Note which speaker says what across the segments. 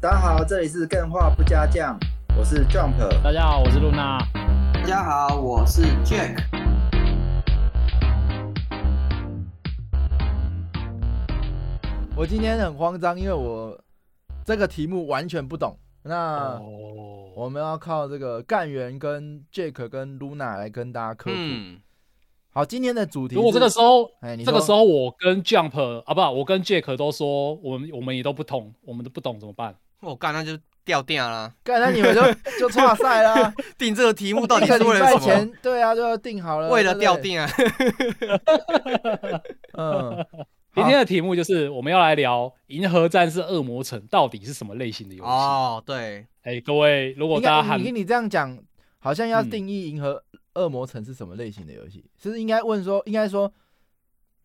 Speaker 1: 大家好，这里是更画不加酱，我是 Jump。
Speaker 2: 大家好，我是露娜。
Speaker 3: 大家好，我是 Jack。
Speaker 4: 我今天很慌张，因为我这个题目完全不懂。那
Speaker 2: 哦，
Speaker 4: 我们要靠这个干员跟 Jack 跟 Luna 来跟大家科普。
Speaker 2: 嗯，
Speaker 4: 好，今天的主题
Speaker 2: 如果
Speaker 4: 是
Speaker 2: 这个时候，
Speaker 4: 哎，你
Speaker 2: 这个
Speaker 4: 说
Speaker 2: 时候我跟 Jump 啊，不，我跟 Jack 都说，我们我们也都不懂，我们都不懂怎么办？
Speaker 5: 我干，那就掉电啊啦！
Speaker 4: 干，那你们就就岔赛 啦。
Speaker 5: 定这个题目到
Speaker 4: 哦一
Speaker 5: 底
Speaker 4: 个
Speaker 5: 是
Speaker 4: 礼
Speaker 5: 为
Speaker 4: 拜
Speaker 5: 了什
Speaker 4: 前，对啊，就要定好了，
Speaker 5: 么？为了
Speaker 4: 对不对
Speaker 5: 掉。电啊！
Speaker 4: 嗯，
Speaker 2: 今天的题目就是我们要来聊《银河战士：恶魔城》到底是什么类型的游戏？哎、
Speaker 5: 哦，对，
Speaker 2: 各位，如果
Speaker 4: 应
Speaker 2: 大家
Speaker 4: 该
Speaker 2: 喊
Speaker 4: 你你这样讲，好像要
Speaker 2: 嗯
Speaker 4: 定义银河恶魔城是什么类型的游戏，是应该问说，应该说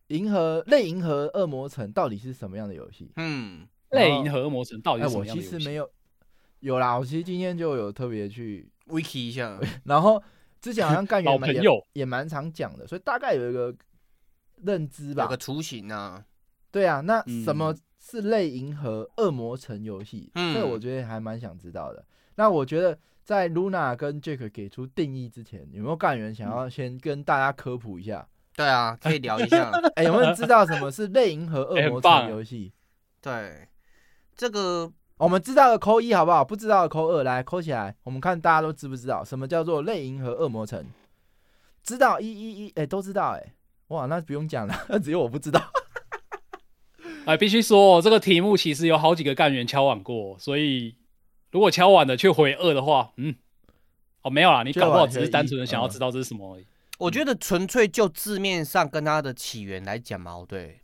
Speaker 4: 银河类银河恶魔城到底是什么样的游戏？
Speaker 5: 嗯，
Speaker 2: 类银河恶魔城到底
Speaker 4: 哎，
Speaker 2: 是什
Speaker 4: 我
Speaker 2: 么样
Speaker 4: 其
Speaker 2: 的游戏？
Speaker 4: 实没有，有啦，我其实今天就有特别去，
Speaker 5: w i k i 一下，
Speaker 4: 然后之前好像干
Speaker 2: 老
Speaker 4: 员蛮
Speaker 2: 朋
Speaker 4: 也
Speaker 2: 友
Speaker 4: 也蛮常讲的，所以大概有一个认知
Speaker 5: 有
Speaker 4: 吧
Speaker 5: 个。雏形啊。
Speaker 4: 对啊，那
Speaker 2: 嗯
Speaker 4: 什么是类银河恶魔城游戏？
Speaker 5: 嗯
Speaker 4: 这个我觉得还蛮想知道的。那我觉得在 Luna 跟 Jack 给出定义之前，有没有干员想要先跟大家科普一下？
Speaker 5: 对啊，可以聊 一下。
Speaker 4: 哎，有没有人知道什么是类 银河恶
Speaker 2: 哎很
Speaker 4: 魔
Speaker 2: 棒
Speaker 4: 城游戏？
Speaker 5: 对，这个
Speaker 4: 我们知道的扣一好不好？不知道的扣二，来扣起来，我们看大家都知不知道什么叫做类银河恶魔城？知道一一一，哎，都知道哎、哇，那不用讲了， 只有我不知道。
Speaker 2: 哎，必须说这个题目其实有好几个干员敲碗过，所以如果敲碗的却回二的话，嗯，哦，没有啦，你搞不好只是单纯的想要知道这是什么而已。
Speaker 5: 我觉得纯粹就字面上跟它的起源来讲嘛，对，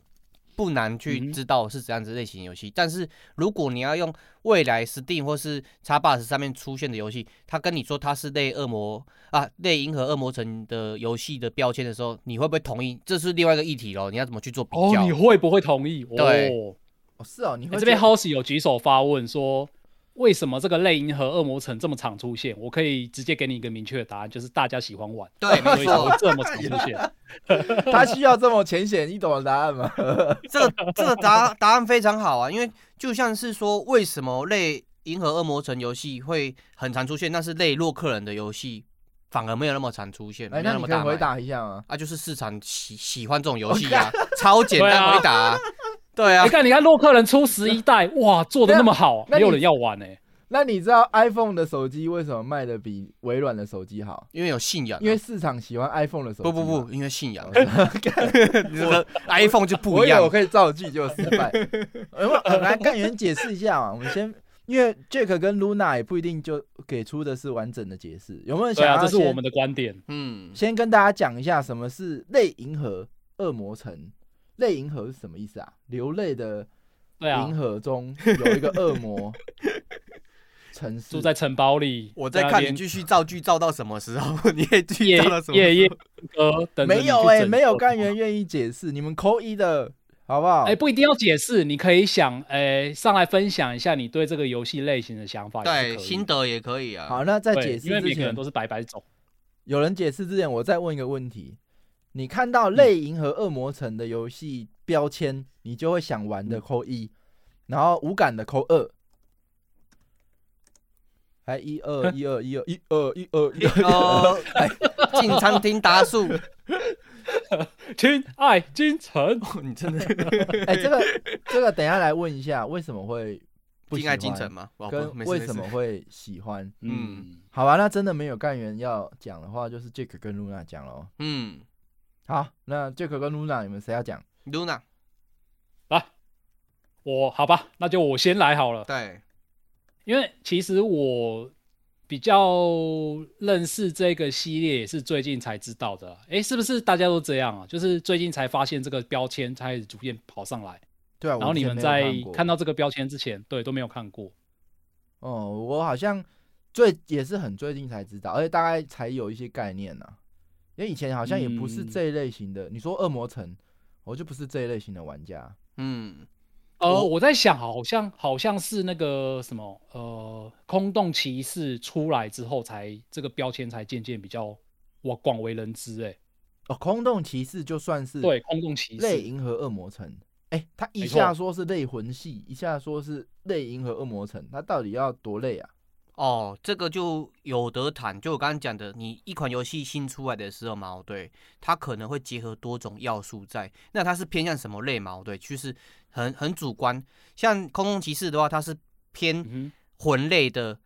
Speaker 5: 不难
Speaker 2: 嗯
Speaker 5: 去
Speaker 2: 哼
Speaker 5: 知道是怎样子类型游戏。但是如果你要用未来 Steam 或是 Xbox 上面出现的游戏，他跟你说它是类恶魔啊、类银河恶魔城的游戏的标签的时候，你会不会同意？这是另外一个议题咯，你要怎么去做比
Speaker 2: 哦，
Speaker 5: 较？
Speaker 2: 你会不会同意？
Speaker 5: 对
Speaker 2: 哦
Speaker 4: 哦，是哦，你会
Speaker 2: 欸这边
Speaker 4: 觉得
Speaker 2: House 有举手发问说，为什么这个类银河恶魔城这么常出现？我可以直接给你一个明确的答案，就是大家喜欢 玩，
Speaker 5: 对，
Speaker 2: 所
Speaker 5: 没
Speaker 2: 以才
Speaker 5: 错
Speaker 2: 会，这么常出
Speaker 5: 啊
Speaker 2: 现。
Speaker 4: 他需要这么浅显易懂的答案吗？
Speaker 5: 这个这 个答答案非常好啊，因为就像是说，为什么类银河恶魔城游戏会很常出现，但是类洛克人的游戏反而没有那么常出现，没
Speaker 4: 哎，
Speaker 5: 有
Speaker 4: 那
Speaker 5: 那
Speaker 4: 你可
Speaker 5: 么
Speaker 4: 以
Speaker 5: 大
Speaker 4: 回
Speaker 5: 卖
Speaker 4: 答一下吗？
Speaker 5: 啊，就是市场喜喜欢这种游戏啊，超简
Speaker 2: 对啊
Speaker 5: 单回 答啊、对啊
Speaker 4: 哎
Speaker 2: 你，看，你看洛克人出十一代，哇，做的那么好，啊
Speaker 4: 那
Speaker 2: 没
Speaker 4: 你
Speaker 2: 有人要玩呢、欸
Speaker 4: 那你知道 iPhone 的手机为什么卖的比微软的手机好？
Speaker 5: 因为有信仰啊、
Speaker 4: 因为市场喜欢 iPhone 的手机。
Speaker 5: 不不不，，因为信仰，
Speaker 4: 干
Speaker 5: 你 这个 iPhone 就不
Speaker 4: 我以为
Speaker 5: 一样
Speaker 4: 我。可以造句就失 败。我们呃来干员解释一下啊嘛，我们先。因为 Jack 跟 Luna 也不一定就给出的是完整的解释，有没有人
Speaker 2: 对
Speaker 4: 想要
Speaker 2: 啊，
Speaker 4: 先、
Speaker 2: 这是我们的观点。
Speaker 5: 嗯，
Speaker 4: 先跟大家讲一下什么是类银河恶魔城？类银河是什么意思啊？流泪的
Speaker 2: 对啊
Speaker 4: 银，河中有一个恶魔城市，
Speaker 2: 住在城堡里，
Speaker 5: 我在看
Speaker 2: 那
Speaker 5: 啊你
Speaker 2: 边
Speaker 5: 继续造句造到什么时候， 你也继续
Speaker 2: 夜
Speaker 5: 造到什么时候？
Speaker 2: 夜
Speaker 5: 欸
Speaker 2: 夜歌等着你
Speaker 4: 没有
Speaker 2: 哎、
Speaker 4: 哎、没有干。员愿意解释，你们扣一的好不好？
Speaker 2: 哎、不一定要解释，你可以想，哎、上来分享一下你对这个游戏类型的想法也是可以
Speaker 5: 对，
Speaker 2: 的。
Speaker 5: 心得也可以啊。
Speaker 4: 好，那在
Speaker 2: 对
Speaker 4: 解
Speaker 2: 因
Speaker 4: 释之
Speaker 2: 为每个人
Speaker 4: 前
Speaker 2: 都，是白白种。
Speaker 4: 有人解释之前，我再问一个问题：你看到类银河恶魔城的游戏标签，你就会想玩的扣一，然后无感的扣二。还一 二一二一二一二一二一二，
Speaker 5: 哦，进餐厅答数，
Speaker 2: 亲爱京城，
Speaker 5: 你真 的
Speaker 4: 哎，这个这个等一下来问一下，为什么会不喜
Speaker 5: 敬
Speaker 4: 欢
Speaker 5: 爱京城吗？哦不
Speaker 4: 跟
Speaker 5: 没事
Speaker 4: 为
Speaker 5: 没
Speaker 4: 什
Speaker 5: 事
Speaker 4: 么会喜欢？
Speaker 2: 嗯
Speaker 5: 嗯，
Speaker 4: 好吧，那真的没有干员要讲的话，就是 Jack 跟 Luna 讲喽。
Speaker 5: 嗯
Speaker 4: 好，那 Jack 跟 Luna 你们谁要讲？
Speaker 5: ，Luna
Speaker 2: 我好吧，那就我先来好了，
Speaker 5: 对，
Speaker 2: 因为其实我比较认识这个系列也是最近才知道的。啊诶，是不是大家都这样啊？就是最近才发现这个标签才开始逐渐跑上来，
Speaker 4: 对啊，
Speaker 2: 然后
Speaker 4: 我以
Speaker 2: 你
Speaker 4: 前
Speaker 2: 们
Speaker 4: 没有
Speaker 2: 在
Speaker 4: 过
Speaker 2: 看到这个标签之前，对都没有看过。
Speaker 4: 哦，我好像最也是很最近才知道，而且大概才有一些概念呢、因为以前好像也不是
Speaker 2: 嗯
Speaker 4: 这一类型的。你说恶魔城，我就不是这一类型的玩家。
Speaker 5: 嗯，
Speaker 2: 呃，
Speaker 5: 我
Speaker 2: 我在想，好像好像是那个什么，呃，空洞骑士出来之后才，这个标签才渐渐比较我广为人知、诶，
Speaker 4: 哦，空洞骑士就算是
Speaker 2: 对，空洞骑士，
Speaker 4: 类银河恶魔城，哎、他一
Speaker 2: 没
Speaker 4: 下
Speaker 2: 错
Speaker 4: 说是类魂系，一下说是类银河恶魔城，他到底要多累啊？
Speaker 5: 哦，这个就有得谈。就我刚刚讲的，你一款游戏新出来的时候嘛，哦对，它可能会结合多种要素在。那它是偏向什么类嘛？哦对，其实很很主观。像空空骑士的话，它是偏
Speaker 2: 嗯
Speaker 5: 魂类的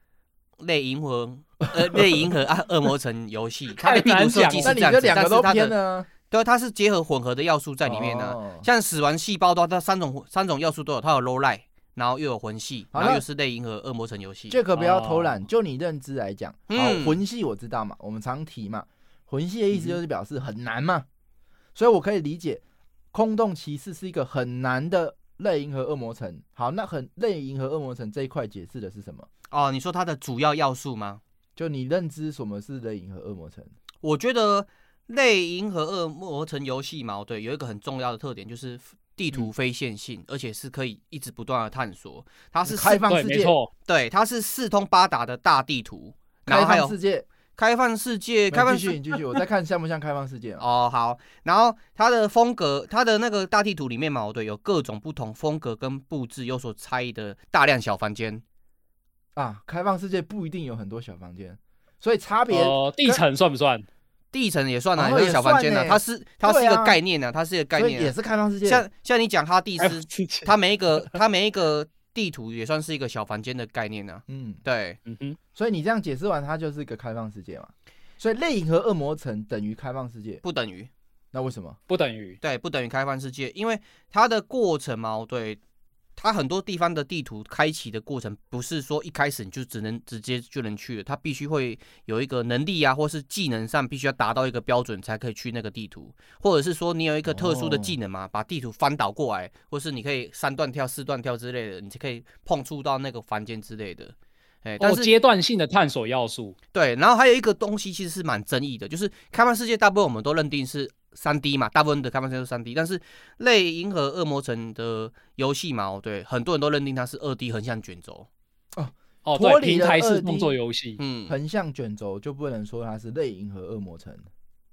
Speaker 5: 类银魂，呃，类银河啊，恶魔城游戏，它
Speaker 2: 太
Speaker 5: 的地
Speaker 2: 难
Speaker 5: 图设
Speaker 2: 讲
Speaker 5: 计
Speaker 2: 了
Speaker 5: 是
Speaker 4: 那
Speaker 5: 这
Speaker 4: 你
Speaker 5: 样
Speaker 4: 这
Speaker 5: 子，
Speaker 4: 两
Speaker 5: 但
Speaker 4: 个
Speaker 5: 是
Speaker 4: 都
Speaker 5: 它
Speaker 4: 偏
Speaker 5: 的
Speaker 4: 了、啊，
Speaker 5: 对，它是结合混合的要素在里面
Speaker 2: 啊
Speaker 5: 呢、
Speaker 4: 哦
Speaker 5: 像死亡细胞的话，它三种三种要素都有，它有 low light，然后又有魂系，
Speaker 4: 好
Speaker 5: 然后
Speaker 4: 那
Speaker 5: 又是类银河恶魔城游戏。
Speaker 4: 杰克不要偷懒，
Speaker 2: 哦
Speaker 4: 就你认知来讲，好
Speaker 5: 嗯
Speaker 4: 魂系我知道嘛，我们常提嘛，魂系的意思就是表示很难嘛，所以我可以理解空洞骑士是一个很难的类银河恶魔城。好，那很类银河恶魔城这一块解释的是什么？
Speaker 5: 哦，你说它的主要要素吗？
Speaker 4: 就你认知什么是类银河恶魔城？
Speaker 5: 我觉得类银河恶魔城游戏嘛，对，有一个很重要的特点就是地图非线性，而且是可以一直不断的探索。它是
Speaker 4: 嗯开
Speaker 5: 四
Speaker 4: 放
Speaker 2: 对，
Speaker 4: 世
Speaker 2: 没
Speaker 4: 界，
Speaker 2: 错，
Speaker 5: 对，它是四通八达的大地图，然
Speaker 4: 开
Speaker 5: 后
Speaker 4: 放
Speaker 5: 还有
Speaker 4: 世界，
Speaker 5: 开放世界，开
Speaker 4: 没
Speaker 5: 放
Speaker 4: 继续，
Speaker 5: 世
Speaker 4: 你继续，我在看像不像开放世界啊？
Speaker 5: 哦好，然后它的风格，它的那个大地图里面嘛，哦对，有各种不同风格跟布置有所差异的大量小房间。
Speaker 4: 啊，开放世界不一定有很多小房间，所以差别
Speaker 5: 哦
Speaker 2: 呃，地层算不算？
Speaker 5: 地层也算啊，
Speaker 4: 哦
Speaker 5: 也
Speaker 4: 也
Speaker 5: 是小房
Speaker 4: 算
Speaker 5: 间啊，
Speaker 4: 欸
Speaker 5: 它是它是一
Speaker 4: 对啊
Speaker 5: 个概念啊，它是一个概
Speaker 4: 所以也哎
Speaker 5: 念、
Speaker 4: 是开放世
Speaker 5: 啊。
Speaker 4: 界。
Speaker 5: 像像你讲哈蒂
Speaker 2: 还有
Speaker 5: 斯，
Speaker 2: 地层
Speaker 5: 它每一个它每一个地图也算是一个小房间的概念呢、
Speaker 4: 嗯，
Speaker 5: 对，
Speaker 2: 嗯哼，
Speaker 4: 所以你这样解释完，它就是一个开放世界嘛。所以类银河恶魔城等于开放世界，
Speaker 5: 不等于
Speaker 4: 那为什么？
Speaker 2: 不等于
Speaker 5: 对不等于开放世界，因为它的过程嘛，哦对，它很多地方的地图开启的过程不是说一开始你就只能直接就能去了，它必须会有一个能力啊，或是技能上必须要达到一个标准才可以去那个地图，或者是说你有一个特殊的技能嘛，把地图翻倒过来，或是你可以三段跳、四段跳之类的，你才可以碰触到那个房间之类的。哎，但
Speaker 2: 哦，
Speaker 5: 是、
Speaker 2: 阶段性的探索要素，
Speaker 5: 对，然后还有一个东西其实是蛮争议的，就是开放世界大部分我们都认定是三 D 嘛，大部分的开放世界都是三 D，但是类银河恶魔城的游戏嘛，哦对，很多人都认定它是二 D 横向卷轴。
Speaker 2: 哦，
Speaker 4: 脱
Speaker 2: 对，
Speaker 4: 离
Speaker 2: 平
Speaker 4: 了
Speaker 2: 台式
Speaker 4: 2D
Speaker 2: 动作游戏，
Speaker 5: 嗯，
Speaker 4: 横向卷轴就不能说它是类银河恶魔城。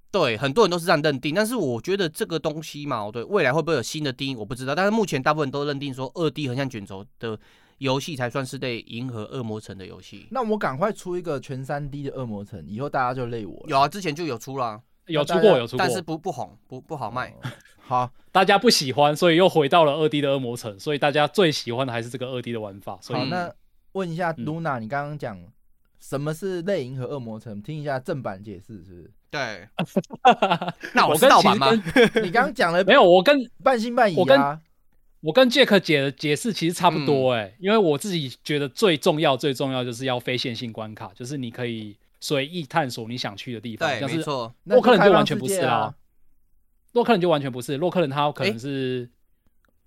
Speaker 5: 对，很多人都是这样认定，但是我觉得这个东西嘛，哦对，未来会不会有新的定义我不知道，但是目前大部分都认定说二 D 横向卷轴的游戏才算是类银河恶魔城的游戏。
Speaker 4: 那我赶快出一个全三 D 的恶魔城，以后大家就累我了。
Speaker 5: 有啊，之前就有出啦，
Speaker 2: 有出
Speaker 4: 大家
Speaker 2: 过有出过
Speaker 5: 但，是不不红，不不好卖。
Speaker 4: 哦 好，
Speaker 2: 大家不喜欢，所以又回到了二 D 的恶魔城，所以大家最喜欢的还是这个二 D 的玩法，所
Speaker 4: 好，
Speaker 2: 以
Speaker 4: 那问一下
Speaker 2: 嗯
Speaker 4: Luna，、你刚刚讲什么是类银河恶魔城？听一下正版解释，是
Speaker 5: 对，那
Speaker 2: 我
Speaker 5: 我是
Speaker 2: 跟
Speaker 5: 盗
Speaker 2: 其
Speaker 5: 版
Speaker 2: 实
Speaker 5: 吗？
Speaker 2: 跟
Speaker 4: 不 是？你刚刚讲了
Speaker 2: 没有，我跟
Speaker 4: 半信半疑
Speaker 2: 我跟
Speaker 4: 啊。
Speaker 2: 我跟 Jack 姐的解释其实差
Speaker 4: 嗯
Speaker 2: 不多哎、因为我自己觉得最重要、最重要就是要非线性关卡，就是你可以随意探索你想去的地方。
Speaker 5: 对，
Speaker 2: 像
Speaker 5: 没
Speaker 2: 是
Speaker 5: 错。
Speaker 4: 那
Speaker 2: 洛克人
Speaker 4: 开
Speaker 2: 就
Speaker 4: 放
Speaker 2: 完全不
Speaker 4: 世
Speaker 2: 是
Speaker 4: 界啊
Speaker 2: 啦。，洛克人就完全不是，洛克人他可
Speaker 5: 诶
Speaker 2: 能是、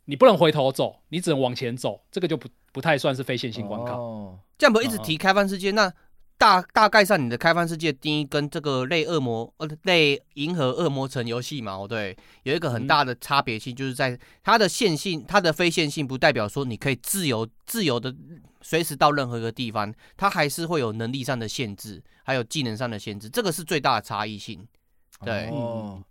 Speaker 2: 你不能回头走，你只能往前走，这个就不不太算是非线性关卡。
Speaker 4: 哦，
Speaker 5: 这样不一直提开放世界，那大大概上你的开放世界定义跟这个类恶魔呃类银河恶魔城游戏嘛，哦对，有一个
Speaker 4: 嗯
Speaker 5: 很大的差别性，就是在它的线性，它的非线性不代表说你可以自由自由的随时到任何一个地方，它还是会有能力上的限制，还有技能上的限制，这个是最大的差异性。对
Speaker 4: 哦，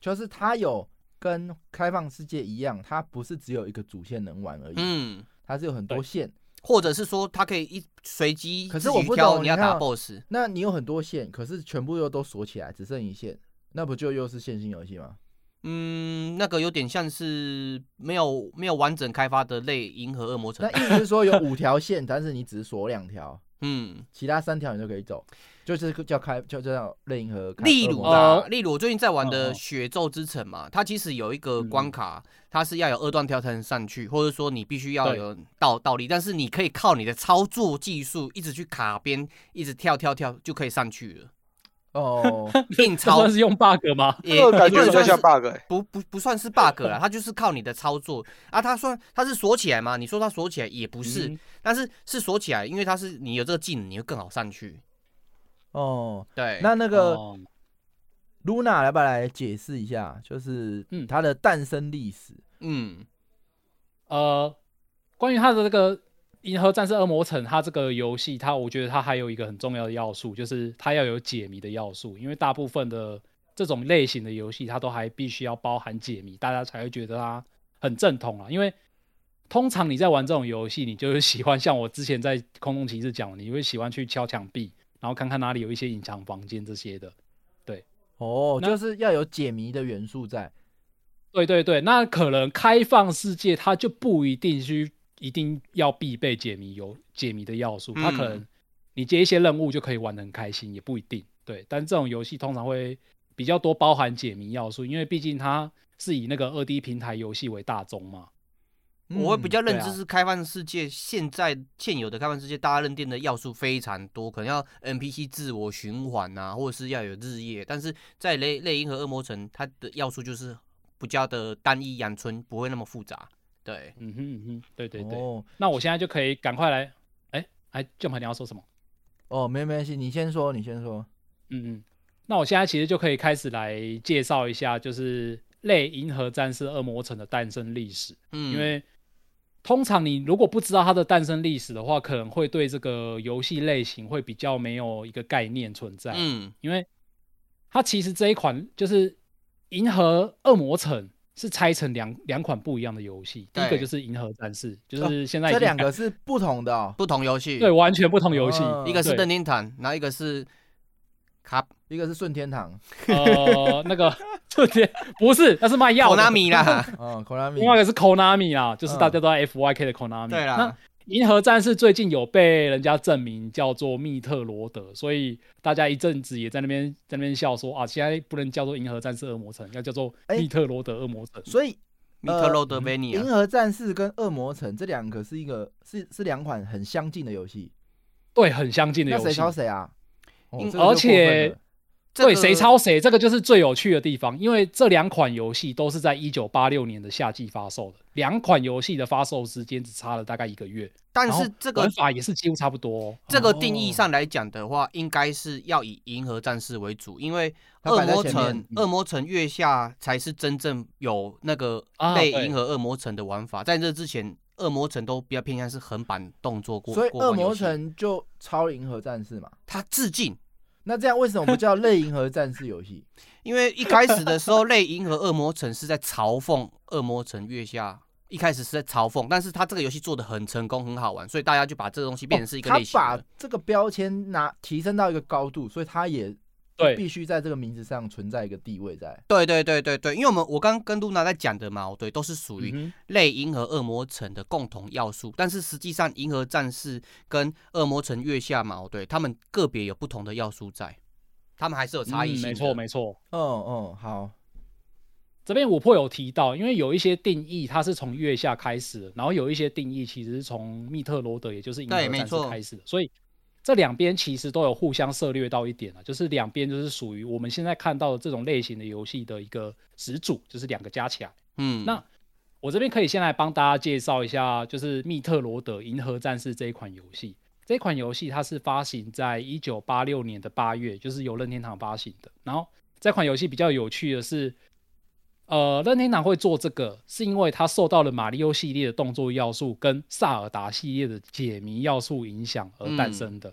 Speaker 4: 就是它有跟开放世界一样，它不是只有一个主线能玩而已，
Speaker 5: 嗯，
Speaker 4: 它是有很多
Speaker 2: 对
Speaker 4: 线。
Speaker 5: 或者是说它可以一随机
Speaker 4: 可是
Speaker 5: 自己
Speaker 4: 我不
Speaker 5: 挑
Speaker 4: 懂
Speaker 5: 你要
Speaker 4: 你看
Speaker 5: 打
Speaker 4: 哦
Speaker 5: BOSS。
Speaker 4: 那你有很多线，可是全部又都锁起来，只剩一线，那不就又是线性游戏 吗？
Speaker 5: 嗯，那个有点像是没有没有完整开发的类银河恶魔城啊
Speaker 4: 那。意思是说有五条线，但是你只锁两条，
Speaker 5: 嗯，
Speaker 4: 其他三条你都可以走，就是叫开，就叫类银河开。
Speaker 5: 例如
Speaker 4: 恶魔岛
Speaker 5: 啊，
Speaker 2: 呃
Speaker 5: 例如我最近在玩
Speaker 2: 嗯
Speaker 5: 的《
Speaker 2: 嗯
Speaker 5: 血咒之城》嘛，它其实有一个关卡，它是要有二段跳才能上去，或者说你必须要
Speaker 2: 对
Speaker 5: 有倒倒立，但是你可以靠你的操作技术一直去卡边，一直跳跳跳就可以上去了，
Speaker 4: 哦，
Speaker 5: 硬
Speaker 2: 这
Speaker 5: 操
Speaker 2: 算是用 bug 吗？
Speaker 5: 也
Speaker 6: 这个感
Speaker 5: 不
Speaker 6: 觉比较
Speaker 5: 算
Speaker 6: 像
Speaker 5: 是欸
Speaker 6: bug 哎。
Speaker 5: 不不不算是 bug 啦，它就是靠你的操作啊。它算它是锁起来嘛？你说它锁起来也不是，
Speaker 2: 嗯
Speaker 5: 但是是锁起来，因为它是你有这个技能，你会更好上去。
Speaker 4: 哦，
Speaker 5: 对，
Speaker 4: 那那个
Speaker 2: 哦
Speaker 4: Luna 来不要来解释一下，就是
Speaker 2: 嗯
Speaker 4: 它的诞生历史。
Speaker 5: 嗯，
Speaker 2: 呃，关于它的这个《银河战士恶魔城》，它这个游戏，它我觉得它还有一个很重要的要素，就是它要有解谜的要素，啊因为大部分的这种类型的游戏，它都还必须要包含解谜，大家才会觉得它很正统啊，因为通常你在玩这种游戏，你就是喜欢像我之前在空中骑士讲的，你会喜欢去敲墙壁，然后看看哪里有一些隐藏房间这些的。
Speaker 4: 哦，
Speaker 2: 那
Speaker 4: 就是要有解谜的元素在。
Speaker 2: 对对对，那可能开放世界它就不一定需一定要必备解谜有解谜的要素，它可能你接一些任务就可以玩得很开心，也不一定。对，但这种游戏通常会比较多包含解谜要素，因为毕竟它是以那个二 D 平台游戏为大宗嘛。
Speaker 5: 嗯我会比较认
Speaker 2: 对
Speaker 5: 知
Speaker 2: 啊
Speaker 5: 是开放世界，现在现有的开放世界，大家认定的要素非常多，可能要 NPC 自我循环啊，或者是要有日夜。但是在雷雷音和恶魔城，它的要素就是比较的单一阳春，不会那么复杂。对，
Speaker 2: 嗯哼嗯哼，对对对。
Speaker 4: 哦
Speaker 2: 那我现在就可以赶快来，哎，哎，正牌你要说什么？
Speaker 4: 哦，没没关系，你先说，你先说。
Speaker 2: 嗯嗯，那我现在其实就可以开始来介绍一下，就是《类银河战士：恶魔城》的诞生历史。
Speaker 5: 嗯，
Speaker 2: 因为通常你如果不知道它的诞生历史的话，可能会对这个游戏类型会比较没有一个概念存在。
Speaker 5: 嗯
Speaker 2: 因为它其实这一款就是《银河恶魔城》是拆成两两款不一样的游戏，第一个
Speaker 5: 对
Speaker 2: 就是《银河战士》，就
Speaker 4: 哦
Speaker 2: 是现在已
Speaker 4: 这
Speaker 2: 经
Speaker 4: 两
Speaker 2: 改
Speaker 4: 个是不同的哦，
Speaker 5: 不同游戏，
Speaker 2: 对完全不同游戏，
Speaker 4: 哦
Speaker 5: 一个是
Speaker 2: 对
Speaker 5: 任天堂，然后一个是卡
Speaker 4: 一个是顺天堂，
Speaker 2: 呃那个 这些不是，那是卖药
Speaker 5: 奥
Speaker 2: 的
Speaker 5: 纳。米啦，
Speaker 4: 嗯，Konami，
Speaker 2: 另外一个是 Konami 啊，就是
Speaker 4: 嗯
Speaker 2: 大家都在 FYK 的 Konami。
Speaker 5: 对
Speaker 2: 那
Speaker 5: 啦，
Speaker 2: 银河战士最近有被人家证明叫做密特罗德，所以大家一阵子也在那边在那边笑说啊，现在不能叫做银河战士恶魔城，要叫做
Speaker 4: 哎
Speaker 2: 密特罗德恶魔城。
Speaker 4: 所以
Speaker 5: 米特罗
Speaker 2: 呃
Speaker 5: 德维尼
Speaker 4: 银
Speaker 2: 嗯
Speaker 5: 啊，
Speaker 4: 河战士跟恶魔城这两个是一个是是两款很相近的游戏，
Speaker 2: 对，很相近的
Speaker 4: 那
Speaker 2: 游
Speaker 4: 谁
Speaker 2: 戏
Speaker 4: 抄。谁啊？哦
Speaker 5: 嗯
Speaker 4: 这个就过
Speaker 2: 而且
Speaker 4: 分了
Speaker 5: 这个
Speaker 2: 对，谁抄谁，这个就是最有趣的地方，因为这两款游戏都是在一九八六年的夏季发售的，两款游戏的发售时间只差了大概一个月，
Speaker 5: 但
Speaker 2: 然后
Speaker 5: 是这个
Speaker 2: 玩法也是几乎差不多、哦。
Speaker 5: 这个定义上来讲的话，应该是要以银河战士为主，因为
Speaker 4: 它
Speaker 5: 恶
Speaker 4: 摆在
Speaker 5: 魔
Speaker 4: 前
Speaker 5: 城
Speaker 4: 面、嗯
Speaker 5: 恶魔城月下才是真正有那个
Speaker 2: 啊
Speaker 5: 类
Speaker 2: 对
Speaker 5: 银河恶魔城的玩法，在这之前，恶魔城都比较偏向是横版动作过，
Speaker 4: 所以
Speaker 5: 过关
Speaker 4: 恶魔
Speaker 5: 游戏
Speaker 4: 城就抄银河战士嘛。
Speaker 5: 它致敬。
Speaker 4: 那这样为什么不叫类银河战士游戏？
Speaker 5: 因为一开始的时候， 类银河恶魔城是在嘲讽恶魔城月下，一开始是在嘲讽，但是它这个游戏做的很成功，很好玩，所以大家就把这个东西变成是一个
Speaker 4: 哦他
Speaker 5: 类型
Speaker 4: 把
Speaker 5: 了。
Speaker 4: 这个标签拿提升到一个高度，所以他也
Speaker 2: 对
Speaker 4: 必须在这个名字上存在一个地位在。
Speaker 5: 对对对对对，因为我们我刚刚跟露娜在讲的嘛，哦对，都是属于
Speaker 2: 嗯
Speaker 5: 类银河恶魔城的共同要素，但是实际上银河战士跟恶魔城月下矛对，他们个别有不同的要素在，他们还是有
Speaker 2: 哼
Speaker 5: 差异
Speaker 2: 嗯
Speaker 5: 性的、
Speaker 2: 没错没错。
Speaker 4: 嗯嗯， 好，
Speaker 2: 这边我颇有提到，因为有一些定义它是从月下开始的，然后有一些定义其实是从密特罗德，也就是银河
Speaker 5: 对没
Speaker 2: 战士
Speaker 5: 错
Speaker 2: 开始的，所以这两边其实都有互相涉略到一点啊，就是两边就是属于我们现在看到的这种类型的游戏的一个始祖，就是两个加起来。
Speaker 5: 嗯，
Speaker 2: 那我这边可以先来帮大家介绍一下，就是《密特罗德：银河战士》这一款游戏。这款游戏它是发行在一九八六年的八月，就是由任天堂发行的。然后这款游戏比较有趣的是，呃，任天堂会做这个，是因为它受到了马里奥系列的动作要素跟萨尔达系列的解谜要素影响而诞生的。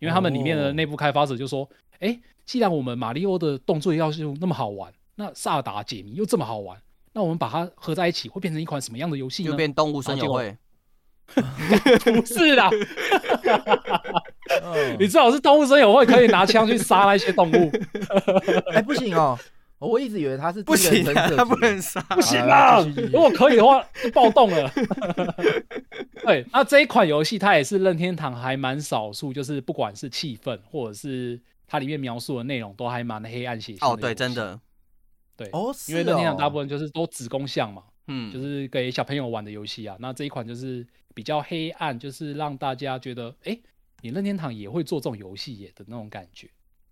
Speaker 2: 因为他们里面的
Speaker 4: 哦
Speaker 2: 内部开发者就说：“哎、既然我们马里奥的动作要素那么好玩，那萨尔达解谜又这么好玩，那我们把它合在一起，会变成一款什么样的游戏呢？
Speaker 5: 就变动物森友会，
Speaker 2: 不是啦，
Speaker 4: 嗯
Speaker 2: 你，最好是动物森友会可以拿枪去杀那些动物，
Speaker 4: 哎，不行哦，我一直以为他是
Speaker 5: 不行、啊，
Speaker 4: 他
Speaker 5: 它不能杀。
Speaker 2: 不行啊啦
Speaker 4: 继续继续。
Speaker 2: 如果可以的话，就暴动了。 对，那这一款游戏它也是任天堂还蛮少数，就是不管是气氛或者是它里面描述的内容，都还蛮黑暗血腥。
Speaker 5: 哦，对，真，的，
Speaker 2: 对，
Speaker 4: 哦，是
Speaker 2: 因为任天堂大部
Speaker 4: 分
Speaker 2: 分就是都子宫向嘛，
Speaker 5: 嗯，
Speaker 2: 就是给小朋友玩的游戏啊。那这一款就是比较黑暗，就是让大家觉得，哎、你任天堂也会做这种游戏耶的那种感觉。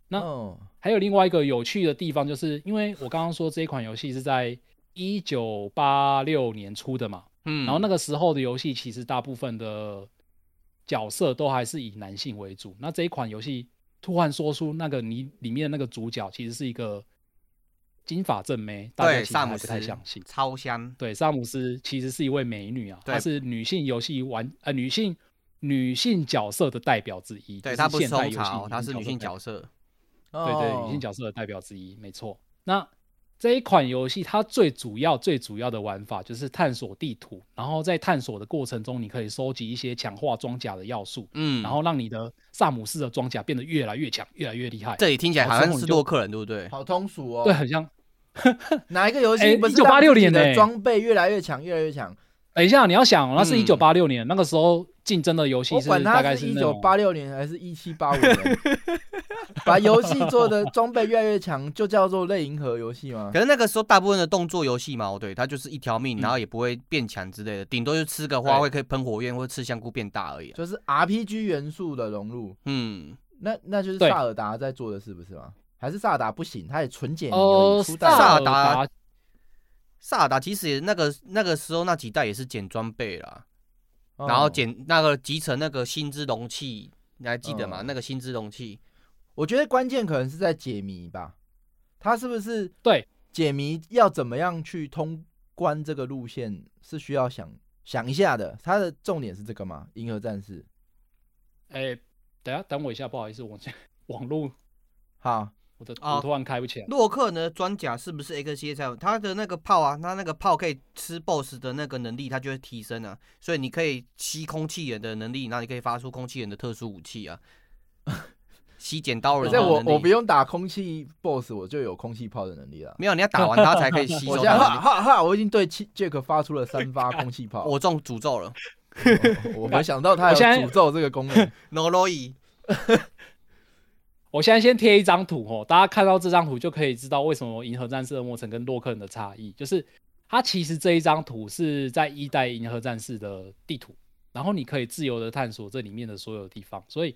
Speaker 2: 那
Speaker 4: 嗯
Speaker 2: 还有另外一个有趣的地方，就是因为我刚刚说这一款游戏是在一九八六年出的嘛，
Speaker 5: 嗯，
Speaker 2: 然后那个时候的游戏其实大部分的角色都还是以男性为主。那这一款游戏突然说出那个你里面那个主角其实是一个金发正妹，大家
Speaker 5: 对
Speaker 2: 其实还
Speaker 5: 萨姆
Speaker 2: 不
Speaker 5: 斯
Speaker 2: 太相信。
Speaker 5: 超香，
Speaker 2: 对，萨姆斯其实是一位美女啊，
Speaker 5: 对
Speaker 2: 她是女性游戏玩呃女性女性角色的代表之一。
Speaker 5: 对，
Speaker 2: 就
Speaker 5: 它不是
Speaker 2: 现代
Speaker 5: 红
Speaker 2: 游戏
Speaker 5: 茶
Speaker 2: 里
Speaker 5: 哦，它是
Speaker 2: 面
Speaker 5: 女性
Speaker 2: 的代表
Speaker 4: 哦
Speaker 5: 角色，哦
Speaker 2: 对对，女性
Speaker 4: 角
Speaker 2: 角色的代表之一，没错。那这一款游戏它最主要、最主要的玩法就是探索地图，然后在探索的过程中，你可以收集一些强化装甲的要素，
Speaker 5: 嗯，
Speaker 2: 然后让你的萨姆斯的装甲变得越来越强、越来越厉害。
Speaker 5: 这里听起来好
Speaker 2: 好
Speaker 5: 像
Speaker 2: 生活
Speaker 5: 是
Speaker 2: 你就
Speaker 5: 洛克人，对不对？
Speaker 4: 好通俗哦。
Speaker 2: 对，，很像。
Speaker 4: 哪一个游戏
Speaker 2: 哎
Speaker 4: 不是
Speaker 2: 1986
Speaker 4: 让自己
Speaker 2: 年
Speaker 4: 的
Speaker 2: 呢
Speaker 4: 装备越来越强，越来越强？
Speaker 2: 等一下，你要想哦，那是
Speaker 5: 嗯
Speaker 2: 一九八六年、那个时候竞争的游戏
Speaker 4: 我
Speaker 2: 是
Speaker 4: 管
Speaker 2: 大
Speaker 4: 它
Speaker 2: 概
Speaker 4: 是一
Speaker 2: 那
Speaker 4: 九
Speaker 2: 种
Speaker 4: 八六年还是一七八五年，把游戏做的装备越来越强，就叫做类银河游戏吗
Speaker 5: 可？是那个时候大部分的动作游戏嘛，哦对，它就是一条命，
Speaker 2: 嗯
Speaker 5: 然后也不会变强之类的，顶多就吃个花卉可以喷火焰，或者吃香菇变大而已啊。
Speaker 4: 就是 RPG 元素的融入，
Speaker 5: 嗯，
Speaker 4: 那那就是
Speaker 2: 对
Speaker 4: 萨尔达在做的是不是吗？还是萨尔达不行，它也纯解谜而已
Speaker 2: 哦，
Speaker 4: 初代
Speaker 5: 萨
Speaker 2: 萨
Speaker 5: 尔
Speaker 2: 尔
Speaker 5: 达
Speaker 2: 达
Speaker 5: 萨尔达其实也那个那个时候那几代也是捡装备啦，
Speaker 4: 哦
Speaker 5: 然后捡那个集成那个心之容器，你还记得吗？
Speaker 4: 嗯
Speaker 5: 那个心之容器，
Speaker 4: 我觉得关键可能是在解谜吧，它是不是
Speaker 2: 对
Speaker 4: 解谜要怎么样去通关这个路线是需要想想一下的，它的重点是这个嘛？银河战士，
Speaker 2: 哎，等一下等我一下，不好意思，我这 网络
Speaker 4: 好，
Speaker 2: 我的
Speaker 5: 哦
Speaker 2: 我突然开不起来。
Speaker 5: 洛克人的装甲是不是 X 系列才有？他的那个炮啊，他那个炮可以吃 BOSS 的那个能力，它就会提升啊。所以你可以吸空气人的能力，然后你可以发出空气人的特殊武器 啊，吸剪刀人
Speaker 4: 反
Speaker 5: 的
Speaker 4: 正
Speaker 5: 能力。
Speaker 4: 我我不用打空气 BOSS，我就有空气炮的能力了。
Speaker 5: 没有，你要打完它才可以吸
Speaker 4: 我
Speaker 5: 收
Speaker 4: 现在
Speaker 5: 它的
Speaker 4: 哈
Speaker 5: 能力。
Speaker 4: 哈哈，我已经对气 Jack 发出了三 发空气炮，我
Speaker 5: 我中诅咒了
Speaker 4: 我没想到它有
Speaker 2: 我现在
Speaker 4: 诅咒这个功能。
Speaker 5: ，Noroi。
Speaker 2: 我现在先贴一张图哦，大家看到这张图就可以知道为什么银河战士恶魔城跟洛克人的差异，就是它其实这一张图是在一代银河战士的地图，然后你可以自由的探索这里面的所有地方，所以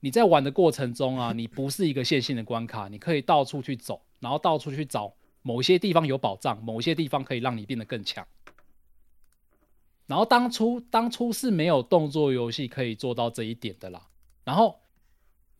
Speaker 2: 你在玩的过程中啊，你不是一个线性的关卡，你可以到处去走，然后到处去找某些地方有宝藏，某些地方可以让你变得更强。然后当初当初是没有动作游戏可以做到这一点的啦。然后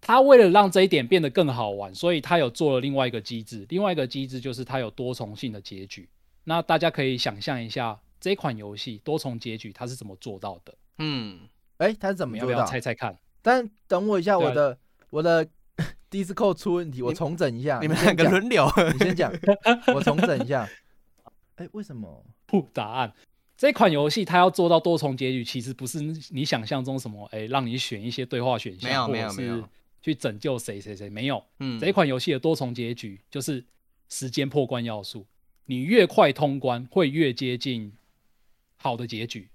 Speaker 2: 他为了让这一点变得更好玩，所以他有做了另外一个机制，另外一个机制就是它有多重性的结局。那大家可以想象一下这款游戏多重结局它是怎么做到的？
Speaker 5: 嗯，
Speaker 4: 哎，它是怎么
Speaker 2: 你们要
Speaker 4: 做
Speaker 2: 不要
Speaker 4: 到？
Speaker 2: 猜猜看？
Speaker 4: 但等我一下，
Speaker 2: 对啊
Speaker 4: 我的我的 Discord 出问题，我重整一下。
Speaker 2: 啊
Speaker 5: 你们
Speaker 4: 先
Speaker 5: 两个
Speaker 4: 讲
Speaker 5: 轮流。
Speaker 4: 你先讲，我重整一下。哎，为什么？
Speaker 2: 不，答案。这款游戏它要做到多重结局，其实不是你想象中什么，哎，让你选一些对话选项，
Speaker 5: 没有没有
Speaker 2: 或者是
Speaker 5: 没有
Speaker 2: 去拯救谁谁谁，没有。
Speaker 5: 嗯，
Speaker 2: 这一款游戏的多重结局就是时间破关要素，你越快通关，会越接近好的结局。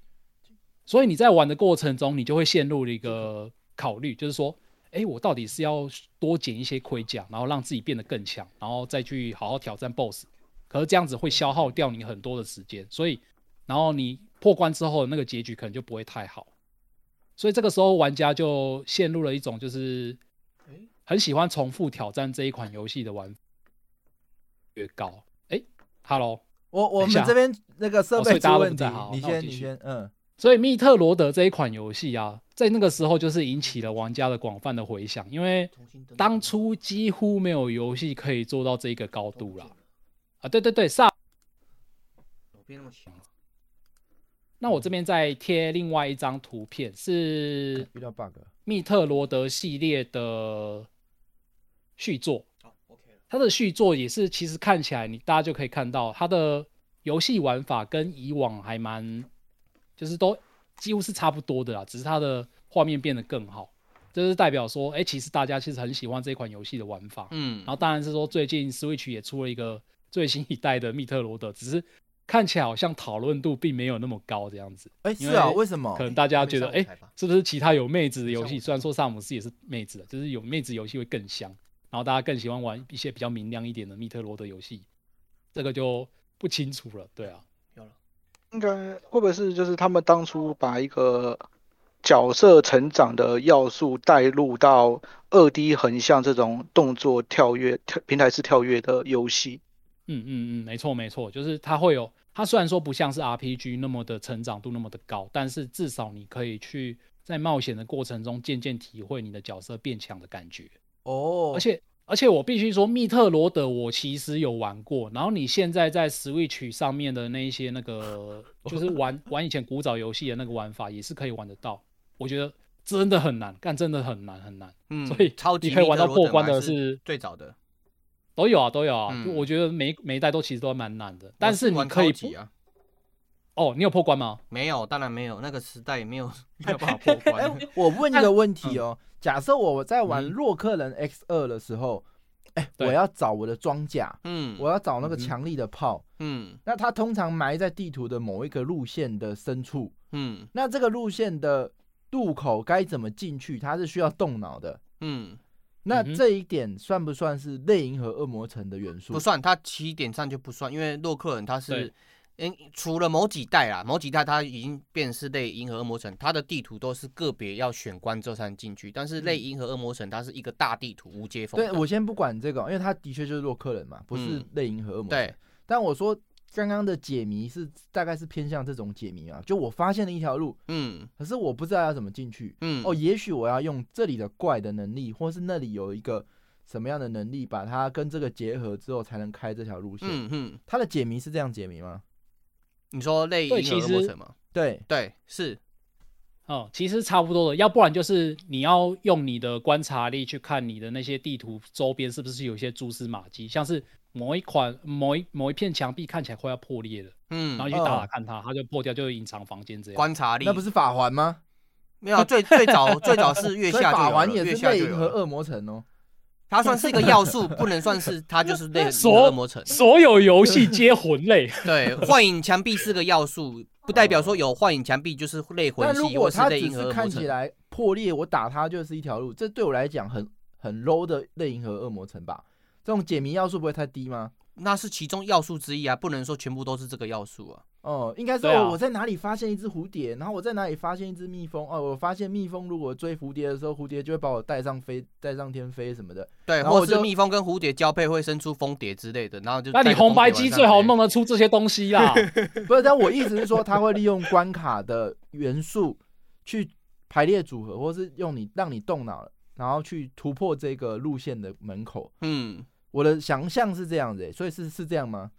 Speaker 2: 所以你在玩的过程中，你就会陷入了一个考虑，就是说，哎，我到底是要多捡一些盔甲，然后让自己变得更强，然后再去好好挑战 BOSS。可是这样子会消耗掉你很多的时间，所以，然后你破关之后的那个结局可能就不会太好。所以这个时候玩家就陷入了一种就是很喜欢重复挑战这一款游戏的玩法越高。哎，Hello，
Speaker 4: 我我
Speaker 2: 等一下
Speaker 4: 们这边那个设
Speaker 2: 哦所
Speaker 4: 备
Speaker 2: 以大
Speaker 4: 出
Speaker 2: 家都
Speaker 4: 问
Speaker 2: 不
Speaker 4: 题
Speaker 2: 在好，
Speaker 4: 你
Speaker 2: 那我
Speaker 4: 先
Speaker 2: 继
Speaker 4: 你
Speaker 2: 续
Speaker 4: 先，嗯，
Speaker 2: 所以密特罗德这一款游戏啊，在那个时候就是引起了玩家的广泛的回响，因为当初几乎没有游戏可以做到这一个高度啦。啊，对对对，萨
Speaker 5: 变那么小，
Speaker 2: 那我这边再贴另外一张图片，是
Speaker 4: 遇到 bug，
Speaker 2: 密特罗德系列的续作。
Speaker 5: 好，OK 哦了。
Speaker 2: 它的续作也是，其实看起来你大家就可以看到，它的游戏玩法跟以往还蛮，就是都几乎是差不多的啦，只是它的画面变得更好。这就是代表说，哎、其实大家其实很喜欢这款游戏的玩法。
Speaker 5: 嗯
Speaker 2: 然，后当然是说，最近 Switch 也出了一个最新一代的密特罗德，只是看起来好像讨论度并没有那么高这样子。
Speaker 4: 哎，
Speaker 2: 因
Speaker 4: 是啊，
Speaker 2: 为
Speaker 4: 为什么
Speaker 5: 哦
Speaker 2: 可？能大家觉得，
Speaker 5: 上
Speaker 2: 哎、
Speaker 5: 舞台吧
Speaker 2: 是不是其他有妹子的游
Speaker 5: 上舞
Speaker 2: 戏？
Speaker 5: 台
Speaker 2: 虽然说萨姆斯也是妹子的，就是有妹子游戏会更香，然后大家更喜欢玩一些比较明亮一点的密特罗德游戏，这个就不清楚了。对啊，
Speaker 5: 有了。
Speaker 6: 应该会不会是就是他们当初把一个角色成长的要素带入到二 D 横向这种动作跳跃、跳平台式跳跃的游戏？
Speaker 2: 嗯嗯嗯，没错没错，就是它会有，它虽然说不像是 RPG 那么的成长度那么的高，但是至少你可以去在冒险的过程中渐渐体会你的角色变强的感觉。
Speaker 4: 哦，
Speaker 2: 而且而且我必须说，密特罗德我其实有玩过，然后你现在在 Switch 上面的那一些那个，就是玩玩以前古早游戏的那个玩法，也是可以玩得到。我觉得真的很难，干真的很难很难。
Speaker 5: 嗯，
Speaker 2: 所以
Speaker 5: 超级
Speaker 2: 你可以
Speaker 5: 密
Speaker 2: 玩到
Speaker 5: 特罗
Speaker 2: 过
Speaker 5: 德
Speaker 2: 关
Speaker 5: 嘛
Speaker 2: 的
Speaker 5: 是
Speaker 2: 是
Speaker 5: 最早的，
Speaker 2: 都有啊，都有啊。
Speaker 5: 嗯
Speaker 2: 就我觉得每每一代都其实都蛮难的，但是
Speaker 5: 我
Speaker 2: 你
Speaker 5: 玩
Speaker 2: 可
Speaker 5: 超
Speaker 2: 以
Speaker 5: 级啊，
Speaker 2: 哦，你有破关吗？
Speaker 5: 没有，当然没有，那个时代 没有没有办法破关。
Speaker 4: 我问一个问
Speaker 2: 嗯
Speaker 4: 题哦，假设我在玩洛克人 X 二的时候，哎，我
Speaker 2: 对
Speaker 4: 要找我的装甲，
Speaker 5: 嗯，
Speaker 4: 我要找那个
Speaker 2: 嗯哼
Speaker 4: 强力的炮，
Speaker 5: 嗯
Speaker 4: 那它通常埋在地图的某一个路线的深处，
Speaker 5: 嗯
Speaker 4: 那这个路线的入口该怎么进去？它是需要动脑的。
Speaker 5: 嗯，
Speaker 4: 那
Speaker 2: 嗯哼
Speaker 4: 这一点算不算是类银河恶魔城的元素？
Speaker 5: 不算，他起点上就不算，因为洛克人他是
Speaker 2: 对。
Speaker 5: 嗯，除了某几代啦，某几代它已经变成是类银河恶魔城，它的地图都是个别要选关之后才能进去。但是类银河恶魔城它是一个大地图，无接
Speaker 4: 嗯
Speaker 5: 缝
Speaker 4: 对
Speaker 5: 的。
Speaker 4: 我先不管这个，因为它的确就是洛克人嘛，不是
Speaker 5: 嗯
Speaker 4: 类银河恶魔城。
Speaker 5: 对，
Speaker 4: 但我说刚刚的解谜是大概是偏向这种解谜啊，就我发现了一条路，
Speaker 5: 嗯
Speaker 4: 可是我不知道要怎么进去。
Speaker 5: 嗯
Speaker 4: 哦，也许我要用这里的怪的能力，或是那里有一个什么样的能力，把它跟这个结合之后，才能开这条路线。
Speaker 5: 嗯嗯，
Speaker 4: 它的解谜是这样解谜吗？
Speaker 5: 你说类
Speaker 2: 对
Speaker 5: 银河
Speaker 2: 其
Speaker 5: 恶魔
Speaker 2: 实
Speaker 5: 城吗？
Speaker 4: 对，
Speaker 5: 对，是，
Speaker 2: 哦，其实差不多的，要不然就是你要用你的观察力去看你的那些地图周边是不是有一些蛛丝马迹，像是某一款某一某一片墙壁看起来快要破裂了，
Speaker 5: 嗯
Speaker 2: 然后，你去打
Speaker 4: 哦
Speaker 2: 打看它，它就破掉，就隐藏房间这样。
Speaker 5: 观察力
Speaker 4: 那不是法环吗？
Speaker 5: 没有啊最最早最早是 月
Speaker 4: 所以
Speaker 5: 下就
Speaker 4: 法
Speaker 5: 有
Speaker 4: 环
Speaker 5: 了
Speaker 4: 也
Speaker 5: 月
Speaker 4: 是
Speaker 5: 下
Speaker 4: 类
Speaker 5: 就
Speaker 4: 银
Speaker 5: 有
Speaker 4: 河
Speaker 5: 了
Speaker 4: 恶魔城哦。
Speaker 5: 它算是一个要 素，不能算是它就是类银河
Speaker 2: 所
Speaker 5: 恶魔城。
Speaker 2: 所有游戏皆魂类，
Speaker 5: 对，幻影墙壁是个要素，不代表说有幻影墙壁就是类魂
Speaker 4: 但如
Speaker 5: 系
Speaker 4: 果
Speaker 5: 或是
Speaker 4: 它
Speaker 5: 类
Speaker 4: 只
Speaker 5: 银河
Speaker 4: 是
Speaker 5: 恶魔
Speaker 4: 看起
Speaker 5: 城。
Speaker 4: 来破裂，我打它就是一条路，这对我来讲很很 low 的类银河恶魔城吧？这种解谜要素不会太低吗？
Speaker 5: 那是其中要素之一啊，不能说全部都是这个要素啊。
Speaker 4: 哦，应该说、
Speaker 2: 对啊
Speaker 4: 哦我在哪里发现一只蝴蝶，然后我在哪里发现一只蜜蜂。哦，我发现蜜蜂如果追蝴蝶的时候，蝴蝶就会把我带上飞，带上天飞什么的。
Speaker 5: 对，
Speaker 4: 然后
Speaker 5: 或
Speaker 4: 我
Speaker 5: 者
Speaker 4: 就是
Speaker 5: 蜜蜂跟蝴蝶交配会生出蜂蝶之类的，然后就
Speaker 2: 那你
Speaker 5: 带着
Speaker 2: 红白
Speaker 5: 蜂
Speaker 2: 机
Speaker 5: 蝶晚上
Speaker 2: 最好
Speaker 5: 飞
Speaker 2: 弄得出这些东西啦。
Speaker 4: 不是，但我意思是说，它会利用关卡的元素去排列组合，或是用你让你动脑，然后去突破这个路线的门口。
Speaker 5: 嗯，
Speaker 4: 我的想象是这样子欸，所以是是这样吗？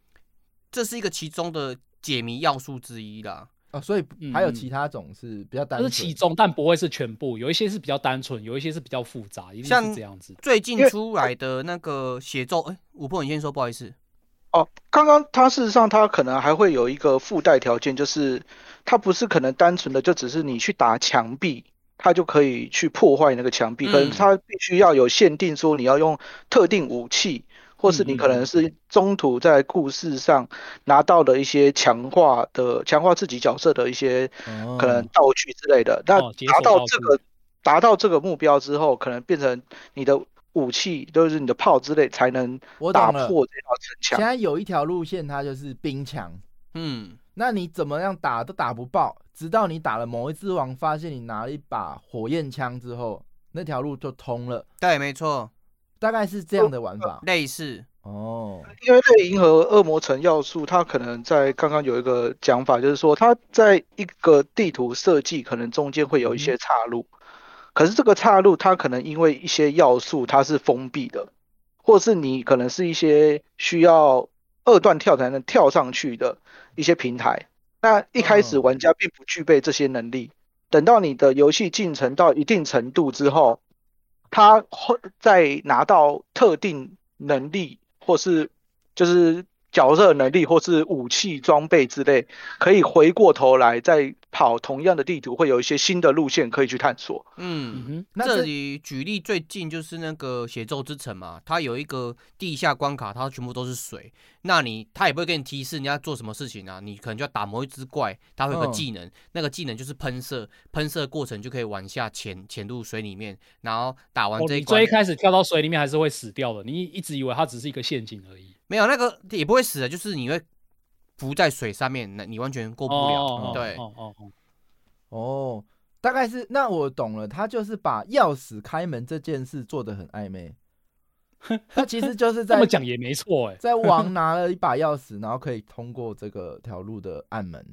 Speaker 5: 这是一个其中的解谜要素之一啦。
Speaker 4: 哦，所以
Speaker 2: 嗯
Speaker 4: 还有
Speaker 2: 嗯
Speaker 4: 其他种是比较单
Speaker 2: 这是
Speaker 4: 纯。
Speaker 2: 其中，但不会是全部。有一些是比较单纯，有一些是比较复杂，一定
Speaker 5: 像
Speaker 2: 是这样子。
Speaker 5: 最
Speaker 6: 因
Speaker 5: 近
Speaker 6: 为
Speaker 5: 出来的那个写作，哎、五破你先说，不好意思。
Speaker 6: 哦，刚刚它事实上它可能还会有一个附带条件，就是它不是可能单纯的就只是你去打墙壁，它就可以去破坏那个墙壁，可能
Speaker 5: 嗯
Speaker 6: 它必须要有限定，说你要用特定武器，或是你可能是中途在故事上拿到了一些强化的、强化自己角色的一些
Speaker 4: 哦
Speaker 6: 可能道具之类的。那
Speaker 2: 哦解
Speaker 6: 达
Speaker 2: 锁
Speaker 6: 到
Speaker 2: 道
Speaker 6: 这
Speaker 2: 具
Speaker 6: 个达到这个目标之后，可能变成你的武器，就是你的炮之类，才能
Speaker 4: 我
Speaker 6: 打
Speaker 4: 懂了。
Speaker 6: 破这道城墙
Speaker 4: 现。在有一条路线，它就是冰墙。
Speaker 5: 嗯，
Speaker 4: 那你怎么样打都打不爆，直到你打了某一只王，发现你拿了一把火焰枪之后，那条路就通了，
Speaker 5: 对，没错，
Speaker 4: 大概是这样的玩法。
Speaker 5: 类似，
Speaker 4: 哦，
Speaker 6: 因为类银河恶魔城要素，它可能在刚刚有一个讲法，就是说它在一个地图设计可能中间会有一些岔路，可是这个岔路它可能因为一些要素它是封闭的，或是你可能是一些需要二段跳才能跳上去的一些平台。那一开始
Speaker 5: 嗯
Speaker 4: 哦
Speaker 6: 玩家并不具备这些能力，等到你的游戏进程到一定程度之后，他会再拿到特定能力，或是就是角色能力，或是武器装备之类，可以回过头来再跑同样的地图，会有一些新的路线可以去探索。
Speaker 5: 嗯
Speaker 2: 嗯哼，
Speaker 4: 那
Speaker 5: 这
Speaker 4: 这
Speaker 5: 里举例最近就是那个血咒之城嘛，它有一个地下关卡，它全部都是水。那你它也不会给你提示你要做什么事情啊，你可能就要打某一只怪，它会有个
Speaker 4: 嗯
Speaker 5: 技能，那个技能就是喷射，喷射过程就可以往下潜潜入水里面，然后打完
Speaker 2: 哦，
Speaker 5: 这一
Speaker 2: 你
Speaker 5: 关、
Speaker 2: 最一开始跳到水里面还是会死掉的，你一直以为它只是一个陷阱而已。
Speaker 5: 没有那个也不会死的，就是你会浮在水上面，那你完全过不了。
Speaker 2: 哦哦
Speaker 5: 对
Speaker 2: 哦哦哦，
Speaker 4: 哦，大概是那我懂了，他就是把钥匙开门这件事做得很暧 昧。他其实就是
Speaker 2: 这
Speaker 4: 在
Speaker 2: 么讲也没错哎。
Speaker 4: 在王拿了一把钥匙，然后可以通过这个条路的暗门。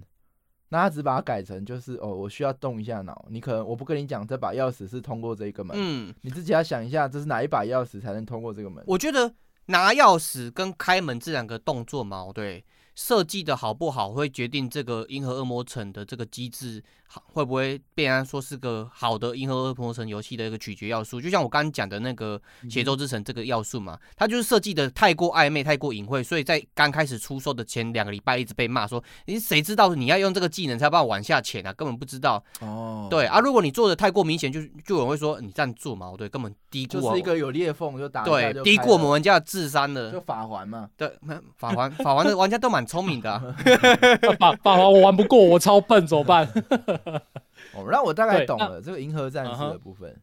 Speaker 4: 那他只把它改成就是哦，我需要动一下脑，你可能我不跟你讲这把钥匙是通过这个门，
Speaker 5: 嗯，
Speaker 4: 你自己要想一下，这是哪一把钥匙才能通过这个门？
Speaker 5: 我觉得拿钥匙跟开门这两个动作矛对，设计的好不好，会决定这个《银河恶魔城》的这个机制好会不会被人家说是个好的《银河恶魔城》游戏的一个取决要素。就像我刚刚讲的那个
Speaker 4: 嗯
Speaker 5: 《协奏之城》这个要素嘛，它就是设计的太过暧昧、太过隐晦，所以在刚开始出售的前两个礼拜一直被骂说，你谁知道你要用这个技能才把我往下潜啊？根本不知道。
Speaker 4: 哦，
Speaker 5: 对啊，如果你做的太过明显，就就有人会说你这样做嘛，哦对，根本低估哦
Speaker 4: 就
Speaker 5: 我
Speaker 4: 是一个有裂缝就打一下
Speaker 5: 对
Speaker 4: 就
Speaker 5: 低
Speaker 4: 开
Speaker 5: 估我
Speaker 4: 了
Speaker 5: 们玩家的智商了
Speaker 4: 就。法环嘛，
Speaker 5: 对，那法环 法环的玩家都蛮聪明的啊、
Speaker 2: 爸爸爸，我玩不过，我超笨，怎么 办？
Speaker 4: 哦，那我大概
Speaker 2: 对
Speaker 4: 懂
Speaker 2: 那
Speaker 4: 了这个银河战
Speaker 2: 嗯
Speaker 4: 士
Speaker 2: 哼
Speaker 4: 的部分。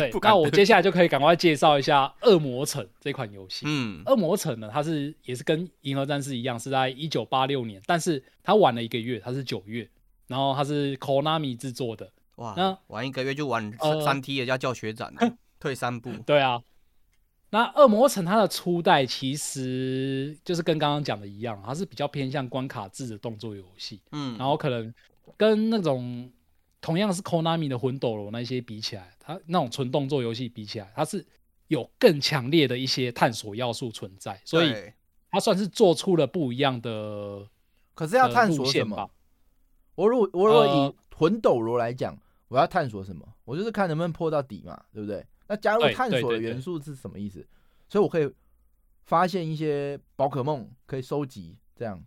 Speaker 2: 对
Speaker 5: 不，敢
Speaker 2: 那我接下来就可以赶快介绍一下《恶魔城》这款游戏。
Speaker 5: 嗯，
Speaker 2: 恶魔城呢，它是也是跟《银河战士》一样，是在一九八六年，但是它晚了一个月，它是九月，然后它是 Konami 制作的。
Speaker 5: 哇
Speaker 2: 那，
Speaker 5: 玩一个月就玩三
Speaker 2: 呃
Speaker 5: 三 T 的，要叫学长退三步。
Speaker 2: 对啊，那《恶魔城》它的初代其实就是跟刚刚讲的一样，它是比较偏向关卡制的动作游戏，
Speaker 5: 嗯，
Speaker 2: 然后可能跟那种同样是 Konami 的魂斗罗那些比起来，它那种纯动作游戏比起来，它是有更强烈的一些探索要素存在，所以
Speaker 5: 对
Speaker 2: 它算是做出了不一样的
Speaker 4: 可是要
Speaker 2: 呃
Speaker 4: 探
Speaker 2: 路
Speaker 4: 索什
Speaker 2: 线
Speaker 4: 么
Speaker 2: 吧？
Speaker 4: 我如果我如果
Speaker 2: 呃
Speaker 4: 以魂斗罗来讲，我要探索什么？我就是看能不能破到底嘛，对不对？那加入
Speaker 2: 对
Speaker 4: 探
Speaker 2: 对
Speaker 4: 索的
Speaker 2: 对对
Speaker 4: 元素是什么意思？所以我可以发现一些宝可梦可以收集，这样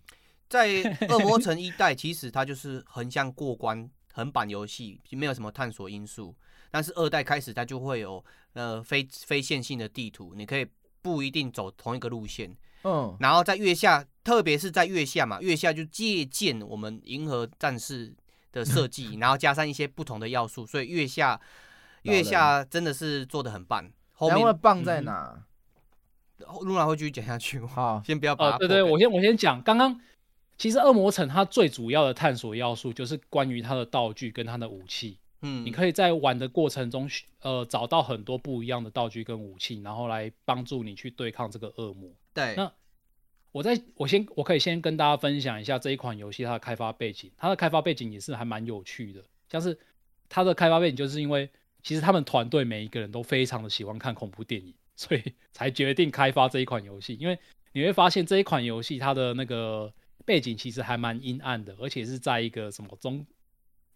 Speaker 5: 在《恶魔城一代》，其实它就是横向过关横版游戏，没有什么探索因素。但是二代开始，它就会有呃非非线性的地图，你可以不一定走同一个路线。
Speaker 4: 嗯，
Speaker 5: 然后在月下，特别是在月下嘛，月下就借鉴我们银河战士的设 计，然后加上一些不同的要素，所以月下
Speaker 4: 老人
Speaker 5: 月下真的是做的很棒。后
Speaker 4: 然后
Speaker 5: 面
Speaker 4: 棒在哪？
Speaker 5: 露娜会继续讲下去吗？
Speaker 4: 好，
Speaker 5: 先不要把它
Speaker 2: 啊，对
Speaker 5: 破梗、
Speaker 2: 对，我先我先讲，刚刚其实恶魔城它最主要的探索要素就是关于它的道具跟它的武器，
Speaker 5: 嗯
Speaker 2: 你可以在玩的过程中，呃，找到很多不一样的道具跟武器，然后来帮助你去对抗这个恶魔。
Speaker 5: 对
Speaker 2: 那我在我先我可以先跟大家分享一下这一款游戏它的开发背景，它的开发背景也是还蛮有趣的，像是它的开发背景就是因为其实他们团队每一个人都非常的喜欢看恐怖电影，所以 才决定开发这一款游戏。因为你会发现这一款游戏它的那个背景其实还蛮阴暗的，而且是在一个什么中，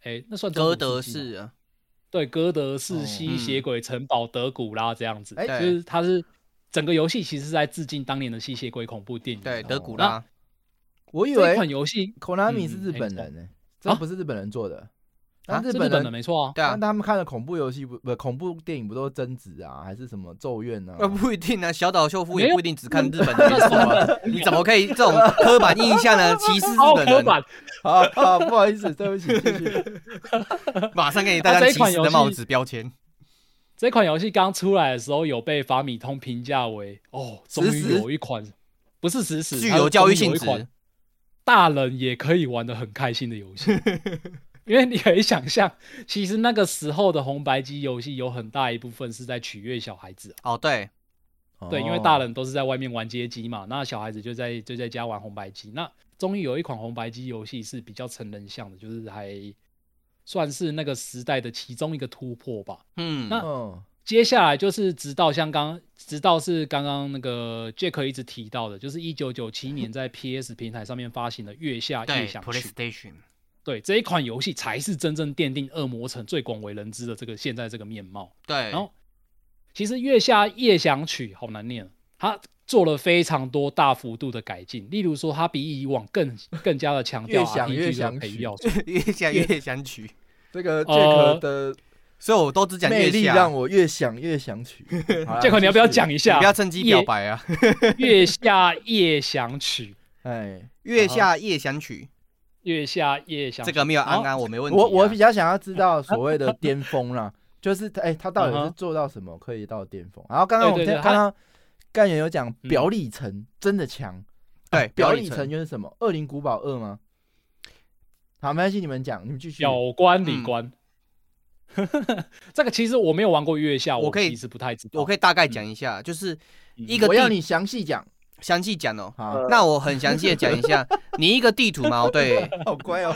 Speaker 2: 哎、那算中古
Speaker 5: 哥
Speaker 2: 世
Speaker 5: 德
Speaker 2: 纪吗
Speaker 5: 式啊，
Speaker 2: 对，哥德
Speaker 4: 哦
Speaker 2: 式吸
Speaker 5: 嗯
Speaker 2: 血鬼城堡、德古拉这样子，
Speaker 4: 哎
Speaker 5: 对
Speaker 2: 就是它是整个游戏其实是在致敬当年的吸血鬼恐怖电影。啊
Speaker 5: 对德古
Speaker 2: 那
Speaker 5: 拉，
Speaker 4: 我以
Speaker 2: 这一
Speaker 4: 为
Speaker 2: 款游戏
Speaker 4: Konami
Speaker 2: 嗯
Speaker 4: 是日
Speaker 2: 没
Speaker 4: 本
Speaker 2: 错
Speaker 4: 人呢、欸这
Speaker 2: 啊
Speaker 4: 不是日本人做的。
Speaker 5: 啊
Speaker 4: 但
Speaker 2: 是
Speaker 4: 日
Speaker 2: 日
Speaker 4: 本
Speaker 2: 本
Speaker 4: 人
Speaker 2: 的没错啊，
Speaker 5: 对啊
Speaker 4: 但，他们看的恐怖游戏不不恐怖电影不都是贞子啊，还是什么咒怨啊？
Speaker 5: 那不一定啊，小岛秀夫也
Speaker 2: 没有
Speaker 5: 不一定只看日本 的元素啊，你怎么可以这种刻板印象呢？歧视
Speaker 2: 超
Speaker 5: 日本
Speaker 2: 刻
Speaker 5: 人，
Speaker 2: 板。
Speaker 4: 好好，啊不好意思，对不起，继续。
Speaker 5: 马上给你戴
Speaker 2: 啊这
Speaker 5: 上
Speaker 2: 一款
Speaker 5: 歧视
Speaker 2: 游
Speaker 5: 的
Speaker 2: 戏
Speaker 5: 帽子标签。
Speaker 2: 这款游戏刚出来的时候，有被法米通评价为哦，终
Speaker 4: 实
Speaker 2: 于
Speaker 4: 时
Speaker 2: 有一款不是实时，
Speaker 5: 具
Speaker 2: 它
Speaker 5: 有
Speaker 2: 是
Speaker 5: 教育
Speaker 2: 终于有
Speaker 5: 性
Speaker 2: 一
Speaker 5: 质
Speaker 2: 款大人也可以玩的很开心的游 戏。因为你可以想象，其实那个时候的红白机游戏有很大一部分是在取悦小孩子啊
Speaker 5: 哦，对，
Speaker 2: 对，因为大
Speaker 4: 人。
Speaker 2: 人都是在外面玩街机嘛，那小孩子就在就在家玩红白机。那终于有一款红白机游戏是比较成人向的，就是还算是那个时代的其中一个突破吧。
Speaker 5: 嗯，
Speaker 2: 那
Speaker 4: 嗯，
Speaker 2: 接下来就是直到像刚，直到是刚刚那个 Jack 一直提到的，就是一九九七年在 PS 平台上面发行的《月下夜
Speaker 5: 对
Speaker 2: 想曲》
Speaker 5: ，PlayStation，
Speaker 2: 对这一款游戏才是真正奠定《恶魔城》最广为人知的这个现在这个面貌。
Speaker 5: 对，
Speaker 2: 然后其实《月下夜想曲》好难念，它做了非常多大幅度的改进，例如说它比以往更 更加的强调
Speaker 4: 越想越
Speaker 2: RPG 的
Speaker 4: 想
Speaker 2: 培
Speaker 4: 曲
Speaker 2: 育要 素。
Speaker 5: 越想越想取，
Speaker 4: 这个杰
Speaker 2: 呃
Speaker 4: 克的
Speaker 5: 所以我都只讲
Speaker 4: 魅
Speaker 5: 月
Speaker 4: 力
Speaker 5: 下，
Speaker 4: 让我越想越想 取。
Speaker 2: 杰
Speaker 4: 杰
Speaker 2: 克，你要不要讲？一
Speaker 5: 你
Speaker 2: 下？
Speaker 5: 不要趁机表白啊！
Speaker 2: 《月下夜想曲》
Speaker 4: 哎，
Speaker 5: 月下夜想
Speaker 2: 《
Speaker 5: 曲，
Speaker 2: 月下夜想曲》
Speaker 5: 这个没有安
Speaker 2: 然后
Speaker 5: 安，我没问题啊。
Speaker 4: 我我比较想要知
Speaker 2: 啊
Speaker 4: 道所谓的巅峰啦，就是哎，他到底
Speaker 2: 嗯
Speaker 4: 是
Speaker 2: 哼
Speaker 4: 做到什么可以到巅峰？然后刚刚我们
Speaker 2: 对对
Speaker 4: 听
Speaker 2: 对
Speaker 4: 刚刚干员有讲
Speaker 2: 嗯
Speaker 4: 表里层真的强，
Speaker 5: 对
Speaker 4: 表
Speaker 5: 表
Speaker 4: 里
Speaker 5: 里
Speaker 4: 层
Speaker 5: 层
Speaker 4: 又是什么？恶灵古堡二吗？好，没关系，你们讲，你们继续。
Speaker 2: 有关
Speaker 5: 嗯
Speaker 2: 理关。 这个其实我没有玩过《月下》，
Speaker 5: 我可以
Speaker 2: 其实不太知道。嗯
Speaker 5: 我可以大概讲一下，就是一个
Speaker 4: 我要
Speaker 5: 地
Speaker 4: 你详细讲。
Speaker 5: 详细讲哦。
Speaker 4: 好，
Speaker 5: 那我很详细的讲一 下，你一个地图嘛，哦对，
Speaker 4: 好乖哦。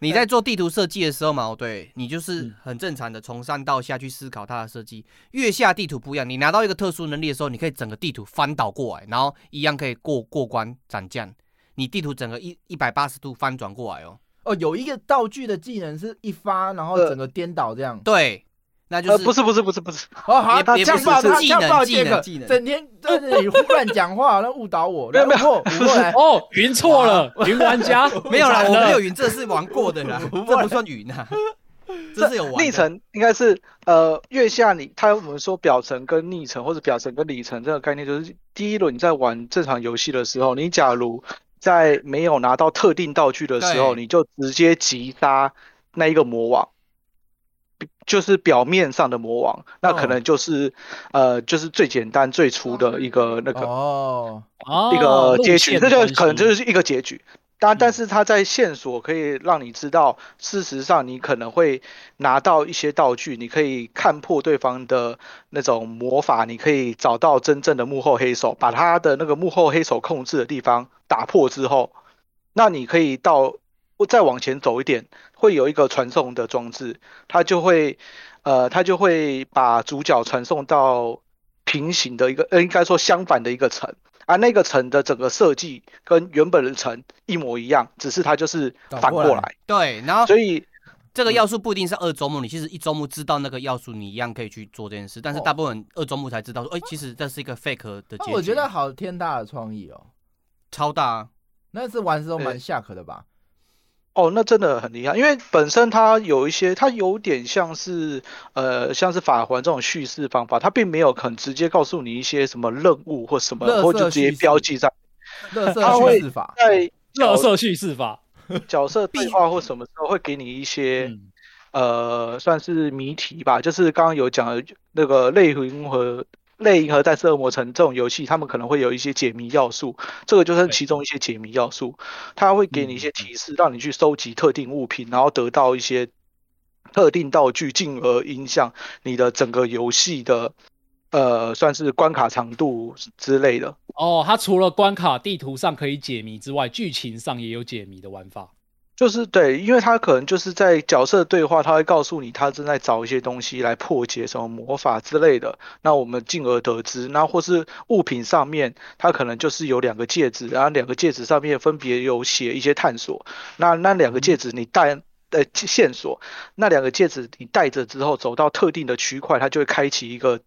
Speaker 5: 你在做地图设计的时候嘛，哦对你就是
Speaker 2: 嗯
Speaker 5: 很正常的从上到下去思考它的设计。月下地图不一样，你拿到一个特殊能力的时候，你可以整个地图翻倒过来，然后一样可以过过关斩将。你地图整个一一百八十度翻转过来哦。
Speaker 4: 哦，有一个道具的技能是一发，然后
Speaker 6: 呃
Speaker 4: 整个颠倒这 样。
Speaker 5: 对，那就
Speaker 6: 呃，
Speaker 5: 是
Speaker 6: 不是不是不是不是，
Speaker 4: 哦，好，
Speaker 5: 也
Speaker 4: 他
Speaker 5: 也
Speaker 4: 这样
Speaker 5: 不是
Speaker 4: 报
Speaker 5: 是
Speaker 4: 他这
Speaker 5: 技
Speaker 4: 样
Speaker 5: 能
Speaker 4: 报
Speaker 5: 技
Speaker 4: 这
Speaker 5: 能
Speaker 4: 个，
Speaker 5: 技能
Speaker 4: 整天在这里胡乱讲话，然后误导 我。
Speaker 6: 没有没有
Speaker 4: 然后我我后来
Speaker 2: 哦，云错了，云玩家
Speaker 5: 没有啦，
Speaker 2: 惨
Speaker 5: 我
Speaker 2: 了
Speaker 5: 没有云，这是玩过的啦，这不算云啊，这是有玩的
Speaker 6: 历。程应该是呃月下你，它我们说表层跟逆层或者表层跟里程这个概念，就是第一轮你在玩这场游戏的时候，你假如在没有拿到特定道具的时候，
Speaker 5: 对
Speaker 6: 你就直接击杀那一个魔王。就是表面上的魔王，那可
Speaker 4: 哦
Speaker 6: 能就是，呃，就是最简单最粗的一个那个，
Speaker 4: 哦，
Speaker 2: 哦
Speaker 6: 一个结局，这就可能就是是一个结局。但但
Speaker 2: 嗯
Speaker 6: 是它在线索可以让你知道，事实上你可能会拿到一些道具，你可以看破对方的那种魔法，你可以找到真正的幕后黑手，把他的那个幕后黑手控制的地方打破之后，那你可以到再往前走一点，会有一个传送的装置，它就会呃，它就会把主角传送到平行的一个，呃，应该说相反的一个层。啊，那个城的整个设计跟原本的城一模一样，只是它就是
Speaker 4: 倒
Speaker 6: 反
Speaker 4: 过
Speaker 6: 过
Speaker 4: 来
Speaker 6: 来。
Speaker 5: 对，然后
Speaker 6: 所以
Speaker 5: 这个要素不一定是二周目，你其实一周目知道那个要素，你一样可以去做这件事。但是
Speaker 4: 哦
Speaker 5: 大部分人二周目才知道说，哎，其实这是一个 fake 的结
Speaker 4: 那
Speaker 5: 局。
Speaker 4: 我觉得好天大的创意哦。
Speaker 5: 超大啊，
Speaker 4: 那次玩的时候蛮下课的吧？
Speaker 6: 哦，那真的很厉害，因为本身它有一些，它有点像是呃，像是法环这种叙事方法，它并没有很直接告诉你一些什么任务或什么
Speaker 4: 垃，圾
Speaker 6: 或就直接
Speaker 4: 叙事
Speaker 6: 标记在
Speaker 4: 乐色
Speaker 6: 他会
Speaker 4: 叙事 法，
Speaker 6: 在
Speaker 2: 乐色叙事法。
Speaker 6: 角色对话或什么时候会给你一些。
Speaker 2: 嗯，
Speaker 6: 呃，算是谜题吧，就是刚刚有讲的那个类银河、类银河战士恶魔城这种游戏，他们可能会有一些解谜要素，这个就是
Speaker 2: 对
Speaker 6: 其中一些解谜要素，它会给你一些提示，让你去收集特定物品，然后得到一些特定道具，进而影响你的整个游戏的呃，算是关卡长度之类的。
Speaker 2: 哦，它除了关卡地图上可以解谜之外，剧情上也有解谜的玩法。
Speaker 6: 就是对，因为他可能就是在角色对话，他会告诉你他正在找一些东西来破解什么魔法之类的，那我们进而得知。那或是物品上面，它可能就是有两个戒指，然后两个戒指上面分别有写一些探索。那那两个戒指你带。呃，线索，那两个戒指你带着之后，走到特定的区块，它就会开启一个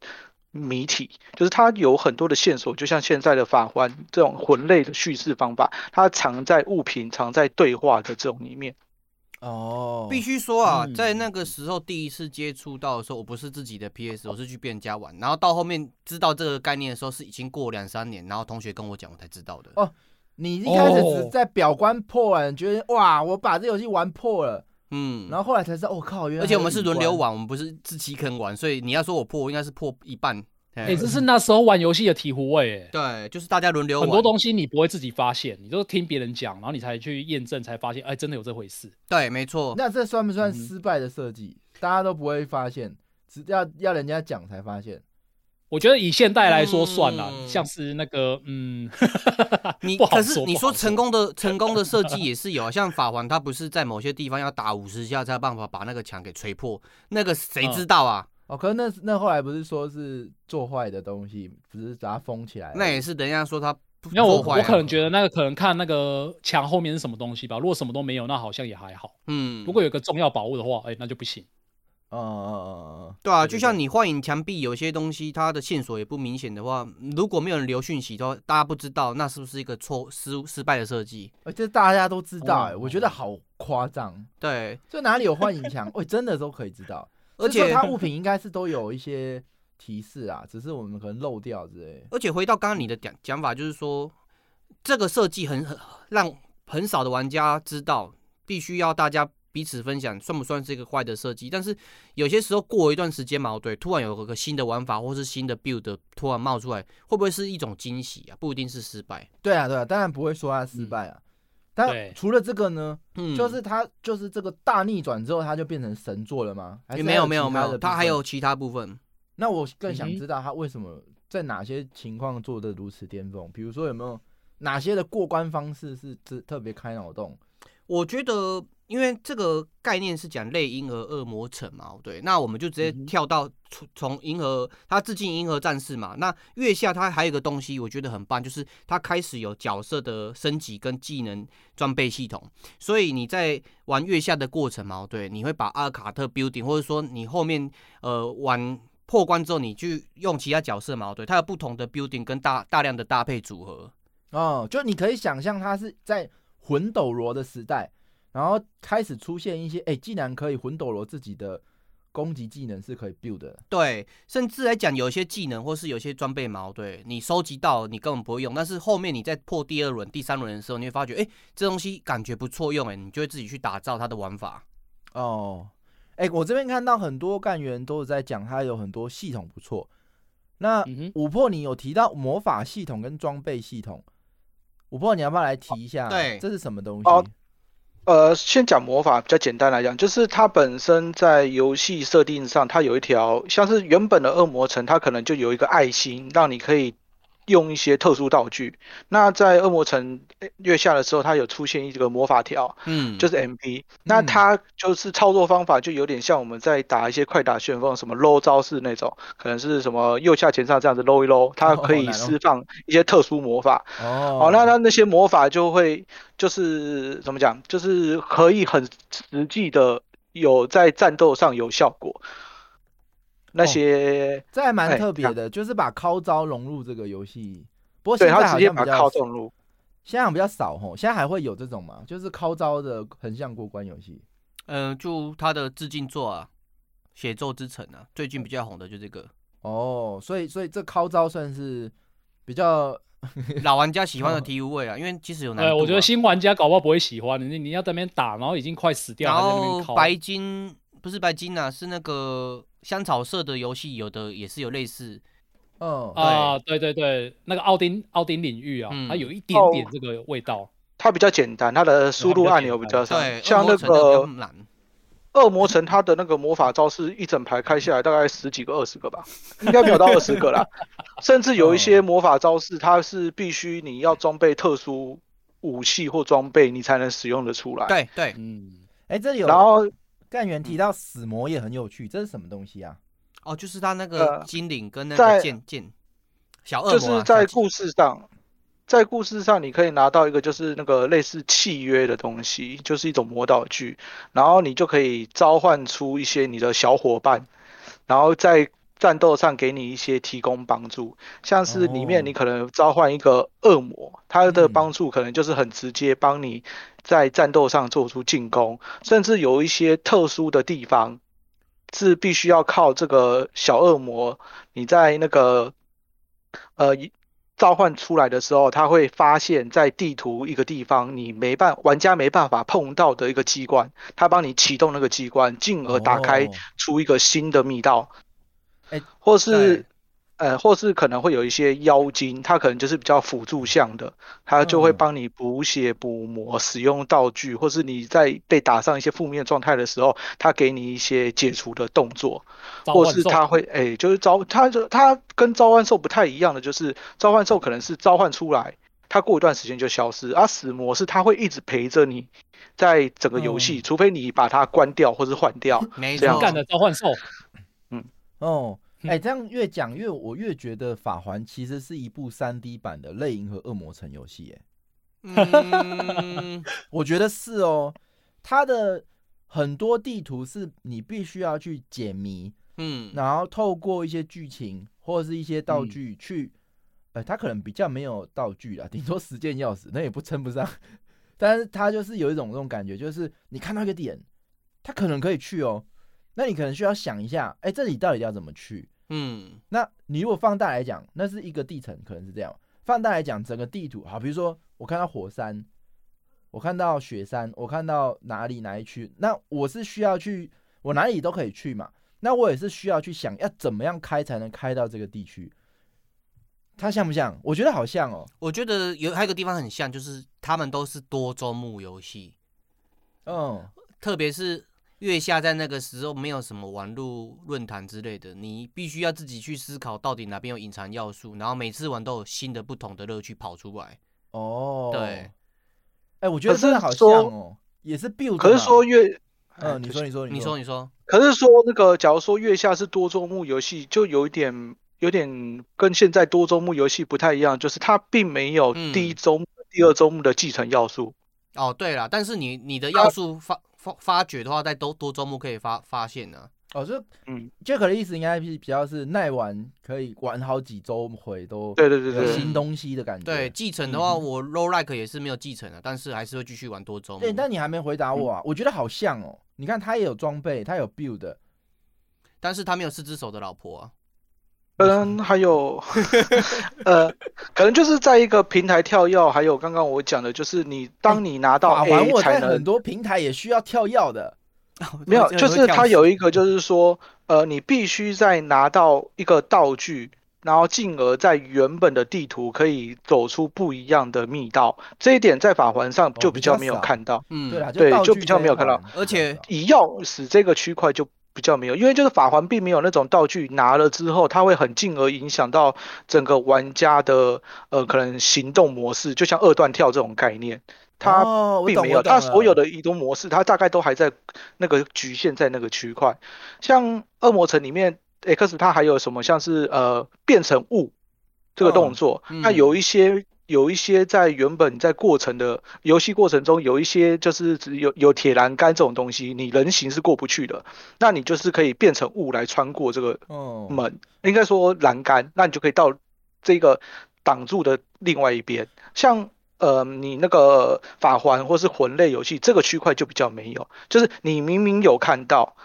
Speaker 6: 谜题，就是它有很多的线索，就像现在的法环这种魂类的叙事方法，它藏在物品、藏在对话的这种里面。
Speaker 4: 哦，
Speaker 5: 啊必须说啊，
Speaker 2: 嗯
Speaker 5: 在那个时候第一次接触到的时候，我不是自己的 PS，我是去别人家玩，然后到后面知道这个概念的时候，是已经过两三年，然后同学跟我讲，我才知道的。
Speaker 4: 哦你一开始只
Speaker 2: 哦
Speaker 4: 在表观破完，觉得哇，我把这游戏玩破了，
Speaker 5: 嗯，
Speaker 4: 然后后来才知道，我靠，原来
Speaker 5: 而且我们是轮
Speaker 4: 还
Speaker 5: 流
Speaker 4: 有一关，
Speaker 5: 玩，我们不是自己坑玩，所以你要说我破，我应该是破一半。哎
Speaker 2: 哎、这是那时候玩游戏的醍醐味、哎。
Speaker 5: 对，就是大家轮流玩，
Speaker 2: 很多东西你不会自己发现，你都听别人讲，然后你才去验证，才发现，哎，真的有这回事。
Speaker 5: 对，没错。
Speaker 4: 那这算不
Speaker 5: 嗯
Speaker 4: 算失败的设计？大家都不会发现，只要要人家讲才发现。
Speaker 2: 我觉得以现代来说算啦，
Speaker 5: 嗯
Speaker 2: 像是那个，嗯，
Speaker 5: 你
Speaker 2: 不好
Speaker 5: 可是
Speaker 2: 说
Speaker 5: 你
Speaker 2: 不好
Speaker 5: 说成功的 成功的设计也是有啊，像法环它不是在某些地方要打五十下才有办法把那个墙给锤破，那个谁
Speaker 2: 嗯
Speaker 5: 知道啊？
Speaker 4: 哦，可是那那后来不是说是做坏的东西，只是把它封起来而已。
Speaker 5: 那也是人家说他不
Speaker 2: 因为嗯我
Speaker 5: 破坏啊
Speaker 2: 我可能觉得那个可能看那个墙后面是什么东西吧，如果什么都没有，那好像也还好。
Speaker 5: 嗯，
Speaker 2: 如果有个重要宝物的话，哎，那就不行。
Speaker 4: 嗯，嗯嗯嗯
Speaker 5: 对啊，
Speaker 4: 对对
Speaker 5: 就像你幻影墙壁有些东西它的线索也不明显的话，如果没有人留讯息的话，大家不知道那是不是一个错失失败的设计？
Speaker 4: 嗯，而且大家都知道，哎，
Speaker 2: 哦
Speaker 4: 我觉得好夸张。
Speaker 5: 对，
Speaker 4: 就哪里有幻影墙， 喂，真的都可以知 道。
Speaker 5: 而
Speaker 4: 是说
Speaker 5: 且
Speaker 4: 它物品应该是都有一些提示啊，只是我们可能漏掉之类。
Speaker 5: 而且回到刚刚你的讲讲法，就是说这个设计很很让很少的玩家知道，必须要大家彼此分享，算不算是一个坏的设计？但是有些时候过一段时间嘛，对，突然有个新的玩法或是新的 build 突然冒出来，会不会是一种惊喜啊？不一定是失败。
Speaker 4: 对啊，对啊，当然不会说它失败啊。但
Speaker 2: 对
Speaker 4: 除了这个呢，
Speaker 5: 嗯
Speaker 4: 就是它就是这个大逆转之后，它就变成神作了吗？还
Speaker 5: 也
Speaker 4: 是
Speaker 5: 没有没有没有，
Speaker 4: 它
Speaker 5: 它还有。其他部分。
Speaker 4: 那我更想
Speaker 2: 嗯哼
Speaker 4: 知道它为什么在哪些情况做的如此巅峰？比如说有没有哪些的过关方式是特特别开脑洞？
Speaker 5: 我觉得因为这个概念是讲类银河恶魔城嘛，对，那我们就直接跳到从从银河，它致敬银河战士嘛。那月下它还有一个东西，我觉得很棒，就是它开始有角色的升级跟技能装备系统。所以你在玩月下的过程嘛，对，你会把阿尔卡特 building，或者说你后面呃玩破关之后，你去用其他角色嘛，对，它有不同的 building 跟大大量的搭配组合。
Speaker 4: 哦，就你可以想象它是在魂斗罗的时代，然后开始出现一些，哎、既然可以魂斗罗自己的攻击技能是可以 build 的，
Speaker 5: 对，甚至来讲，有一些技能或是有些装备矛，对你收集到你根本不会用，但是后面你在破第二轮、第三轮的时候，你会发觉，哎，这东西感觉不错用，哎，你就会自己去打造它的玩法。
Speaker 4: 哦，哎、我这边看到很多干员都有在讲，它有很多系统不错。那
Speaker 2: 嗯哼
Speaker 4: 五破你有提到魔法系统跟装备系统，五破你要不要来提一下？
Speaker 5: 对
Speaker 4: 这是什么东西？
Speaker 6: 哦呃，先讲魔法比较简单来讲，就是它本身在游戏设定上，它有一条像是原本的恶魔城，它可能就有一个爱心，让你可以用一些特殊道具。那在恶魔城呃月下的时候，它有出现一个魔法条，
Speaker 5: 嗯，
Speaker 6: 就是是 MP。那
Speaker 4: 嗯
Speaker 6: 它就是操作方法就有点像我们在打一些快打旋风，什么 low 招式那种，可能是什么右下前上这样子 low 一 low，它
Speaker 4: 哦
Speaker 6: 可
Speaker 4: 好
Speaker 6: 以
Speaker 4: 难 哦
Speaker 6: 释放一些特殊魔法。
Speaker 4: 哦
Speaker 6: 哦，那他那些魔法就会就是怎么讲，就是可以很实际的有在战斗上有效果。那些、
Speaker 4: 这还蛮
Speaker 6: 哎
Speaker 4: 特别的，就是把高招融入这个游戏。不过现
Speaker 6: 对
Speaker 4: 在
Speaker 6: 他直
Speaker 4: 好
Speaker 6: 接
Speaker 4: 像
Speaker 6: 把
Speaker 4: 比
Speaker 6: 它靠
Speaker 4: 较，
Speaker 6: 中路，
Speaker 4: 现在比较少吼，现在还会有这种嘛，就是高招的横向过关游戏。
Speaker 5: 嗯、就它的致敬作啊，《血咒之城》啊，最近比较红的就这个，
Speaker 4: 哦，所以所以这高招算是比较
Speaker 5: 老玩家喜 欢的题无味啊，因为其实有难度、啊。
Speaker 2: 对，呃哎我觉得新玩家搞不好不会喜欢，你你要在那边打，然后已经快死掉，
Speaker 5: 然
Speaker 2: 还在那
Speaker 5: 后
Speaker 2: 边靠。啊
Speaker 5: 白金不是白金啊，是那个香草色的游戏，有的也是有类似，
Speaker 4: 嗯
Speaker 2: 啊，对对对，那个奥丁奥丁领域啊，
Speaker 5: 嗯
Speaker 2: 它有一点
Speaker 4: 哦
Speaker 2: 点这个味道。
Speaker 6: 它比较简单，它的输入按钮比较少
Speaker 5: 对，，恶
Speaker 6: 像
Speaker 5: 魔
Speaker 6: 那
Speaker 5: 城的比较
Speaker 6: 个
Speaker 5: 难。
Speaker 6: 恶魔城，它的那个魔法招式一整排开下来，大概十几个、二十个吧，应该没有到二十 个啦。甚至有一些魔法招式，它是必须你要装备特殊武器或装备，你才能使用的出来。
Speaker 5: 对对，
Speaker 2: 嗯，
Speaker 4: 哎、这哦里有
Speaker 6: 然后
Speaker 4: 干员提到死魔也很有趣，这是什么东西啊？
Speaker 5: 哦，就是他那个
Speaker 6: 呃
Speaker 5: 精灵跟那
Speaker 6: 在
Speaker 5: 个剑剑小恶魔啊、
Speaker 6: 就是在
Speaker 5: 小
Speaker 6: 故事上，在故事上你可以拿到一个就是那个类似契约的东西，就是一种魔道具，然后你就可以召唤出一些你的小伙伴，然后在战斗上给你一些提供帮助，像是里
Speaker 4: 哦
Speaker 6: 面你可能召唤一个恶魔，他的
Speaker 4: 嗯
Speaker 6: 帮助可能就是很直接帮你在战斗上做出进攻，甚至有一些特殊的地方。是必须要靠这个小恶魔你在那个呃一召唤出来的时候，它会发现，在地图一个地方你没办玩家没办法碰到的一个机关，它帮你启动那个机关，进而打开
Speaker 4: 哦
Speaker 6: 出一个新的密道，
Speaker 4: 哎
Speaker 6: 或是
Speaker 5: 对。
Speaker 6: 呃，或是可能会有一些妖精，它可能就是比较辅助项的，它就会
Speaker 4: 嗯
Speaker 6: 帮你补血、补魔、使用道具，或是你在被打上一些负面状态的时候，它给你一些解除的动作。
Speaker 2: 召
Speaker 6: 或
Speaker 2: 唤
Speaker 6: 是
Speaker 2: 兽
Speaker 6: 他会哎、就是召他就他跟召唤兽不太一样的，就是召唤兽可能是召唤出来，它过一段时间就消失，而、死魔是它会一直陪着你，在整个游
Speaker 2: 嗯
Speaker 6: 戏，除非你把它关掉或是换掉。
Speaker 5: 没
Speaker 6: 这样
Speaker 5: 错
Speaker 6: 子
Speaker 2: 干的召唤兽，
Speaker 4: 哦，哎、
Speaker 2: 嗯
Speaker 4: 这样越讲越，我越觉得《法环》其实是一部三 D 版的《类银河恶魔城》游戏，哎，
Speaker 5: 嗯，
Speaker 4: 我觉得是哦，它的很多地图是你必须要去解谜，
Speaker 5: 嗯，
Speaker 4: 然后透过一些剧情或者是一些道具去，呃，它可能比较没有道具啦， 顶多十件钥匙，那也不称不上。但是它就是有一种这种感觉，就是你看到一个点，它可能可以去哦，那你可能需要想一下，哎，这里到底要怎么去？
Speaker 5: 嗯，
Speaker 4: 那你如果放大来讲，那是一个地层，可能是这样。放大来讲，整个地图，好，比如说我看到火山，我看到雪山，我看到哪里哪一区，那我是需要去，我哪里都可以去嘛。那我也是需要去想要怎么样开才能开到这个地区，它像不像？我觉得好像哦，
Speaker 5: 我觉得有还有一个地方很像，就是他们都是多周目游戏，哦
Speaker 4: 嗯，
Speaker 5: 特别是月下在那个时候没有什么网络论坛之类的，你必须要自己去思考到底哪边有隐藏要素，然后每次玩都有新的不同的乐趣跑出来。
Speaker 4: 哦，
Speaker 5: 对，
Speaker 4: 哎，我觉得
Speaker 6: 可是
Speaker 4: 真的好像
Speaker 6: 说
Speaker 4: 哦，也是 build 嘛。
Speaker 6: 可是说月，哎
Speaker 4: 嗯，你说，你说，
Speaker 5: 你说，你说，
Speaker 6: 可是说那个，假如说月下是多周目游戏，就有一点有点跟现在多周目游戏不太一样，就是它并没有
Speaker 5: 嗯
Speaker 6: 第一周目、第二周目的继承要素。
Speaker 5: 哦，对了，但是你你的要素发发发掘的话，在多多周目可以发发现啊呢、
Speaker 4: 哦，就
Speaker 6: 嗯
Speaker 4: Jack 的意思应该是比较是耐玩，可以玩好几周回都
Speaker 6: 对对对
Speaker 4: 有
Speaker 6: 对，
Speaker 4: 新东西的感觉。
Speaker 5: 对，继承的话，
Speaker 4: 嗯
Speaker 5: 我 roll like 也是没有继承啊的，但是还是会继续玩多周目。
Speaker 4: 对，但你还没回答我
Speaker 6: 嗯
Speaker 4: 啊，我觉得好像哦，你看他也有装备，他有 build，
Speaker 5: 但是他没有四只手的老婆啊。
Speaker 6: 可能 还有，呃，可能就是在一个平台跳跃，还有刚刚我讲的，就是你当你拿到
Speaker 4: 法环
Speaker 6: A
Speaker 4: 哎我
Speaker 6: 才
Speaker 4: 在
Speaker 6: 能
Speaker 4: 很多平台也需要跳药的。哦
Speaker 6: 没有，就是它有
Speaker 5: 一
Speaker 6: 一个，就是说，呃，你必须在拿到一个道具，然后进而在原本的地图可以走出不一样的密道。这一点在法环
Speaker 4: 哦
Speaker 6: 上就比较没有看到，
Speaker 5: 嗯，
Speaker 4: 对啦，
Speaker 6: 对
Speaker 4: 道
Speaker 6: 就
Speaker 4: 具
Speaker 6: 比较
Speaker 4: 这一
Speaker 6: 没有看
Speaker 4: 环
Speaker 6: 到
Speaker 4: 比较
Speaker 5: 而且
Speaker 4: 少
Speaker 6: 以钥匙这个区块就比较没有，因为就是法环并没有那种道具拿了之后，它会很进而影响到整个玩家的呃可能行动模式，就像二段跳这种概念，它
Speaker 4: 哦，我
Speaker 6: 并
Speaker 4: 懂
Speaker 6: 没
Speaker 4: 我
Speaker 6: 有，
Speaker 4: 懂
Speaker 6: 它所
Speaker 4: 了
Speaker 6: 有的移动模式，它大概都还在那个局限在那个区块。像恶魔城里面，X 它还有什么像是呃变成物这个
Speaker 4: 哦
Speaker 6: 动作，
Speaker 5: 嗯
Speaker 6: 那有一些。有一些在原本在过程的游戏过程中，有一些就是只有有铁栏杆这种东西，你人形是过不去的，那你就是可以变成物来穿过这个
Speaker 4: 嗯，
Speaker 6: 门，应该说栏杆，那你就可以到这个挡住的另外一边。像呃，你那个法环或是魂类游戏，这个区块就比较没有，就是你明明有看到，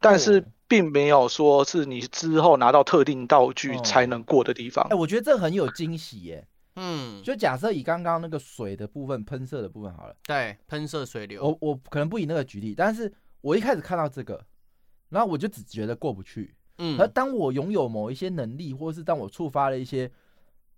Speaker 6: 但
Speaker 4: 哦
Speaker 6: 是并没有说是你之后拿到特定道具
Speaker 4: 哦
Speaker 6: 才能过的地方
Speaker 4: 哎、。
Speaker 5: 哦
Speaker 4: 我觉得这很有惊喜耶。
Speaker 5: 嗯，
Speaker 4: 就假设以刚刚那个水的部分、喷射的部分好了，
Speaker 5: 对，喷射水流，
Speaker 6: 哦
Speaker 4: 我我可能不以那个举例，但是我一开始看到这个，然后我就只觉得过不去。
Speaker 5: 嗯
Speaker 4: 而，当我拥有某一些能力，或是当我触发了一些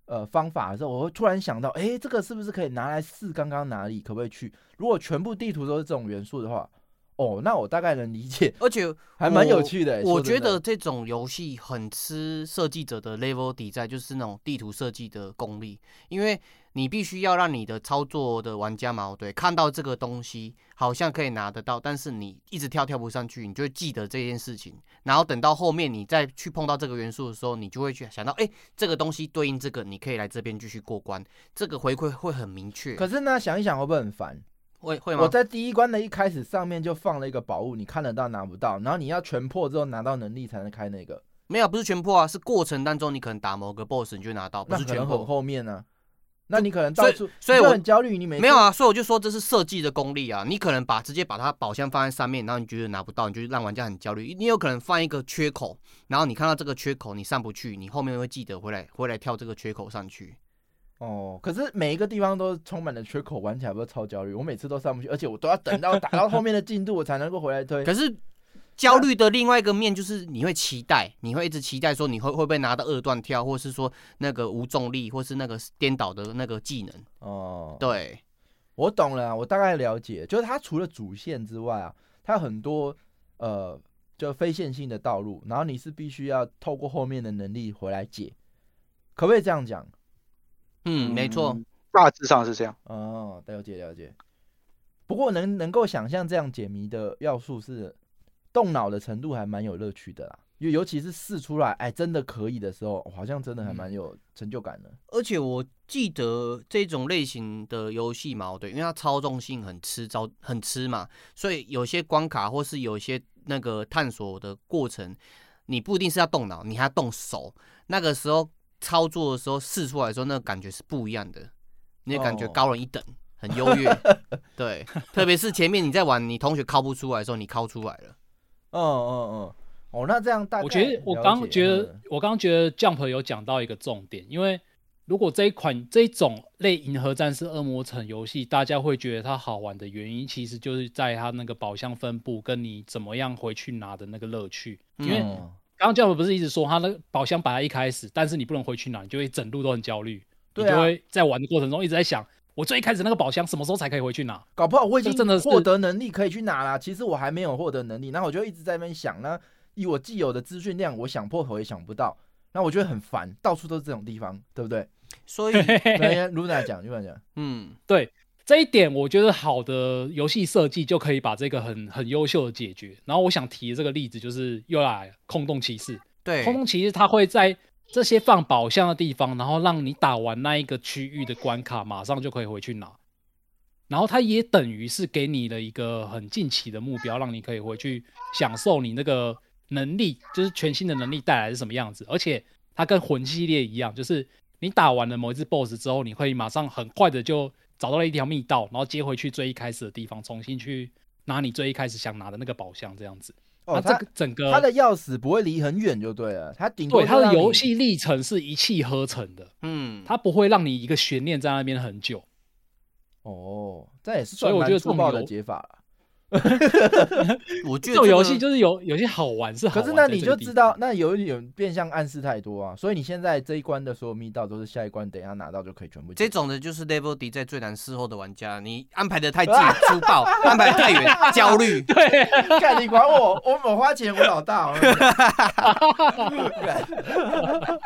Speaker 4: 呃方法的时候，我会突然想到，哎、这个是不是可以拿来试刚刚哪里可不可以去？如果全部地图都是这种元素的话，哦，那我大概能理解，
Speaker 5: 而且
Speaker 4: 还蛮有趣的欸、
Speaker 5: 我
Speaker 4: 说真
Speaker 5: 觉
Speaker 4: 的
Speaker 5: 得这种游戏很吃设计者的 level 底在，就是那种地图设计的功力，因为你必须要让你的操作的玩家嘛，对，看到这个东西好像可以拿得到，但是你一直跳跳不上去，你就会记得这件事情，然后等到后面你再去碰到这个元素的时候，你就会去想到，哎、这个东西对应这个，你可以来这边继续过关，这个回馈会很明确，
Speaker 4: 可是呢，想一想会不会很烦？
Speaker 5: 会会
Speaker 4: 我
Speaker 5: 吗？
Speaker 4: 在第一关的一开始上面就放了一个宝物，你看得到拿不到，然后你要全破之后拿到能力才能开那个，
Speaker 5: 没有，不是全破啊，是过程当中你可能打某个 boss 你就拿到，哦不
Speaker 4: 那
Speaker 5: 是
Speaker 4: 可
Speaker 5: 全
Speaker 4: 能
Speaker 5: 破
Speaker 4: 很。后面呢、啊那你可能到处，
Speaker 5: 所以
Speaker 4: 你
Speaker 5: 我
Speaker 4: 就很焦虑，你每次
Speaker 5: 没有，啊，所以我就说这是设计的功力啊。你可能把直接把它宝箱放在上面，然后你觉得拿不到，你就让玩家很焦虑。你有可能放一个缺口，然后你看到这个缺口你上不去，你后面会记得回来回来跳这个缺口上去。
Speaker 4: 哦，可是每一个地方都充满了缺口，玩起来不是超焦虑？我每次都上不去，而且我都要等到打到后面的进度，我才能够回来推。
Speaker 5: 可是焦虑的另外一个面就是你会期待，你会一直期待说你会会不会拿到二段跳，或是说那个无重力，或是那个颠倒的那个技能。
Speaker 4: 哦，
Speaker 5: 对，
Speaker 4: 我懂了啊，我大概了解，就是它除了主线之外啊，它有很多呃就非线性的道路，然后你是必须要透过后面的能力回来解，可不可以这样讲？
Speaker 5: 嗯，没错，，
Speaker 6: 大致上是这样。
Speaker 4: 哦，了解了解。不过能能够想象这样解谜的要素是动脑的程度还蛮有乐趣的啦，尤尤其是试出来，哎，真的可以的时候，好像真的还蛮有成就感的。
Speaker 5: 而且我记得这种类型的游戏嘛，哦对，因为它操纵性很吃招，很吃嘛，所以有些关卡或是有些那个探索的过程，你不一定是要动脑，你还要动手。那个时候操作的时候试出来的时候，那个感觉是不一样的，你会感觉
Speaker 4: 哦
Speaker 5: 高人一等，很优 越。对，特别是前面你在玩，你同学敲不出来的时候，你敲出来了。
Speaker 4: 嗯嗯嗯，哦，那这样大概
Speaker 2: 我觉得我
Speaker 4: 了
Speaker 2: 刚
Speaker 4: 解
Speaker 2: 觉得
Speaker 4: 嗯
Speaker 2: 我刚觉得 Jump 有讲到一个重点，因为如果这一款这一种类银河战士恶魔城游戏，大家会觉得它好玩的原因，其实就是在它那个宝箱分布跟你怎么样回去拿的那个乐趣。因为
Speaker 4: 嗯
Speaker 2: 刚刚 Jump 不是一直说他那个宝箱摆在一开始，但是你不能回去拿，你就会整路都很焦虑，你
Speaker 4: 对啊
Speaker 2: 就会在玩的过程中一直在想，我最一开始那个宝箱什么时候才可以回去拿？
Speaker 4: 搞不好我已
Speaker 2: 这
Speaker 4: 经
Speaker 2: 真的是
Speaker 4: 获得能力可以去拿啦，其实我还没有获得能力，然后我就一直在那边想呢，那以我既有的资讯量，我想破头也想不到，那我觉得很烦， 到处都是这种地方，对不对？
Speaker 5: 所以，
Speaker 4: 那 Luna 讲，Luna 讲，
Speaker 5: 嗯，
Speaker 2: 对，这一点我觉得好的游戏设计就可以把这个很很优秀的解决。然后我想提的这个例子就是又来了空洞骑士，
Speaker 5: 对
Speaker 2: 空洞骑士它会在这些放宝箱的地方，然后让你打完那一个区域的关卡，马上就可以回去拿。然后它也等于是给你了一个很近期的目标，让你可以回去享受你那个能力，就是全新的能力带来是什么样子。而且它跟魂系列一样，就是你打完了某一只 BOSS 之后，你可以马上很快的就找到了一条密道，然后接回去最一开始的地方，重新去拿你最一开始想拿的那个宝箱，这样子。
Speaker 4: 哦，
Speaker 2: 它
Speaker 4: 它
Speaker 2: 这个整个
Speaker 4: 它的钥匙不会离很远就对了，它顶多
Speaker 2: 对
Speaker 4: 就
Speaker 2: 它的
Speaker 4: 让你
Speaker 2: 游戏历程是一气呵成的，
Speaker 5: 嗯，
Speaker 2: 它不会让你一个悬念在那边很久。
Speaker 4: 哦，这也是
Speaker 2: 所以
Speaker 4: 算
Speaker 2: 我觉得
Speaker 4: 蛮
Speaker 2: 这种
Speaker 4: 粗暴的
Speaker 2: 游
Speaker 4: 解法了。
Speaker 5: 我
Speaker 2: 这
Speaker 5: 觉得
Speaker 2: 种
Speaker 5: 这
Speaker 2: 游
Speaker 5: 个
Speaker 2: 戏就是有有些好玩是好
Speaker 4: 可
Speaker 2: 玩，
Speaker 4: 是那你就知道，，那有一点变相暗示太多啊，所以你现在这一关的所有密道都是下一关等一下拿到就可以全部解
Speaker 5: 这
Speaker 4: 决。
Speaker 5: 种的就是 level 底在最难伺候的玩家，你安排的太近
Speaker 2: 啊
Speaker 5: 粗 暴，安排得太远焦虑。
Speaker 4: 干你管我，我我花钱我老大。 我跟你讲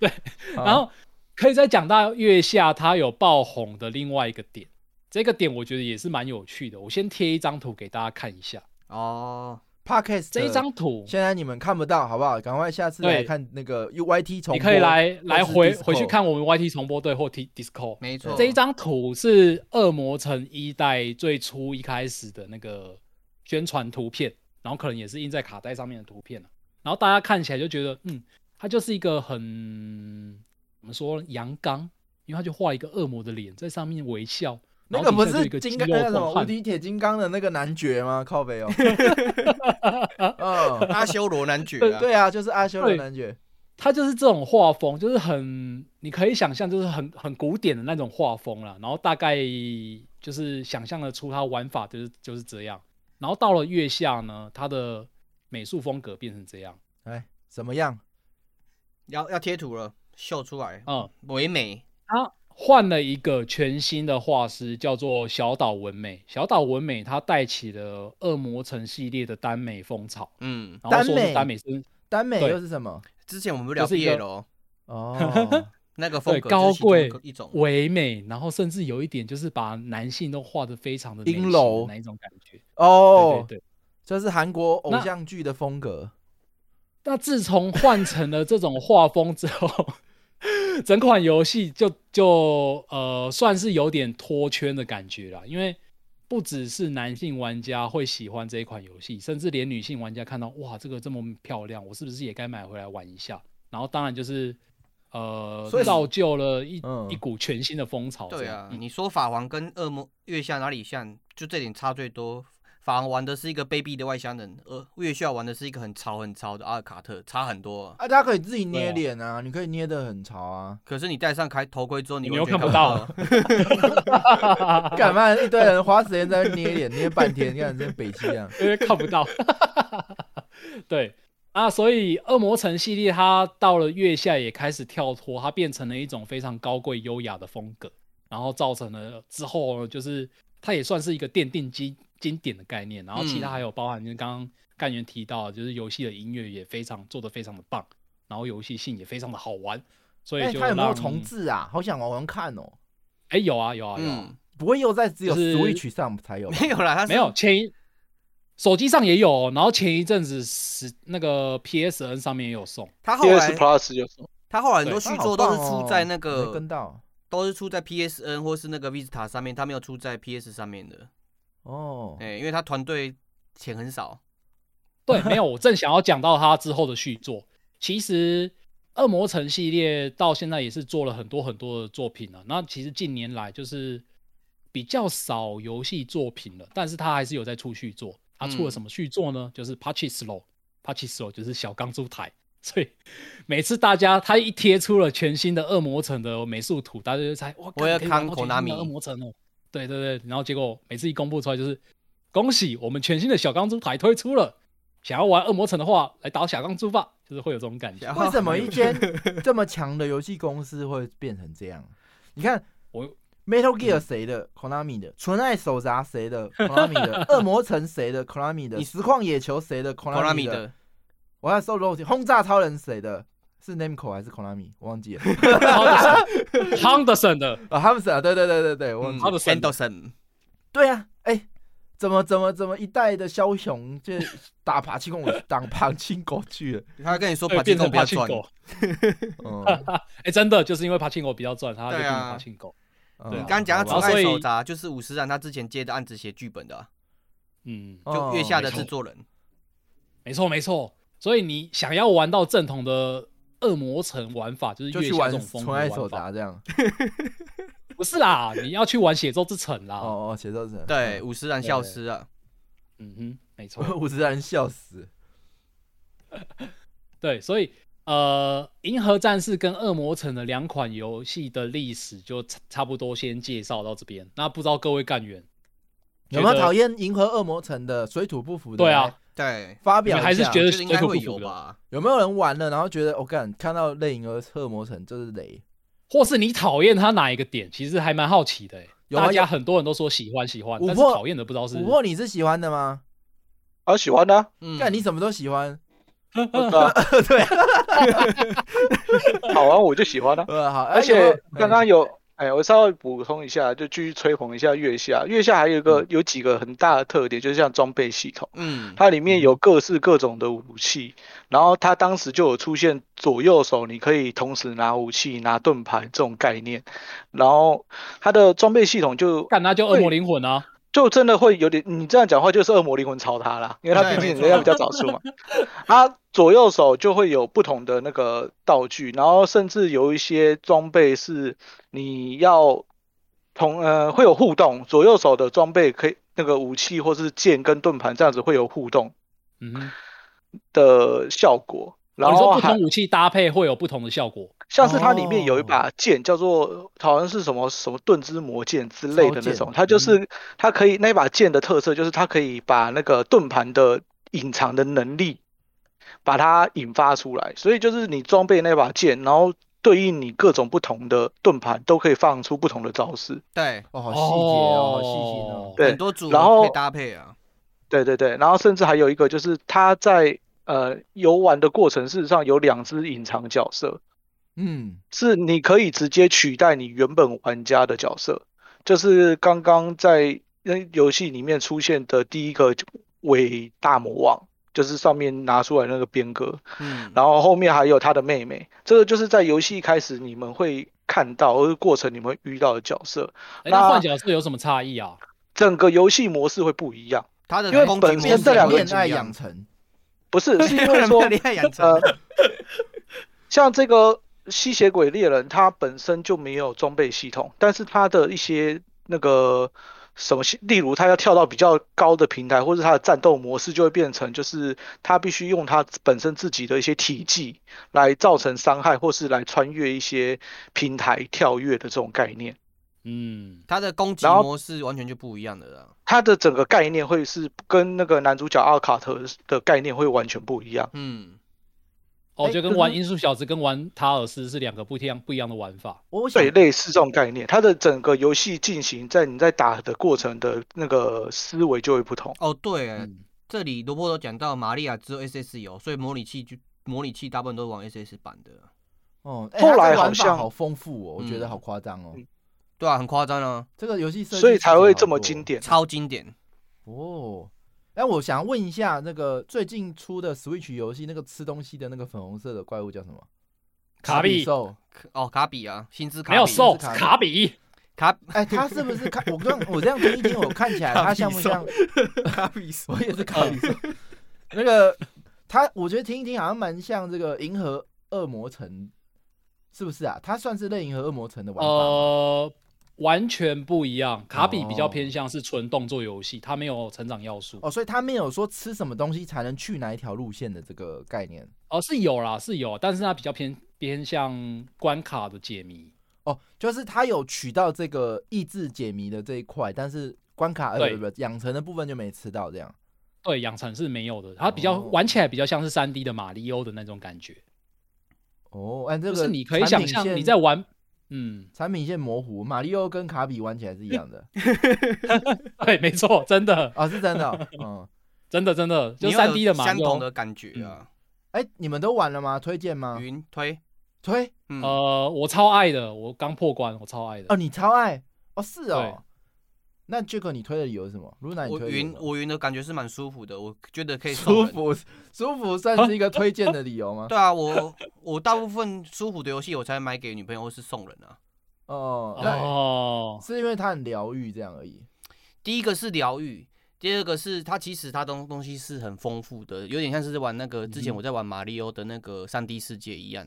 Speaker 4: 对，好
Speaker 2: 然后可以再讲到月下它有爆红的另外一个点，这个点我觉得也是蛮有趣的。我先贴一张图给大家看一下，
Speaker 5: 哦，
Speaker 4: podcast
Speaker 2: 这一张图
Speaker 4: 现在你们看不到，好不好？赶快下次来
Speaker 2: 对
Speaker 4: 看那个 U Y T 重播，
Speaker 2: 你可以来来回
Speaker 4: 或是 Discord
Speaker 2: 回去。看我们 YT 重播对或 T Disco。
Speaker 5: 没错，
Speaker 2: 这一张图是《恶魔城一代》最初一开始的那个宣传图片，然后可能也是印在卡带上面的图片了、啊然后大家看起来就觉得，嗯，它就是一个很怎么说阳刚，因为它就画一个恶魔的脸在上面微笑。
Speaker 4: 那
Speaker 2: 然
Speaker 4: 个
Speaker 2: 后
Speaker 4: 不
Speaker 2: 底下就是有一个
Speaker 4: 金
Speaker 2: 肌
Speaker 4: 刚
Speaker 2: 肉
Speaker 4: 那个什
Speaker 2: 壮
Speaker 4: 么无
Speaker 2: 汉，
Speaker 4: 敌铁金刚的那个男爵吗？靠 北哦。嗯，
Speaker 5: 阿修罗男爵啊，
Speaker 4: 对啊，就是阿修罗
Speaker 2: 对
Speaker 4: 男爵。
Speaker 2: 它就是这种画风，就是很你可以想象，就是很很古典的那种画风啦。然后大概就是想象得出它玩法就是就是这样。然后到了月下呢，它的美术风格变成这样，
Speaker 4: 哎，怎么样？
Speaker 5: 要要贴图了，秀出来，
Speaker 2: 嗯，
Speaker 5: 唯美。
Speaker 2: 他换了一个全新的画师，叫做小岛文美。小岛文美她带起了恶魔城系列的耽美风潮，
Speaker 5: 嗯，
Speaker 2: 然后说
Speaker 4: 耽
Speaker 2: 是
Speaker 4: 美
Speaker 2: 耽美是
Speaker 4: 耽美
Speaker 2: 对
Speaker 4: 又是什 么？
Speaker 5: 之前我们聊
Speaker 2: 就是一个
Speaker 5: BL
Speaker 4: 哦，
Speaker 5: 那个风
Speaker 2: 对
Speaker 5: 格
Speaker 2: 高
Speaker 5: 就是其中
Speaker 2: 贵
Speaker 5: 一种，
Speaker 2: 唯美，然后甚至有一点就是把男性都画的非常的美
Speaker 4: 阴
Speaker 2: 型
Speaker 4: 柔
Speaker 2: 的那一种感觉。
Speaker 4: 哦，
Speaker 2: 对对对。
Speaker 4: 这是韩国偶
Speaker 2: 那
Speaker 4: 像剧的风格。
Speaker 2: 那自从换成了这种画风之后， 整款游戏就就呃算是有点脱圈的感觉啦，因为不只是男性玩家会喜欢这一款游戏，甚至连女性玩家看到哇这个这么漂亮，我是不是也该买回来玩一下？然后当然就是呃
Speaker 4: 所以
Speaker 2: 造就了一、
Speaker 4: 嗯
Speaker 2: 一股全新的风潮。
Speaker 5: 对
Speaker 2: 这样
Speaker 5: 啊，
Speaker 2: 嗯
Speaker 5: 你说法王跟恶魔月下哪里像？就这点差最多。法王玩的是一个卑鄙的外乡人，而月下玩的是一个很潮很潮的阿尔卡特，差很多啊、
Speaker 4: 啊，他可以自己捏
Speaker 2: 对啊
Speaker 4: 脸啊，你可以捏的很潮 啊。
Speaker 5: 可是你戴上开头盔之后，你
Speaker 2: 你
Speaker 5: 完全
Speaker 2: 又看
Speaker 5: 不
Speaker 2: 不
Speaker 5: 到
Speaker 2: 到
Speaker 5: 了。
Speaker 4: 干嘛一堆人花时间在那边捏脸捏半天，看跟北极一 样。
Speaker 2: 因为看不到。对啊，所以恶魔城系列它到了月下也开始跳脱，它变成了一种非常高贵优雅的风格，然后造成了之后呢，就是它也算是一个奠定经经典的概念。然后其他
Speaker 5: 嗯
Speaker 2: 还有包含就是刚刚干员提到的，就是游戏的音乐也非常做的非常的棒，然后游戏性也非常的好玩，所
Speaker 4: 哎，
Speaker 2: 以就
Speaker 4: 他有没有
Speaker 2: 让
Speaker 4: 重？置啊？好想玩玩看哦。
Speaker 2: 哎、有啊有啊有啊
Speaker 5: 嗯，
Speaker 4: 不会又在只有
Speaker 2: 就是
Speaker 4: Switch 上才有吧？啊
Speaker 5: 没有啦，他是
Speaker 2: 没有前一手机上也有哦，然后前一阵子是那个 PSN 上面也有送。
Speaker 5: 他后来
Speaker 6: ，PS Plus 有什么？
Speaker 5: 他后来很多
Speaker 2: 对
Speaker 5: 续作都
Speaker 4: 他
Speaker 5: 是
Speaker 4: 好棒哦
Speaker 5: 出在那
Speaker 4: 没
Speaker 5: 个、
Speaker 4: 跟到
Speaker 5: 都是出在 PSN 或是那个 Vista 上面，他没有出在 PS 上面的。
Speaker 4: 哦
Speaker 5: 哎、因为他团队钱很少。
Speaker 2: 对，没有，我正想要讲到他之后的续作。其实《恶魔城》系列到现在也是做了很多很多的作品了。那其实近年来就是比较少游戏作品了，但是他还是有在出续作。他出
Speaker 5: 嗯
Speaker 2: 了什么续作呢？就是 p a c h i s l o p a c h i s l o 就是小钢珠台。所以每次大家他一贴出了全新的《恶魔城》的美术图，大家就猜哇，
Speaker 5: 我
Speaker 2: 干
Speaker 5: 要
Speaker 2: 可以玩
Speaker 5: 看
Speaker 2: 到全新的
Speaker 5: Konami
Speaker 2: 恶魔城》哦。对对对，然后结果每次一公布出来就是恭喜我们全新的小钢珠台推出了。想要玩恶魔城的话，来打小钢珠吧，就是会有这种感觉。
Speaker 5: 然后
Speaker 4: 为什么一 间这么强的游戏公司会变成这样？你看
Speaker 2: 我
Speaker 4: Metal Gear 谁的，Konami 的；纯爱手札谁的，Konami 的； 恶魔城谁的，Konami 的；
Speaker 5: 你
Speaker 4: 实况野球谁的
Speaker 5: Konami 嗯
Speaker 4: ，Konami 的；
Speaker 5: 的
Speaker 4: 我要搜罗轰炸超人谁的是 Namco 还是 Konami？我忘记了
Speaker 2: Henderson 的，
Speaker 4: 啊，他们是啊，对对对对对，我忘
Speaker 5: 嗯
Speaker 4: 记了。
Speaker 2: 好的神
Speaker 5: Anderson，
Speaker 4: 对啊，哎、怎么怎么怎么一代的枭雄就打爬青狗，打爬青狗去了。
Speaker 5: 他跟你说把
Speaker 2: 对，变成
Speaker 5: 不要
Speaker 2: 爬庆
Speaker 5: 转，
Speaker 2: 狗。
Speaker 4: 嗯，
Speaker 2: 哎，真的就是因为爬庆狗比较赚，他就变
Speaker 5: 对啊
Speaker 2: 成爬庆狗。
Speaker 4: 嗯
Speaker 5: 你
Speaker 2: 对啊
Speaker 5: 刚刚讲
Speaker 4: 好吧
Speaker 5: 到《
Speaker 2: 然后所
Speaker 5: 真爱
Speaker 2: 以
Speaker 5: 手札》就是五十岚他之前接的案子写剧本的啊，
Speaker 2: 嗯，
Speaker 5: 就月下的制
Speaker 4: 哦
Speaker 5: 作人，
Speaker 2: 没错没错。所以你想要玩到正统的恶魔城玩法，就是
Speaker 4: 就
Speaker 2: 月
Speaker 4: 去
Speaker 2: 下
Speaker 4: 玩
Speaker 2: 这种风
Speaker 4: 纯
Speaker 2: 格
Speaker 4: 爱
Speaker 2: 的
Speaker 4: 手
Speaker 2: 玩法。
Speaker 4: 札这样。
Speaker 2: 不是啦，你要去玩血咒之城啦。
Speaker 4: 哦哦，写作者
Speaker 5: 对，，五十岚校师啊，
Speaker 2: 嗯哼，没错。
Speaker 4: 嗯五十人笑死。
Speaker 2: 对，所以呃，《银河战士》跟《恶魔城》的两款游戏的历史就差差不多先介绍到这边。那不知道各位干员
Speaker 4: 有没有
Speaker 2: 觉得
Speaker 4: 讨厌银河恶魔城的水土不服的？
Speaker 2: 对啊，
Speaker 5: 对，
Speaker 4: 发
Speaker 2: 你
Speaker 4: 表一
Speaker 2: 们
Speaker 4: 下
Speaker 2: 还是觉
Speaker 5: 就
Speaker 2: 得
Speaker 5: 是
Speaker 2: 水
Speaker 5: 应该
Speaker 2: 土
Speaker 5: 会
Speaker 2: 不
Speaker 5: 有
Speaker 2: 服的，
Speaker 5: 吧？
Speaker 4: 有没有人玩了，然后觉得我哦干、看到类银河恶魔城就是雷，
Speaker 2: 或是你讨厌他哪一个点？其实还蛮好奇的、欸。
Speaker 4: 有啊
Speaker 2: 大家
Speaker 4: 有
Speaker 2: 很多人都说喜欢喜欢，
Speaker 4: 琥
Speaker 2: 但是
Speaker 4: 珀
Speaker 2: 讨厌的不知道是
Speaker 4: 琥珀你是喜欢的吗？
Speaker 6: 啊，喜欢 的啊、
Speaker 5: 嗯
Speaker 4: 干、你什么都喜欢，
Speaker 6: 对啊，好玩我就喜欢啊。
Speaker 4: 呃好，哎
Speaker 6: 而
Speaker 4: 有没
Speaker 6: 且
Speaker 4: 有
Speaker 6: 刚刚有，哎，我稍微补充一下，就继续吹捧一下月下。月下还有一个有几个很大的特点，就是像装备系统，
Speaker 5: 嗯，
Speaker 6: 它里面有各式各种的武器，然后它当时就有出现左右手你可以同时拿武器、拿盾牌这种概念，然后它的装备系统就
Speaker 2: 干那就恶魔灵魂啊，
Speaker 6: 就真的会有点，你这样讲话就是恶魔灵魂抄他啦，因为他
Speaker 5: 对
Speaker 6: 毕竟
Speaker 5: 没
Speaker 6: 人家比较早出 嘛。他左右手就会有不同的那个道具，然后甚至有一些装备是你要同呃会有互动，左右手的装备可以那个武器或是剑跟盾牌这样子会有互动
Speaker 2: 嗯哼，哦
Speaker 6: 的效果。然
Speaker 2: 你说
Speaker 6: 后
Speaker 2: 不
Speaker 6: 还
Speaker 2: 同武器搭配会有不同的效果。
Speaker 6: 像是它里面有一
Speaker 4: 哦
Speaker 6: 把剑，叫做好像是什么什么盾之魔剑之类
Speaker 4: 超
Speaker 6: 的那
Speaker 4: 剑嗯
Speaker 6: 种，它就是它可以那把剑的特色就是它可以把那个盾盘的隐藏的能力把它引发出来，所以就是你装备那把剑，然后对应你各种不同的盾盘都可以放出不同的招式。
Speaker 5: 对，
Speaker 4: 哦好细节哦，好细心哦。
Speaker 6: 对
Speaker 5: 很多组
Speaker 6: 然
Speaker 5: 合
Speaker 6: 后
Speaker 5: 可以搭配啊，
Speaker 6: 对对对，然后甚至还有一个就是它在呃游玩的过程，事实上有两只隐藏角色，
Speaker 4: 嗯，
Speaker 6: 是你可以直接取代你原本玩家的角色，就是刚刚在那游戏里面出现的第一个伪大魔王，就是上面拿出来那个边哥，
Speaker 5: 嗯，
Speaker 6: 然后后面还有他的妹妹，这个就是在游戏一开始你们会看到，而过程你们会遇到的角色，
Speaker 2: 哎，那
Speaker 6: 那
Speaker 2: 换角色有什么差异啊？
Speaker 6: 整个游戏模式会不一样。
Speaker 5: 他的
Speaker 6: 因为
Speaker 5: 攻击
Speaker 6: 本
Speaker 5: 模
Speaker 6: 身
Speaker 5: 式
Speaker 6: 这两个
Speaker 5: 也
Speaker 4: 恋
Speaker 5: 不一
Speaker 4: 爱
Speaker 5: 样
Speaker 4: 养成，
Speaker 6: 不是， 是因为说
Speaker 5: 恋爱养成，
Speaker 6: 呃，像这个吸血鬼猎人，它本身就没有装备系统，但是它的一些那个什么系，例如它要跳到比较高的平台，或者它的战斗模式就会变成，就是它必须用它本身自己的一些体技来造成伤害，或是来穿越一些平台跳跃的这种概念。
Speaker 2: 嗯，
Speaker 5: 他的攻击
Speaker 6: 然后
Speaker 5: 模式完全就不一样的了，
Speaker 6: 它的整个概念会是跟那个男主角阿尔卡特的概念会完全不一样。
Speaker 5: 嗯，
Speaker 2: 哦，
Speaker 4: 哎
Speaker 2: 就
Speaker 4: 可
Speaker 2: 跟
Speaker 4: 是
Speaker 2: 玩音速小子跟玩塔尔斯是两个不一样不一样的玩法。
Speaker 4: 我想
Speaker 6: 对，类似这种概念，它的整个游戏进行在你在打的过程的那个思维就会不同。
Speaker 5: 哦对
Speaker 2: 嗯，
Speaker 5: 这里罗伯都讲到玛利亚只有 SS 有，所以模拟器就模拟器大部分都是玩 SS 版的，
Speaker 4: 哦，哎
Speaker 6: 后
Speaker 4: 它
Speaker 6: 来
Speaker 4: 这玩
Speaker 6: 好
Speaker 4: 法
Speaker 6: 像
Speaker 4: 好丰富哦，我觉得
Speaker 5: 嗯
Speaker 4: 好夸张哦，
Speaker 5: 对啊，很夸张啊，
Speaker 4: 这个游戏设计
Speaker 6: 所以才会
Speaker 4: 细节
Speaker 6: 这
Speaker 4: 好
Speaker 6: 么
Speaker 4: 多
Speaker 6: 经典。
Speaker 5: 超经典，
Speaker 4: 哦。哎，我想问一下，那个最近出的 Switch 游戏，那个吃东西的那个粉红色的怪物叫什么？
Speaker 2: 卡比
Speaker 4: 兽。
Speaker 5: 哦卡比啊，薪资卡
Speaker 2: 没有
Speaker 5: 比
Speaker 2: 兽
Speaker 4: 是卡比
Speaker 2: 卡比，
Speaker 5: 卡
Speaker 4: 哎，他是不是看我刚我这样听一听，我看起来
Speaker 5: 卡
Speaker 4: 他
Speaker 5: 比
Speaker 4: 像不
Speaker 5: 兽
Speaker 4: 像
Speaker 5: 卡比兽
Speaker 4: 我也是卡里兽。那个他，我觉得听一听好像蛮像这个《银河恶魔城》，是不是啊？它算是类《银河恶魔城》的玩法吗。
Speaker 5: 哦
Speaker 2: 呃，完全不一样。卡比比较
Speaker 4: 哦
Speaker 2: 偏向是纯动作游戏，它没有成长要素。
Speaker 4: 哦，所以他没有说吃什么东西才能去哪一条路线的这个概念。
Speaker 2: 哦，是有啦，是有，但是它比较偏偏向关卡的解谜。
Speaker 4: 哦，就是他有取到这个益智解谜的这一块，但是关卡呃
Speaker 2: 对
Speaker 4: 不不不养成的部分就没吃到这样。
Speaker 2: 对，养成是没有的，它比较、
Speaker 4: 哦
Speaker 2: 玩起来比较像是三 D 的马里欧的那种感觉，
Speaker 4: 哦，哎，这
Speaker 2: 就
Speaker 4: 个
Speaker 2: 是你可以
Speaker 4: 产
Speaker 2: 想
Speaker 4: 品
Speaker 2: 象
Speaker 4: 线
Speaker 2: 你在玩，嗯，
Speaker 4: 产品线模糊，马里奥跟卡比玩起来是一样的
Speaker 2: 对，没错，真的，
Speaker 4: 啊，是真的哦、
Speaker 2: 真的，真的，就
Speaker 5: 你
Speaker 2: 三
Speaker 5: 有
Speaker 2: D 的马
Speaker 5: 相
Speaker 2: 里
Speaker 5: 同
Speaker 2: 欧
Speaker 5: 的感觉啊，
Speaker 4: 哎、你们都玩了吗？推荐吗？
Speaker 5: 云推，
Speaker 4: 推
Speaker 5: 嗯，
Speaker 2: 呃，我超爱的，我刚破关，我超爱的。
Speaker 4: 哦，你超爱哦，是
Speaker 2: 对
Speaker 4: 哦。那 Jack 你推的理由是什么？露娜你
Speaker 5: 我
Speaker 4: 推的理由是
Speaker 5: 云
Speaker 4: 什么
Speaker 5: 我云的感觉是蛮舒服的，我觉得可以送
Speaker 4: 舒
Speaker 5: 人。
Speaker 4: 服舒服算是一个推荐的理由吗？
Speaker 5: 对啊，我我大部分舒服的游戏我才买给女朋友或是送人啊。
Speaker 4: 哦，那
Speaker 2: 哦，
Speaker 4: 是因为它很疗愈这样而已。
Speaker 5: 第一个是疗愈，第二个是它其实它东东西是很丰富的，有点像是玩那个之前我在玩马里奥的那个三 D 世界一样。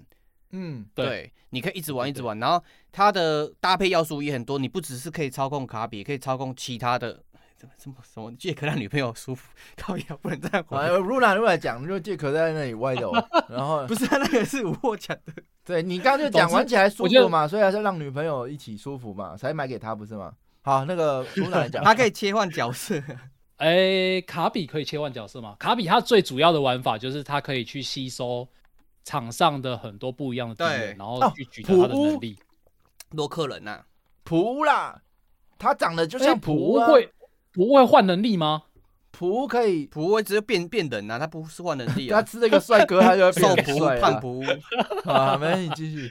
Speaker 4: 嗯，
Speaker 2: 对
Speaker 5: 你可以一直玩一直玩，然后它的搭配要素也很多，你不只是可以操控卡比，也可以操控其他的。怎么什么什么？杰克让女朋友舒服，靠呀，不能再
Speaker 4: 哎，
Speaker 5: 玩。
Speaker 4: 露娜露娜讲，就 Jack 在那里歪的哦，然 后
Speaker 5: 不是啊那个是我讲的，
Speaker 4: 对你刚刚就讲
Speaker 2: 总之
Speaker 4: 玩起来舒
Speaker 2: 我觉得
Speaker 4: 服嘛，所以还是让女朋友一起舒服嘛，才买给她不是吗？好，那 个露娜讲，
Speaker 5: 它可以切换角色。
Speaker 2: 哎，卡比可以切换角色吗？卡比它最主要的玩法就是它可以去吸收场上的很多不一样的敌
Speaker 5: 对
Speaker 2: 人，然后
Speaker 4: 哦
Speaker 2: 去取得它的
Speaker 4: 普乌
Speaker 2: 能力。
Speaker 5: 洛克人啊呐、
Speaker 4: 普乌啦，她长得就
Speaker 2: 哎
Speaker 4: 像
Speaker 2: 普
Speaker 4: 普
Speaker 2: 乌
Speaker 4: 乌啊，
Speaker 2: 会普乌会换能力吗？
Speaker 4: 普乌可 以，
Speaker 5: 普乌只是变变人啊呐、他不是换能力
Speaker 4: 她
Speaker 5: 啊，
Speaker 4: 吃了一个帅哥，她就会
Speaker 5: 瘦
Speaker 4: 变
Speaker 5: 普乌、
Speaker 4: 帅
Speaker 5: 胖
Speaker 4: 啊。
Speaker 5: 普乌，
Speaker 4: 好，没问题，继续。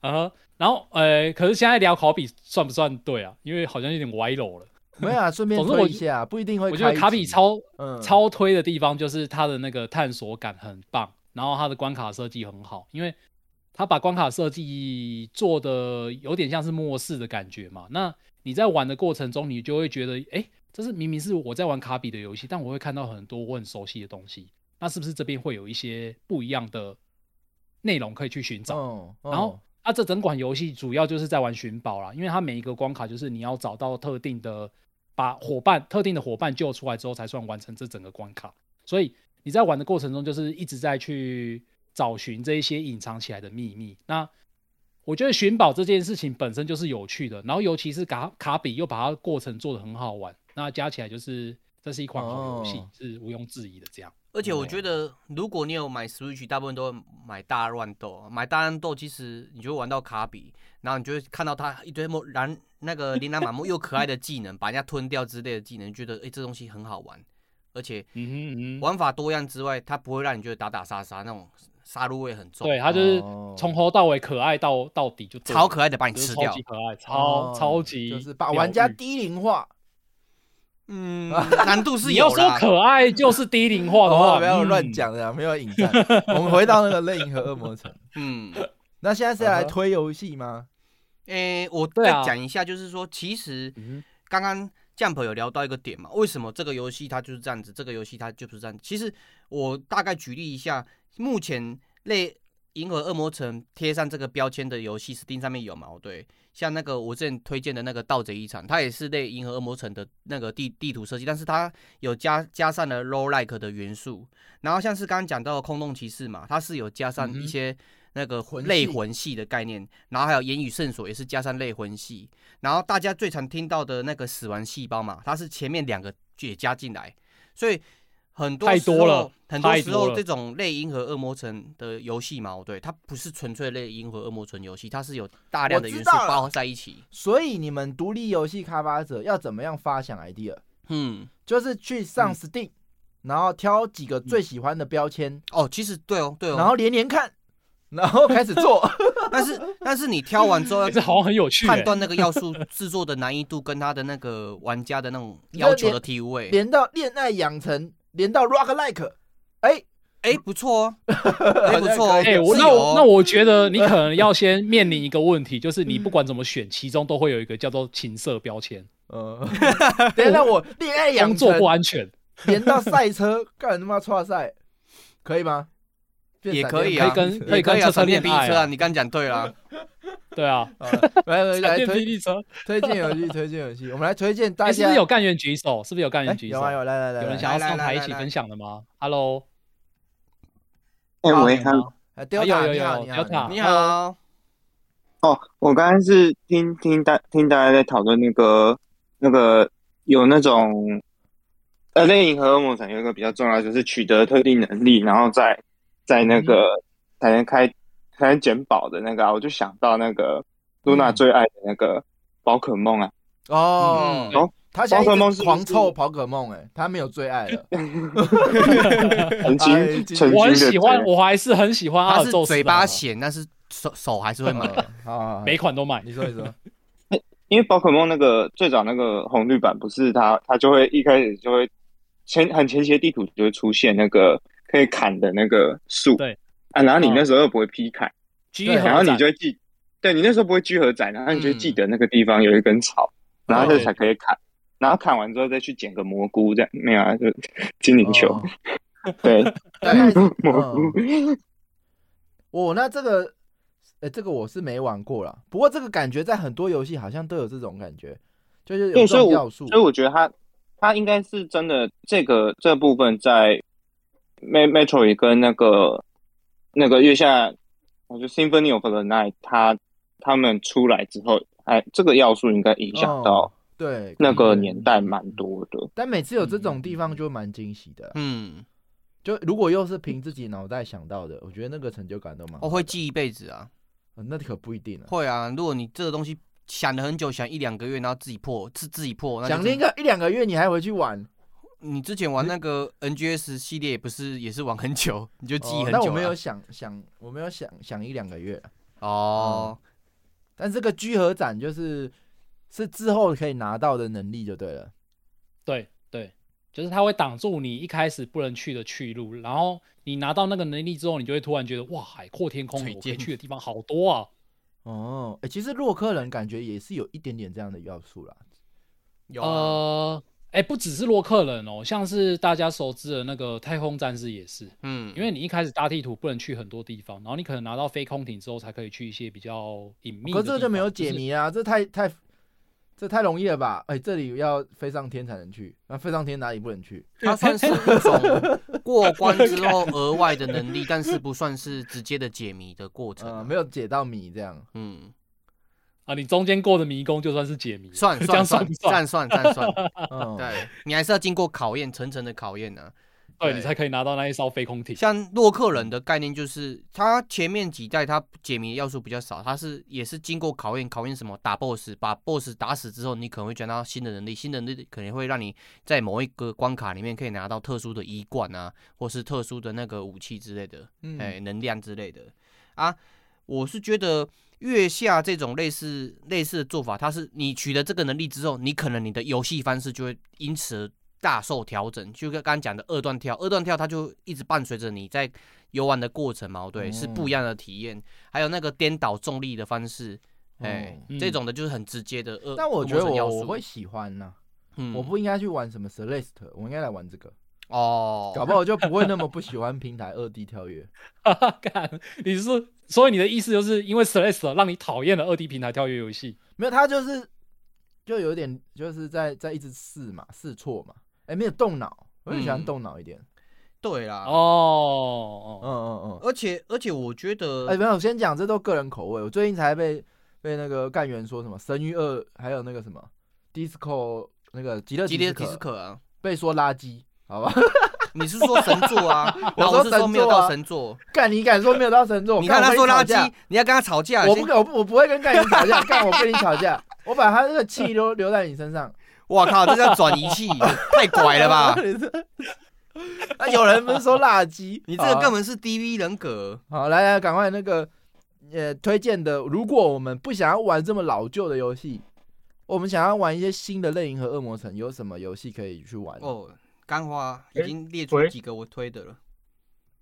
Speaker 2: 啊哈，然后呃，可是现在聊考比算不算对啊？因为好像有点歪楼了。
Speaker 4: 没有啊，顺便
Speaker 2: 总之我
Speaker 4: 推一下，不一定会
Speaker 2: 我
Speaker 4: 开一
Speaker 2: 觉
Speaker 4: 集。
Speaker 2: 得卡比超
Speaker 4: 嗯
Speaker 2: 超推的地方就是它的那个探索感很棒，然后它的关卡设计很好，因为它把关卡设计做的有点像是末世的感觉嘛。那你在玩的过程中，你就会觉得，哎，这是明明是我在玩卡比的游戏，但我会看到很多我很熟悉的东西，那是不是这边会有一些不一样的内容可以去寻找？
Speaker 4: 嗯，嗯
Speaker 2: 然后啊，这整款游戏主要就是在玩寻宝啦，因为它每一个关卡就是你要找到特定的，把伙伴特定的伙伴救出来之后，才算完成这整个关卡。所以你在玩的过程中，就是一直在去找寻这一些隐藏起来的秘密。那我觉得寻宝这件事情本身就是有趣的，然后尤其是卡卡比又把它过程做得很好玩，那加起来就是这是一款好游戏，
Speaker 4: 哦
Speaker 2: 是毋庸置疑的。这样，
Speaker 5: 而且我觉得，如果你有买 Switch，大部分都会买大乱斗。啊买大乱斗，其实你就会玩到卡比，然后你就会看到他一堆莫然那个琳琅满目又可爱的技能，把人家吞掉之类的技能，觉得诶这东西很好玩，而且
Speaker 2: 嗯哼嗯哼，
Speaker 5: 玩法多样之外，它不会让你觉得打打杀杀那种杀戮味很重，
Speaker 2: 对，它啊就是
Speaker 4: 哦
Speaker 2: 从头到尾可爱到到底就对了
Speaker 5: 超可爱的把你
Speaker 2: 就是
Speaker 5: 吃
Speaker 2: 超
Speaker 5: 掉
Speaker 2: 级。可爱，超、超
Speaker 4: 哦
Speaker 2: 级
Speaker 4: 就是把玩家低龄化。
Speaker 5: 嗯，难度 是
Speaker 2: 你要
Speaker 5: 有
Speaker 2: 说
Speaker 5: 啦。
Speaker 2: 可爱就是低龄化的话，
Speaker 4: 哦，不要乱
Speaker 2: 嗯。
Speaker 4: 讲的啊，没有引 战。我们回到那个《泪影和恶魔城》，
Speaker 5: 嗯，
Speaker 4: 那现在是要来
Speaker 2: 嗯哼
Speaker 4: 推游戏吗？
Speaker 5: 诶、我
Speaker 2: 对啊
Speaker 5: 再讲一下，就是说，其实
Speaker 2: 嗯哼
Speaker 5: 刚刚 Jump 有聊到一个点嘛，为什么这个游戏它就是这样子，这个游戏它就是这样子？其实我大概举例一下，目前类《银河恶魔城》贴上这个标签的游戏，Steam 上面有嘛？哦，对，像那个我之前推荐的那个《盗贼遗产》，它也是类《银河恶魔城》的那个地地图设计，但是它有加加上了 roll like 的元素，然后像是刚刚讲到的《空洞骑士》嘛，它是有加上
Speaker 2: 嗯
Speaker 5: 一
Speaker 2: 哼
Speaker 5: 些。那个
Speaker 4: 魂
Speaker 5: 类
Speaker 4: 系
Speaker 5: 魂系的概念，然后还有言语圣所也是加上类魂系，然后大家最常听到的那个死亡细胞嘛，它是前面两个也加进来，所以很多
Speaker 2: 太
Speaker 5: 时
Speaker 2: 多
Speaker 5: 候
Speaker 2: 了
Speaker 5: 很多
Speaker 2: 太
Speaker 5: 时
Speaker 2: 多
Speaker 5: 候
Speaker 2: 了
Speaker 5: 这种类银河恶魔城的游戏嘛，哦对，它不是纯粹类银河恶魔城游戏，它是有大量的
Speaker 4: 我
Speaker 5: 元
Speaker 4: 知
Speaker 5: 素
Speaker 4: 道了
Speaker 5: 包在一起。
Speaker 4: 所以你们独立游戏开发者要怎么样发想 idea？
Speaker 5: 嗯，
Speaker 4: 就是去上
Speaker 5: 嗯
Speaker 4: Steam，然后挑几个最喜欢的标签，
Speaker 5: 哦，其实对哦，对
Speaker 2: 嗯
Speaker 5: 哦，
Speaker 4: 然后连连看， 然后开始做。
Speaker 5: 但是但是你挑完之后
Speaker 2: 这
Speaker 5: 要
Speaker 2: 好像很有趣、欸
Speaker 5: 判，断那个要素制作的难易度跟它的那个玩家的那种
Speaker 4: 你就
Speaker 5: 要求
Speaker 4: 连
Speaker 5: 的体位，
Speaker 4: 连到恋爱养成，连到 Rock Like，哎，
Speaker 5: 哎、不错 哦，哎、不错哦，
Speaker 2: 哎、我
Speaker 5: 是
Speaker 2: 那
Speaker 5: 有
Speaker 2: 我
Speaker 5: 哦
Speaker 2: 那我觉得你 可能要先面临一个问题，就是
Speaker 4: 嗯
Speaker 2: 你不管怎么选，其中都会有一个叫做情色标签，
Speaker 4: 呃，等一下我恋爱养
Speaker 2: 嗯工作
Speaker 4: 成
Speaker 2: 不安全，
Speaker 4: 连到赛车，干他妈超赛，可以吗？变
Speaker 5: 也
Speaker 4: 闪
Speaker 5: 可以
Speaker 4: 电
Speaker 5: 啊
Speaker 4: 霹雳
Speaker 2: 可以跟
Speaker 5: 也可以啊，
Speaker 2: 车
Speaker 5: 闪
Speaker 2: 恋
Speaker 5: 电霹雳
Speaker 2: 爱
Speaker 5: 车
Speaker 2: 啊
Speaker 5: 啊，你刚讲对了。
Speaker 2: 对啊，
Speaker 4: 好了来来
Speaker 2: 闪
Speaker 4: 来
Speaker 2: 电霹
Speaker 4: 推
Speaker 2: 雳车，
Speaker 4: 推荐游戏，推荐游戏，我们来推荐大
Speaker 2: 哎、
Speaker 4: 家。
Speaker 2: 是不是有干员举手？是不是有干
Speaker 4: 哎
Speaker 2: 员举手？
Speaker 4: 有啊有，来来来，
Speaker 2: 有人
Speaker 4: 来
Speaker 2: 想要
Speaker 5: 来来
Speaker 2: 上台一
Speaker 5: 来
Speaker 2: 起
Speaker 5: 来
Speaker 2: 分享的吗？Hello，
Speaker 7: 哎、
Speaker 4: 啊
Speaker 7: 喂，他
Speaker 4: 哎
Speaker 2: 哎有
Speaker 4: Delta，
Speaker 2: 有
Speaker 4: 你好
Speaker 2: 有
Speaker 4: 你好
Speaker 2: Delta
Speaker 5: 你好，啊
Speaker 7: 哦，我刚刚是听听大听大家在讨论那个那个有那种，呃，类银河恶魔城有一个比较重要，就是取得特定能力，然后再再那个
Speaker 2: 嗯
Speaker 7: 才能开才能捡宝的那个、啊，我就
Speaker 2: 嗯
Speaker 7: 想到那个露娜最爱的那个宝可梦啊，
Speaker 4: 哦，
Speaker 5: 嗯，
Speaker 4: 他现在
Speaker 7: 宝可
Speaker 4: 一
Speaker 7: 梦
Speaker 4: 直
Speaker 7: 是不
Speaker 4: 狂
Speaker 7: 是
Speaker 4: 凑宝可梦，哎，他没有最爱 了。嗯哎
Speaker 7: 曾经，
Speaker 4: 今天
Speaker 7: 曾经
Speaker 2: 我很
Speaker 7: 的
Speaker 2: 喜欢，
Speaker 7: 对
Speaker 2: 我还是很喜欢阿
Speaker 5: 他
Speaker 2: 尔
Speaker 5: 是
Speaker 2: 宙斯的啊
Speaker 5: 嘴巴咸，但是手手还是会买。
Speaker 4: 好好，好
Speaker 2: 每款都买。
Speaker 4: 你说你说，
Speaker 7: 因为宝可梦那个最早那个红绿版不是它，它就会一开始就会前很前期的地图就会出现那个可以砍的那个树，
Speaker 2: 对
Speaker 7: 啊，然后你
Speaker 2: 嗯
Speaker 7: 那时候又不会劈砍，
Speaker 2: 居
Speaker 4: 对
Speaker 2: 合
Speaker 7: 然后你
Speaker 2: 斩
Speaker 7: 就会记，对你那时候不会聚合斩，然后你就会记得那个地方有一根草，然后这才可以砍，然后砍完之后再去捡个蘑菇，这样没有啊，就 精灵球，
Speaker 4: 哦
Speaker 7: 对，
Speaker 4: 大 概是
Speaker 7: 蘑
Speaker 4: 嗯
Speaker 7: 菇，
Speaker 4: 哦，那这个，呃，这个我是没玩过啦。不过这个感觉在很多游戏好像都有这种感觉，就是有
Speaker 7: 对，
Speaker 4: 这
Speaker 7: 所以
Speaker 4: 种
Speaker 7: 我
Speaker 4: 要素
Speaker 7: 所。以我觉得它它应该是真的这个这部分在 Met Metro 也跟那个那个月下，我觉得 Symphony of the Night 它他们出来之后，哎，这个要素应该影响
Speaker 4: 哦嗯
Speaker 7: 到
Speaker 4: 对
Speaker 7: 那个
Speaker 4: 可能
Speaker 7: 年代蛮多的。
Speaker 4: 但每次有这种地方就蛮惊喜的啦。
Speaker 5: 嗯，
Speaker 4: 就如果又是凭自己脑袋想到的，我觉得那个成就感都蛮好
Speaker 5: 哦我会记一辈子啊，
Speaker 4: 呃那可不一定了。
Speaker 5: 会啊。如果你这个东西想了很久，想一两个月，然后自己破，自自己破，那就
Speaker 4: 想
Speaker 5: 真
Speaker 4: 练个一两个月，你还回去玩，
Speaker 5: 你之前玩那个 NGS 系列，不是也是玩很久， 你就记
Speaker 4: 哦
Speaker 5: 很久、
Speaker 4: 那
Speaker 5: 啊
Speaker 4: 我没有想想，我没有想想一两个月。
Speaker 5: 哦，
Speaker 4: 但这个聚合展就是是之后可以拿到的能力就对了。
Speaker 2: 对对，就是它会挡住你一开始不能去的去路，然后你拿到那个能力之后，你就会突然觉得哇，海阔天空了，
Speaker 5: 水
Speaker 2: 我可以
Speaker 5: 晶
Speaker 2: 去的地方好多啊。
Speaker 4: 哦，哎、其实洛克人感觉也是有一点点这样的要素啦。
Speaker 5: 有啊
Speaker 2: 呃，哎，不只是洛克人哦，像是大家熟知的那个太空战士也是，
Speaker 5: 嗯，
Speaker 2: 因为你一开始搭地图不能去很多地方，然后你可能拿到飞空艇之后才可以去一些比较隐秘的地方。
Speaker 4: 哦可是这个就没有解
Speaker 2: 是
Speaker 4: 谜啊，这太太这太容易了吧？哎、这里要飞上天才能去，那飞上天哪里不能去？
Speaker 5: 它算是一种过关之后额外的能力，但是不算是直接的解谜的过程啊、
Speaker 4: 呃，没有解到谜这样。
Speaker 5: 嗯，
Speaker 2: 啊，你中间过的迷宫就算是解谜，
Speaker 5: 算
Speaker 2: 这样算
Speaker 5: 算算
Speaker 2: 不
Speaker 5: 算算算算，
Speaker 4: 嗯，
Speaker 5: 对你还是要经过考验，层层的考验啊呢、
Speaker 2: 对
Speaker 5: 对
Speaker 2: 你才可以拿到那一艘飞空艇。
Speaker 5: 像洛克人的概念就是，它前面几代它解谜要素比较少，它是也是经过考验，考验什么打 BOSS，把 BOSS 打死之后，你可能会赚到新的能力，新的能力可能会让你在某一个关卡里面可以拿到特殊的衣冠啊，或是特殊的那个武器之类的，
Speaker 4: 嗯
Speaker 5: 哎、能量之类的啊。我是觉得月下这种类似类似的做法，它是你取得这个能力之后，你可能你的游戏方式就会因此而大受调整，就跟刚刚讲的二段跳，二段跳它就一直伴随着你在游玩的过程嘛，对，是不一样的
Speaker 4: 嗯
Speaker 5: 体验。还有那个颠倒重力的方式，哎、
Speaker 2: 嗯
Speaker 5: 这种的就是很直接的二。
Speaker 4: 但我觉得
Speaker 5: 二模成要
Speaker 4: 我
Speaker 5: 素
Speaker 4: 我会，喜欢呐、
Speaker 5: 嗯
Speaker 4: 我不应该去玩什么 Celeste，我应该来玩这个，
Speaker 5: 哦，
Speaker 4: 搞不好我就不会那么不喜欢平台二 D 跳跃。
Speaker 2: 干，你是所以你的意思就是因为 Celeste 让你讨厌了二 D 平台跳跃游戏？
Speaker 4: 没有，他就是就有点就是在在一直试嘛，试错嘛，哎、没有动脑，我就喜欢
Speaker 5: 嗯
Speaker 4: 动脑一点。
Speaker 5: 对啦。
Speaker 2: 哦
Speaker 4: 啊嗯
Speaker 2: 哦，
Speaker 4: 嗯嗯。
Speaker 5: 而且而且我觉得，
Speaker 4: 哎、没有，我先讲，这都个人口味。我最近才被被那个干员说什么《神域二》，还有那个什么 Disco 那个极乐
Speaker 5: 吉
Speaker 4: 迪
Speaker 5: 列
Speaker 4: 斯
Speaker 5: 迪
Speaker 4: 科
Speaker 5: 斯科啊，
Speaker 4: 被说垃圾，好吧？
Speaker 5: 你是说神作啊？然
Speaker 4: 我说
Speaker 5: 后我是说没有
Speaker 4: 神作啊
Speaker 5: 到神作。
Speaker 4: 干你敢说没有到神作？
Speaker 5: 你
Speaker 4: 干
Speaker 5: 看他说垃，
Speaker 4: 我跟
Speaker 5: 圾
Speaker 4: 你吵，
Speaker 5: 你要跟他吵架。
Speaker 4: 架我不
Speaker 5: 先
Speaker 4: 跟我不我不会跟干员吵架， 干我跟你吵架，我把他那个气留留在你身上。？
Speaker 5: 哇靠，这叫转移 器，太拐了吧
Speaker 4: 啊，有人不是说垃圾，啊
Speaker 5: 你这个根本是 DV 人格。
Speaker 4: 好，来来，赶快那个，呃，推荐的，如果我们不想要玩这么老旧的游戏，我们想要玩一些新的类型和恶魔城，有什么游戏可以去玩？哦，
Speaker 5: 哦，干花已经列出
Speaker 8: 喂
Speaker 5: 几个我推的了。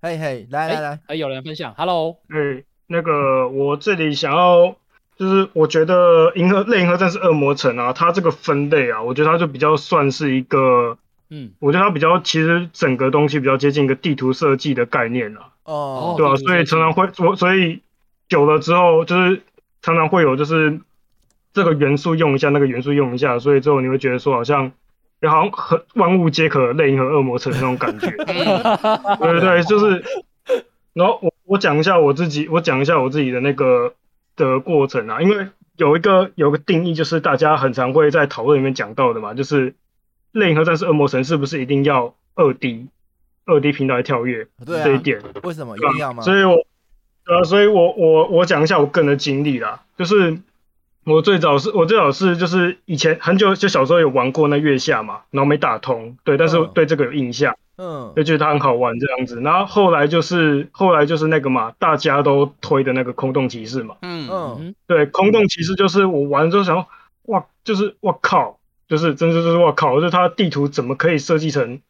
Speaker 4: 嘿嘿，来来来，
Speaker 2: 哎，有人分享，Hello，
Speaker 8: 哎，那个我这里想要，就是我觉得《银河类银河战士恶魔城》啊，它这个分类啊，我觉得它就比较算是一个，
Speaker 2: 嗯，
Speaker 8: 我觉得它比较其实整个东西比较接近一个地图设计的概念啊，
Speaker 4: 哦，
Speaker 8: 对啊，
Speaker 2: 地图设计
Speaker 8: 所以常常会我所以久了之后，就是常常会有就是这个元素用一下，那个元素用一下，所以之后你会觉得说好像。好像很万物皆可类银河恶魔城那种 感觉，
Speaker 4: 嗯
Speaker 8: 对对对，就是。然后我我讲一下我自己，我讲一下我自己的那个的过程啊，因为有一个有个定义，就是大家很常会在讨论里面讲到的嘛，就是《类银河战士：恶魔城》是不是一定要二 D 二 D 平台跳跃
Speaker 4: 对啊
Speaker 8: 这一点？
Speaker 4: 为什么一定要吗？
Speaker 8: 啊所以我，呃，所以我我我讲一下我个人的经历啦，就是我最早是我最早是就是以前很久就小时候有玩过那月下嘛，然后没打通，对，但是我
Speaker 4: 嗯
Speaker 8: 对这个有印象，
Speaker 4: 嗯
Speaker 8: 就觉得它很好玩这样子。然后后来就是后来就是那个嘛，大家都推的那个空洞骑士嘛，
Speaker 5: 嗯，
Speaker 4: 嗯，
Speaker 2: 嗯，
Speaker 8: 对，空洞骑士就是我玩之后想说，哇，就是我靠，就是真的就是我靠，就是它地图怎么可以设计成，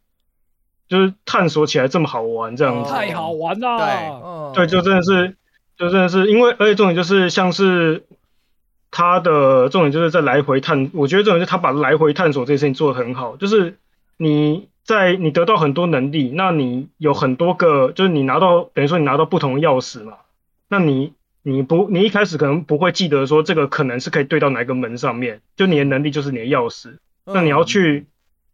Speaker 8: 就是探索起来这么好玩这样
Speaker 4: 哦
Speaker 8: 子，
Speaker 2: 太好玩啦！
Speaker 4: 嗯
Speaker 8: 对，就真的是，就真的是，因为而且重点就是像是他的重点就是在来回探，我觉得重点就是他把来回探索这件事情做得很好，就是你在你得到很多能力，那你有很多个，就是你拿到等于说你拿到不同的钥匙嘛，那你你不你一开始可能不会记得说这个可能是可以对到哪一个门上面，就你的能力就是你的钥匙，
Speaker 4: 嗯
Speaker 8: 那你要去，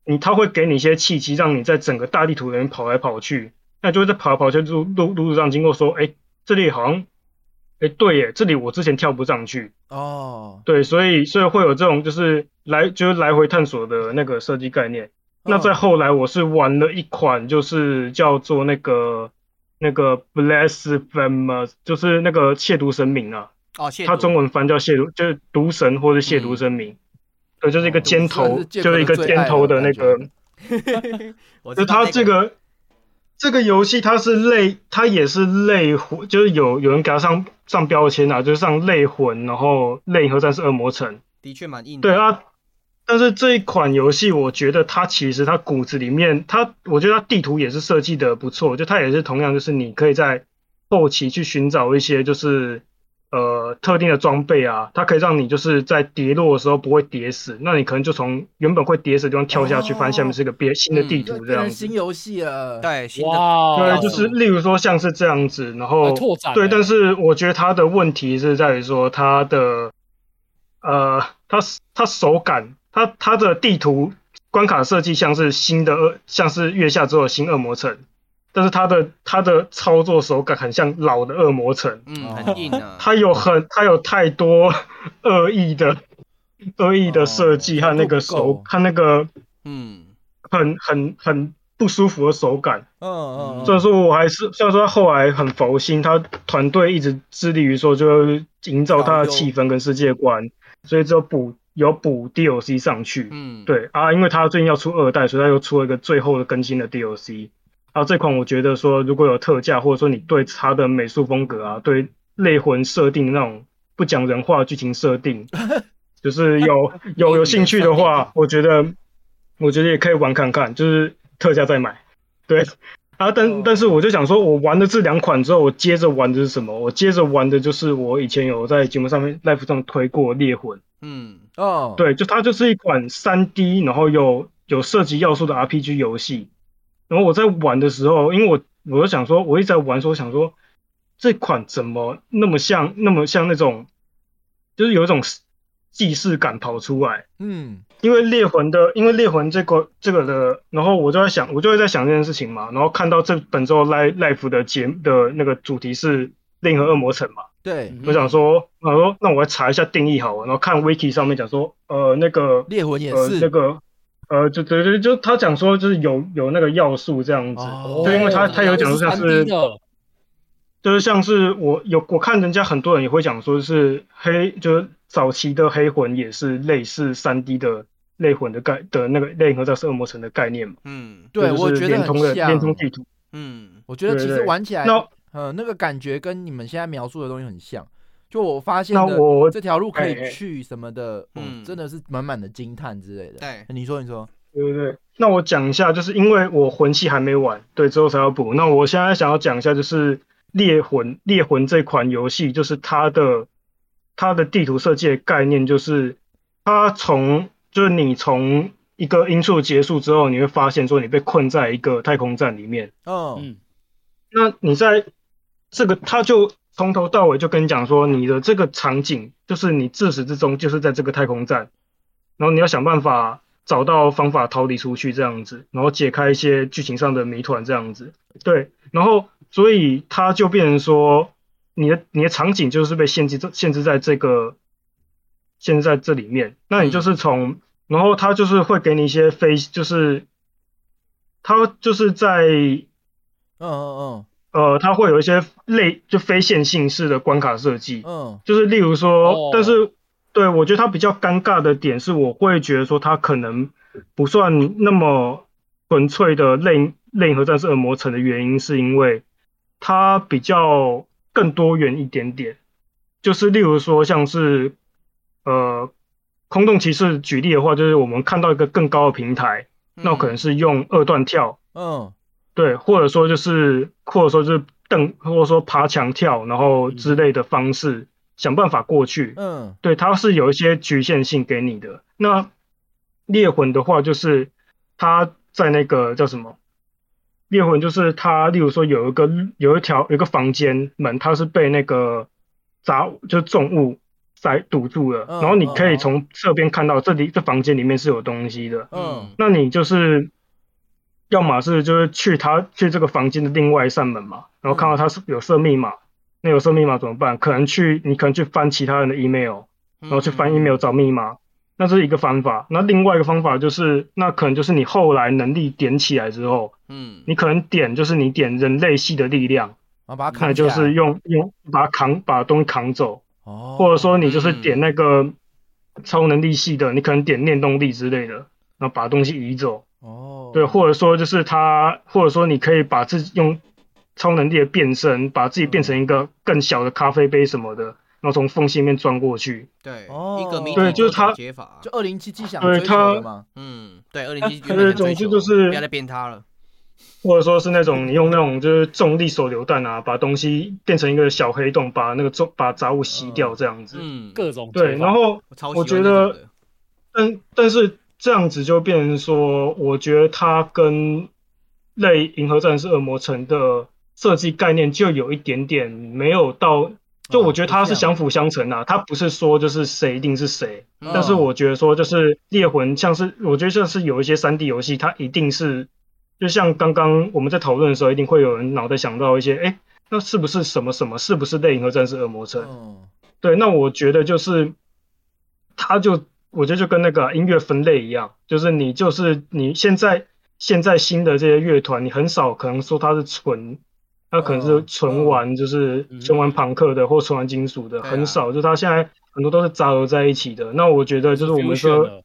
Speaker 8: 你他会给你一些契机，让你在整个大地图里面跑来跑去，那就会在跑来跑去路路路上经过，说，哎，这里好像，哎，对耶，这里我之前跳不上去，
Speaker 4: 哦，
Speaker 8: 对，所以所以会有这种就是来就是来回探索的那个设计概念。那再后来，我是玩了一款，就是叫做那个那个 blasphemous，就是那个亵渎嗯神明啊。
Speaker 5: 哦，谢谢
Speaker 8: 它中文翻叫亵渎，就是毒神或者亵渎神明，对，就是一个尖头，就是一个尖头的那个，
Speaker 5: 我
Speaker 8: 就
Speaker 5: 知道
Speaker 8: 它
Speaker 5: 那
Speaker 8: 这个这个游戏它是类，它也是类魂，就是有有人给它上上标签啊，就是上类魂，然后类银河战士恶魔城，
Speaker 5: 的确蛮硬的，
Speaker 8: 对啊。但是这一款游戏，我觉得它其实它骨子里面，它我觉得它地图也是设计的不错，就它也是同样就是你可以在后期去寻找一些就是呃特定的装备啊，它可以让你就是在跌落的时候不会跌死，那你可能就从原本会跌死的地方跳下去，
Speaker 4: 哦
Speaker 8: 发现下面是一个别新的地
Speaker 4: 对嗯
Speaker 8: 图这
Speaker 4: 变
Speaker 8: 样
Speaker 4: 成
Speaker 8: 子
Speaker 4: 新。游戏了，
Speaker 5: 对，新的
Speaker 4: 哦
Speaker 2: 哇
Speaker 8: 对，就是例如说像是这样子，然后
Speaker 2: 呃拓展
Speaker 8: 对，
Speaker 2: 欸
Speaker 8: 但是我觉得它的问题是在于说它的呃，它它手感，它它的地图关卡设计像是新的恶，像是月下之后的新恶魔城，但是它的它的操作手感很像老的恶魔城，
Speaker 5: 嗯，很硬啊，
Speaker 8: 它有很它有太多恶意的恶意
Speaker 4: 哦
Speaker 8: 的设计和那个
Speaker 4: 程度不
Speaker 8: 手
Speaker 4: 够
Speaker 8: 和那个
Speaker 5: 嗯，
Speaker 8: 很很很不舒服的手感。
Speaker 4: 嗯嗯，
Speaker 8: 虽然说我还是，虽然说他后来很佛心，他团队一直致力于说，就是营造他的气氛跟世界观，所以只有补有补 DLC 上去。
Speaker 5: 嗯，
Speaker 8: 对啊，因为他最近要出二代，所以他又出了一个最后的更新的 DLC。啊，这款我觉得说，如果有特价，或者说你对它的美术风格啊，对类魂设定那种不讲人话的剧情设定， 就是有有有兴趣的话，我觉得我觉得也可以玩看看，就是特价再买。对啊，但但是我就想说，我玩了这两款之后，我接着玩的是什么？我接着玩的就是我以前有在节目上面 live 上推过《猎魂》。
Speaker 5: 嗯，
Speaker 4: 哦，
Speaker 8: 对，就它就是一款三 D，然后有有射击要素的 RPG 游戏。然后我在玩的时候，因为我我就想说，我一直在玩的时候想说，这款怎么那么像那么像那种，就是有一种既视感跑出来。
Speaker 4: 嗯，
Speaker 8: 因为猎魂的，因为猎魂这个这个的，然后我就在想，我就会在想这件事情嘛。然后看到这本周 live live 的节的那个主题是《令和恶魔城》嘛，
Speaker 4: 对，
Speaker 8: 我想说，我想说那我来查一下定义好了，然后看 wiki 上面讲说，呃，那个
Speaker 4: 猎魂也
Speaker 8: 呃
Speaker 4: 是
Speaker 8: 那个呃，就对对，就他讲说就是有有那个要素这样子，
Speaker 4: 哦
Speaker 8: 对，因为他他有讲说像
Speaker 2: 三
Speaker 8: 是
Speaker 2: D 的，
Speaker 8: 就是像是我有我看人家很多人也会讲说是黑，就是早期的黑魂也是类似三 D 的类魂的概的那个类和战士恶魔城的概念嘛，
Speaker 5: 嗯，
Speaker 4: 对，我
Speaker 8: 就是
Speaker 4: 觉得
Speaker 8: 连通
Speaker 4: 很
Speaker 8: 的连
Speaker 4: 像，
Speaker 8: 通地图，
Speaker 5: 嗯，
Speaker 4: 我觉得其
Speaker 8: 对
Speaker 4: 实
Speaker 8: 对
Speaker 4: 玩起来
Speaker 8: 那，
Speaker 4: 呃，那个感觉跟你们现在描述的东西很像。就我发现
Speaker 8: 那
Speaker 4: 的
Speaker 8: 我
Speaker 4: 这条路可以
Speaker 8: 哎哎
Speaker 4: 去什么的，哦
Speaker 5: 嗯
Speaker 4: 真的是满满的惊叹之类的。
Speaker 5: 对
Speaker 4: 你说你说，
Speaker 8: 对对对，那我讲一下，就是因为我魂系还没完，对，之后才要补。那我现在想要讲一下，就是《猎魂》《猎魂》这款游戏，就是它的它的地图设计的概念，就是它从就是你从一个因素结束之后，你会发现说你被困在一个太空站里面。
Speaker 4: 嗯，
Speaker 2: 嗯，
Speaker 8: 那你在这个，他就从头到尾就跟你讲说，你的这个场景就是你自始至终就是在这个太空站，然后你要想办法找到方法逃离出去这样子，然后解开一些剧情上的谜团这样子。对，然后所以他就变成说，你的你的场景就是被限制限制在这个限制在这里面，那你就是从，然后他就是会给你一些飞，就是他就是在
Speaker 4: 嗯嗯
Speaker 8: 呃，它会有一些类就非线性式的关卡设计
Speaker 4: 嗯，嗯，
Speaker 8: 就是例如说，
Speaker 2: 哦
Speaker 8: 但是对我觉得它比较尴尬的点是，我会觉得说它可能不算那么纯粹的类类银河战士恶魔城的原因，是因为它比较更多元一点点。就是例如说，像是呃空洞骑士举例的话，就是我们看到一个更高的平台，
Speaker 5: 嗯
Speaker 8: 那可能是用二段跳，
Speaker 4: 嗯，
Speaker 8: 对，或者说就是，或者说就是蹬，或者说爬墙跳，然后之类的方式，想办法过去。
Speaker 4: 嗯
Speaker 8: 对，它是有一些局限性给你的。那猎魂的话，就是它在那个叫什么？猎魂就是它，例如说有一个有一条有一个房间门，它是被那个杂就是重物塞堵住了，
Speaker 4: 嗯
Speaker 8: 然后你可以
Speaker 4: 嗯
Speaker 8: 从侧边看到这里这房间里面是有东西的。
Speaker 4: 嗯
Speaker 8: 那你就是要么是就是去他去这个房间的另外一扇门嘛，然后看到他是有设密码，
Speaker 4: 嗯
Speaker 8: 那有设密码怎么办？可能去你可能去翻其他人的 email，然
Speaker 4: 嗯
Speaker 5: 嗯
Speaker 8: 后去翻 email 找密码，那这是一个方法。那另外一个方法就是，那可能就是你后来能力点起来之后，
Speaker 5: 嗯，
Speaker 8: 你可能点就是你点人类系的力量，
Speaker 4: 然后啊把
Speaker 5: 嗯
Speaker 4: 它
Speaker 8: 那
Speaker 4: 砍起
Speaker 8: 就
Speaker 4: 来，
Speaker 8: 是用用把它扛把东西扛走，
Speaker 4: 哦，
Speaker 8: 或者说你就是
Speaker 5: 嗯
Speaker 8: 点那个超能力系的，你可能点念动力之类的，然后把东西移走。
Speaker 4: 哦，
Speaker 8: 对，或者说就是他，或者说你可以把自己用超能力的变身，把自己变成一个更小的咖啡杯什么的，然后从缝隙里面钻过去。
Speaker 5: 对，
Speaker 4: 哦
Speaker 5: 一个谜底
Speaker 4: 对
Speaker 8: 就
Speaker 5: 多
Speaker 8: 是
Speaker 5: 种
Speaker 8: 它
Speaker 5: 解法，
Speaker 4: 就二零七七想
Speaker 8: 对
Speaker 4: 追求
Speaker 8: 他
Speaker 4: 的嘛，
Speaker 5: 嗯，对，二零
Speaker 8: 它
Speaker 5: 七
Speaker 8: 它的总之就是
Speaker 5: 不要再变它了，
Speaker 8: 或者说是那种你用那种就是重力手榴弹啊，把东西变成一个小黑洞，把那个重把杂物吸掉这样子。
Speaker 5: 嗯，
Speaker 2: 各种
Speaker 8: 对，
Speaker 2: 解法
Speaker 8: 然后
Speaker 5: 我超喜
Speaker 8: 我
Speaker 5: 欢
Speaker 8: 觉
Speaker 5: 这种
Speaker 8: 得
Speaker 5: 的
Speaker 8: 但但是这样子就变成说，我觉得它跟类银河战士恶魔城的设计概念就有一点点没有到，就我觉得它是相辅相成啊，它不是说就是谁一定是谁，
Speaker 5: 嗯
Speaker 8: 但是我觉得说就是猎魂像是我觉得像是有一些三 D 游戏，它一定是就像刚刚我们在讨论的时候，一定会有人脑袋想到一些，哎、那是不是什么什么？是不是类银河战士恶魔城？
Speaker 4: 嗯
Speaker 8: 对，那我觉得就是，它就我觉得就跟那个音乐分类一样，就是你就是你现在现在新的这些乐团，你很少可能说它是纯，它可能是
Speaker 4: 嗯
Speaker 8: 纯玩就是
Speaker 2: 嗯
Speaker 8: 纯玩朋克的或纯玩金属的，
Speaker 5: 对
Speaker 8: 很
Speaker 5: 啊
Speaker 8: 少，就它现在很多都是杂糅在一起的。那我觉得就是我们
Speaker 2: fusion
Speaker 8: 说，
Speaker 2: 了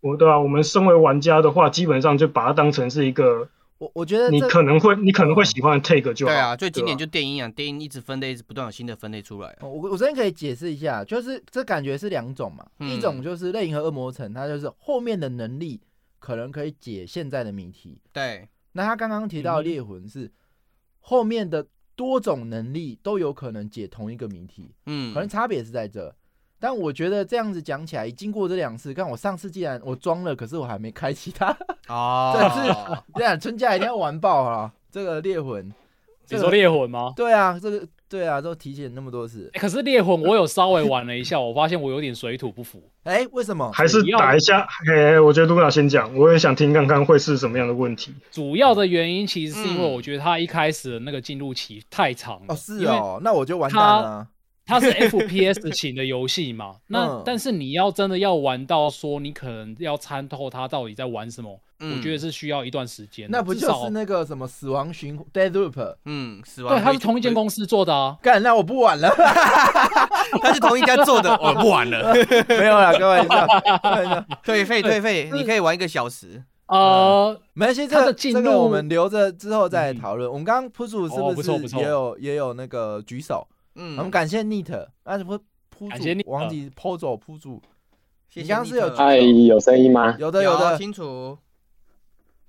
Speaker 8: 我对啊，我们身为玩家的话，基本上就把它当成是一个
Speaker 4: 我我觉得
Speaker 8: 你
Speaker 4: 这
Speaker 8: 可能会你可能会喜欢的 take 就好。
Speaker 5: 对啊，最经典
Speaker 8: 对
Speaker 5: 就电音啊，电音一直分类，一直不断有新的分类出来啊。
Speaker 4: 哦我我这边可以解释一下，就是这感觉是两种嘛，
Speaker 5: 嗯
Speaker 4: 一种就是类银河恶魔城，它就是后面的能力可能可以解现在的谜题。
Speaker 5: 对，
Speaker 4: 那他刚刚提到的猎魂是后面的多种能力都有可能解同一个谜题，
Speaker 5: 嗯，
Speaker 4: 可能差别是在这。但我觉得这样子讲起来，经过这两次，看我上次既然我装了，可是我还没开启它，这
Speaker 5: 哦，
Speaker 4: 这样春假一定要玩爆啊！这个猎魂，
Speaker 2: 你说猎魂吗？
Speaker 4: 对啊，这个对啊，都提醒那么多次，
Speaker 2: 欸可是猎魂我有稍微玩了一下，我 发现我有点水土不服。
Speaker 4: 哎、为什么？
Speaker 8: 还是
Speaker 2: 你要
Speaker 8: 打一下，嘿，我觉得露娜先讲，我也想听看看会是什么样的问题。
Speaker 2: 主要的原因其实是因为
Speaker 5: 嗯
Speaker 2: 我觉得他一开始的那个进入期太长了，
Speaker 4: 哦，是
Speaker 2: 因为
Speaker 4: 哦，那我就完蛋了啊。
Speaker 2: 它是 FPS 型的游 戏
Speaker 4: 嗯
Speaker 2: 嘛。那但是你要真的要玩到说你可能要参透它到底在玩什么，
Speaker 5: 嗯
Speaker 2: 我觉得是需要一段时间的。
Speaker 4: 那不
Speaker 2: 至
Speaker 4: 就
Speaker 2: 少
Speaker 4: 是那个什么死亡循 Dead Loop？
Speaker 5: 嗯，死亡
Speaker 2: 对，它
Speaker 5: 回
Speaker 2: 是同一间，公司做的 啊。
Speaker 4: 干，那我不玩了，
Speaker 5: 它是同一家做的，哦我 不玩了，
Speaker 4: 没有啦，各位，开玩笑
Speaker 5: 退费退费，你可以玩一个小时，
Speaker 2: 呃，
Speaker 4: 没关系，
Speaker 2: 它
Speaker 4: 这个
Speaker 2: 的进
Speaker 4: 这个
Speaker 2: 入嗯
Speaker 4: 我们留着之后再讨论。我们刚刚 p u
Speaker 2: 哦不错
Speaker 4: 是
Speaker 2: 不
Speaker 4: 不是
Speaker 2: 错
Speaker 4: 也有也有那个举手？
Speaker 5: 嗯，
Speaker 4: 我们感谢 Neat，那是不 p
Speaker 2: 感谢
Speaker 4: u
Speaker 2: Neat
Speaker 4: 忘记 p u 走 p u
Speaker 5: 谢谢
Speaker 4: 你刚刚是有
Speaker 5: 尼克
Speaker 9: 嗨，有声音
Speaker 2: 嗯
Speaker 9: 吗？
Speaker 4: 有的有
Speaker 2: 啊
Speaker 4: 的，
Speaker 5: 啊清楚，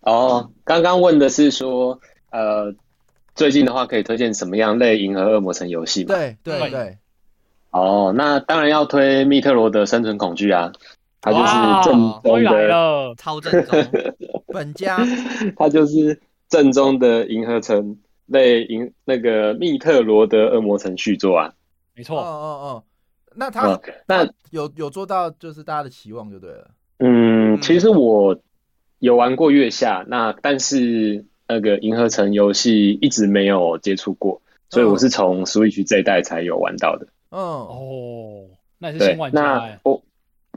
Speaker 9: 哦，刚刚问的是说，呃，最近的话可以推荐什么样类银河恶魔城游戏吗？
Speaker 4: 对对
Speaker 2: 对
Speaker 4: 对，
Speaker 9: 哦，那当然要推密特罗的生存恐惧啊，它
Speaker 2: 哇
Speaker 9: 就是正
Speaker 2: 终
Speaker 9: 宗
Speaker 2: 于来
Speaker 9: 的，
Speaker 2: 了，
Speaker 5: 超 正宗，
Speaker 4: 本家
Speaker 9: 它就是正宗的银河城类银那个密特罗的恶魔城续作啊。
Speaker 2: 没
Speaker 4: 哦哦
Speaker 2: 错，
Speaker 4: 哦，那他
Speaker 9: 嗯，那
Speaker 4: 有有做到就是大家的期望就对了。
Speaker 9: 嗯，其实我有玩过月下，那但是那个银河城游戏一直没有接触
Speaker 2: 嗯
Speaker 9: 过，所以我是从 Switch 这一代才有玩到的。
Speaker 4: 嗯，
Speaker 2: 哦，那也是
Speaker 9: 对
Speaker 2: 新玩，家
Speaker 9: 那
Speaker 2: 哎，
Speaker 9: 我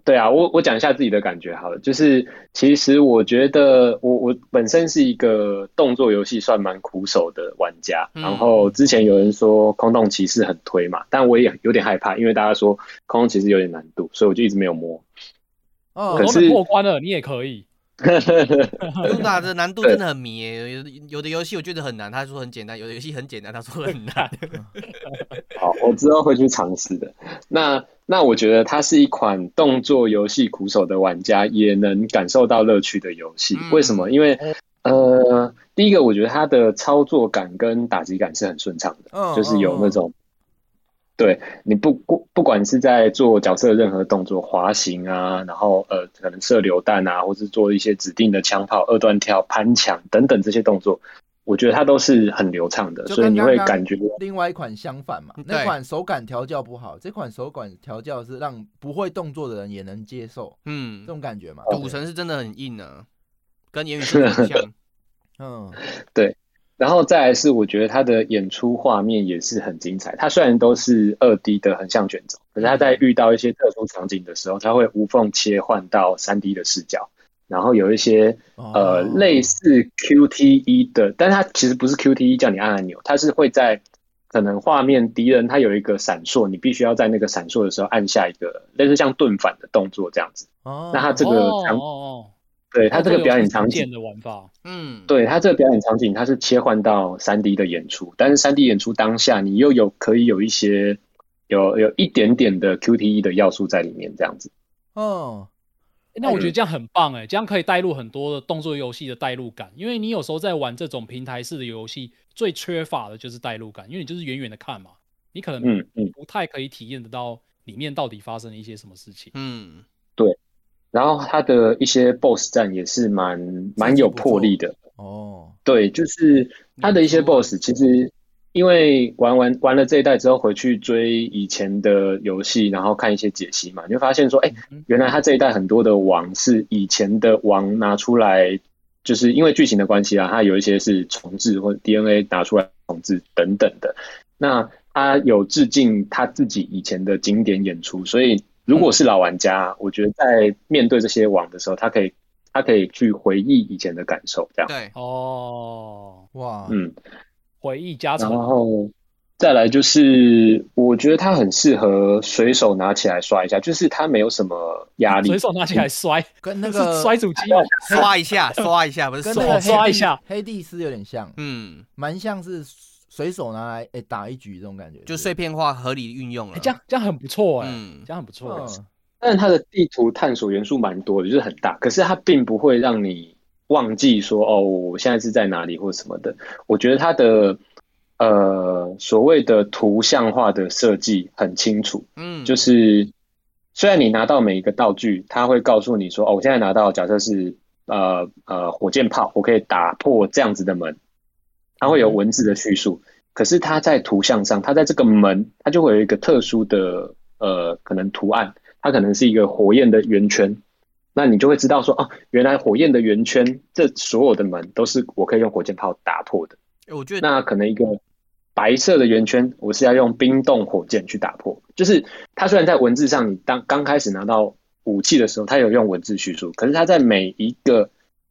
Speaker 9: 对啊，我我讲一下自己的感觉好了，就是其实我觉得我我本身是一个动作游戏算蛮苦手的玩家，
Speaker 5: 嗯
Speaker 9: 然后之前有人说《空洞骑士》很推嘛，但我也有点害怕，因为大家说《空洞骑士》有点难度，所以我就一直没有摸。
Speaker 4: 哦
Speaker 2: 我
Speaker 9: 可
Speaker 2: 都
Speaker 9: 是
Speaker 2: 能过关了，你也可以。
Speaker 5: 露娜的难度真的很迷耶，有有有的游戏我觉得很难，他说很简单；有的游戏很简单，他说很 难。
Speaker 9: 好，我之后会去尝试的。那那我觉得它是一款动作游戏，苦手的玩家也能感受到乐趣的游戏。
Speaker 5: 嗯
Speaker 9: 为什么？因为呃，第一个我觉得它的操作感跟打击感是很顺畅的，
Speaker 4: 嗯
Speaker 9: 就是有那
Speaker 4: 嗯
Speaker 9: 种。对，你不不不管是在做角色的任何动作，滑行啊，然后呃，可能射榴弹啊，或是做一些指定的枪炮、二段跳、攀墙等等这些动作，我觉得它都是很流畅的，
Speaker 4: 就
Speaker 9: 所以
Speaker 4: 跟
Speaker 9: 你
Speaker 4: 刚
Speaker 9: 会
Speaker 4: 刚
Speaker 9: 感觉
Speaker 4: 另外一款相反
Speaker 2: 嗯
Speaker 4: 嘛，那
Speaker 5: 对
Speaker 4: 款手感调教不好，这款手感调教是让不会动作的人也能接受，这
Speaker 5: 嗯，
Speaker 4: 种感觉嘛。
Speaker 5: 赌神是真的很硬啊，跟言语 是很像。
Speaker 4: 嗯，
Speaker 9: 然后再来是，我觉得他的演出画面也是很精彩。他虽然都是二 D 的横向卷轴，可是他在遇到一些特殊场景的时候，他会无缝切换到三 D 的视角，然后有一些呃
Speaker 4: 哦
Speaker 9: 类似 QTE 的，但它其实不是 QTE 叫你按按钮，它是会在可能画面敌人他有一个闪烁，你必须要在那个闪烁的时候按下一个类似像盾反的动作这样子。
Speaker 4: 哦，
Speaker 9: 那它这个
Speaker 2: 哦
Speaker 9: 场
Speaker 2: 哦哦，
Speaker 9: 对，它这个表演场景
Speaker 2: 见的玩法，
Speaker 5: 嗯，
Speaker 9: 对，它这个表演场景，它是切换到三 D 的演出，但是三 D 演出当下，你又有可以有一些有有一点点的 QTE 的要素在里面，这样子。
Speaker 4: 哦，
Speaker 2: 诶那我觉
Speaker 9: 嗯
Speaker 2: 得这样很棒哎，这样可以带入很多的动作游戏的代入感，因为你有时候在玩这种平台式的游戏，最缺乏的就是代入感，因为你就是远远的看嘛，你可能
Speaker 9: 嗯嗯。
Speaker 2: 不太可以体验得到里面到底发生了一些什么事情。
Speaker 5: 嗯，
Speaker 9: 然后它的一些 BOSS 战也是蛮蛮有魄力的，
Speaker 4: 哦，
Speaker 9: 对，就是它的一些
Speaker 5: 嗯没错
Speaker 9: BOSS，其实因为玩完玩了这一代之后，回去追以前的游戏，然后看一些解析嘛，你会发现说，哎、
Speaker 5: 嗯
Speaker 9: 原来它这一代很多的王是以前的王拿出来，就是因为剧情的关系啊，它有一些是重置或者 DNA 拿出来重置等等的。那他有致敬他自己以前的经典演出，所以如
Speaker 5: 嗯
Speaker 9: 果是老玩家，啊我觉得在面对这些王的时候，他可以他可以去回忆以前的感受，这样。
Speaker 5: 对，
Speaker 2: 哦，
Speaker 4: 哇，
Speaker 9: 嗯，
Speaker 2: 回忆加
Speaker 9: 然
Speaker 2: 成，
Speaker 9: 后再来就是，我觉得它很适合随手拿起来刷一下，就是它没有什么压力。嗯
Speaker 2: 随手拿起来摔，
Speaker 4: 跟那
Speaker 2: 那
Speaker 4: 个
Speaker 2: 是摔主机哦。
Speaker 5: 刷 一下，刷一下，不是
Speaker 4: 跟
Speaker 5: 刷
Speaker 4: 那个
Speaker 2: 手
Speaker 4: 黑
Speaker 2: 刷一
Speaker 4: 帝
Speaker 2: 下
Speaker 4: 黑帝斯有点像，
Speaker 5: 嗯，
Speaker 4: 蛮像是随手拿来哎打一局这种感觉，
Speaker 5: 就是碎片化合理运用了。
Speaker 2: 哎，这样这样很不错哎、
Speaker 5: 嗯
Speaker 2: 这样很不错、
Speaker 4: 嗯
Speaker 9: 但它的地图探索元素蛮多的，就是很大，可是它并不会让你忘记说哦，我现在是在哪里或什么的。我觉得它的呃所谓的图像化的设计很清楚，
Speaker 5: 嗯，
Speaker 9: 就是虽然你拿到每一个道具，它会告诉你说哦，我现在拿到假设是呃呃火箭炮，我可以打破这样子的门，它会有文字的叙述。可是它在图像上，它在这个门，它就会有一个特殊的呃可能图案，它可能是一个火焰的圆圈，那你就会知道说哦，原来火焰的圆圈，这所有的门都是我可以用火箭炮打破的。
Speaker 5: 哎我觉得
Speaker 9: 那可能一个白色的圆圈，我是要用冰冻火箭去打破。就是它虽然在文字上，你当刚开始拿到武器的时候，它有用文字叙述，可是它在每一个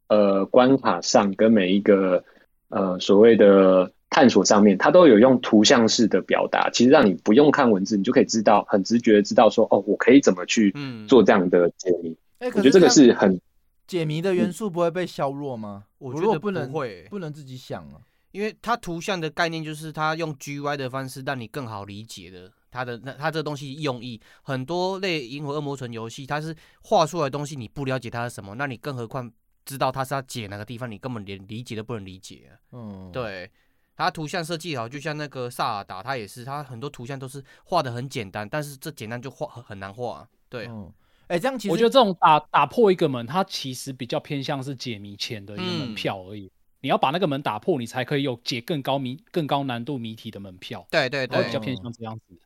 Speaker 9: 呃关卡上跟每一个呃所谓的探索上面，它都有用图像式的表达，其实让你不用看文字，你就可以知道很直觉地知道说哦，我可以怎么去
Speaker 5: 嗯
Speaker 9: 做这样的解谜。
Speaker 4: 哎，可
Speaker 9: 我觉得这个
Speaker 4: 样
Speaker 9: 是很嗯
Speaker 4: 解谜的元素不会被削弱吗？
Speaker 5: 我
Speaker 4: 如
Speaker 5: 觉
Speaker 4: 果
Speaker 5: 得
Speaker 4: 不能
Speaker 5: 会，
Speaker 4: 不能自己想啊，
Speaker 5: 因为它图像的概念就是它用 GY 的方式让你更好理解的。它的那它这个东西用意，很多类《银河恶魔城》游戏，它是画出来的东西，你不了解它是什么，那你更何况知道它是要解哪个地方，你根本连理解都不能理解啊、
Speaker 4: 嗯，，
Speaker 5: 对，它图像设计好，就像那个萨尔达，它也是，它很多图像都是画的很简单，但是这简单就画很很难画啊、对，
Speaker 4: 嗯，哎，这样其实
Speaker 2: 我觉得这种打打破一个门，它其实比较偏向是解谜前的一个门
Speaker 5: 嗯
Speaker 2: 票而已。你要把那个门打破，你才可以有解更高谜、更高难度谜题的门票。
Speaker 5: 对对
Speaker 2: 它会哦比较
Speaker 5: 对，
Speaker 2: 偏向这样子。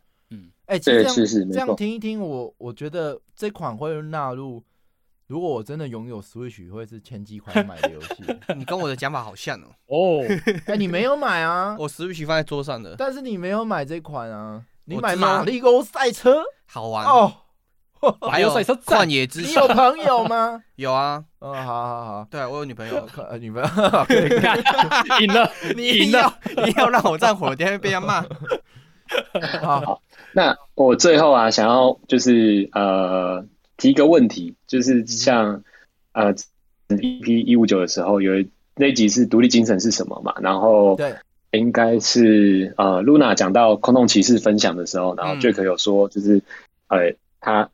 Speaker 4: 哎、其实
Speaker 9: 对
Speaker 4: 这样
Speaker 9: 是是没
Speaker 4: 这样
Speaker 9: 错
Speaker 4: 听一听我，我觉得这款会纳入，如果我真的拥有 Switch，会是前几款买的游戏。
Speaker 5: 你跟我的讲法好像哦，
Speaker 2: 哦，
Speaker 4: 哎、你没有买啊，
Speaker 5: 我 Switch 放在桌上的，
Speaker 4: 但是你没有买这款啊，你
Speaker 5: 我
Speaker 4: 买
Speaker 5: 知道
Speaker 4: 马里欧赛车
Speaker 5: 好玩，
Speaker 4: 哦，
Speaker 5: 还有
Speaker 2: 流水车站
Speaker 5: 旷野之
Speaker 4: 你
Speaker 5: 心
Speaker 4: 有朋友吗？
Speaker 5: 有啊，
Speaker 4: 哦，好好好，
Speaker 5: 对啊我有女 朋友，
Speaker 4: 呃女朋友可以可以
Speaker 2: 赢 了，
Speaker 5: 你要你要让我站火，等一下被 人家骂。
Speaker 4: 好，
Speaker 9: 那我最后啊，想要就是呃提一个问题，就是像呃 EP 一五九的时候有一那一集是独立精神是什么嘛？然后
Speaker 4: 对，
Speaker 9: 应该是呃露娜讲到空洞骑士分享的时候，然后
Speaker 5: 嗯
Speaker 9: Jack 有说就是、呃他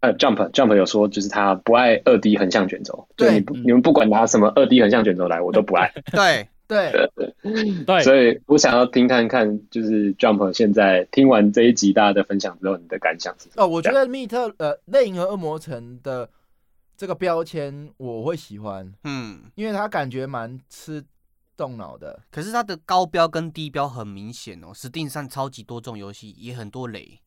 Speaker 9: 呃 Jump Jump 有说就是他不爱二 D 横向卷轴，就
Speaker 4: 对
Speaker 9: 你不你们不管拿什么二 D 横向卷轴来，我都不爱。
Speaker 5: 对，
Speaker 4: 对，
Speaker 2: 对，
Speaker 9: 所以我想要听看看，就是 Jump 现在听完这一集大家的分享之后，你的感想是什么？
Speaker 4: 哦，我觉得密特呃，类银河恶魔城的这个标签我会喜欢，
Speaker 5: 嗯，
Speaker 4: 因为它感觉蛮吃动脑的。
Speaker 5: 可是它的高标跟低标很明显哦，Steam 上超级多这种游戏，也很多雷，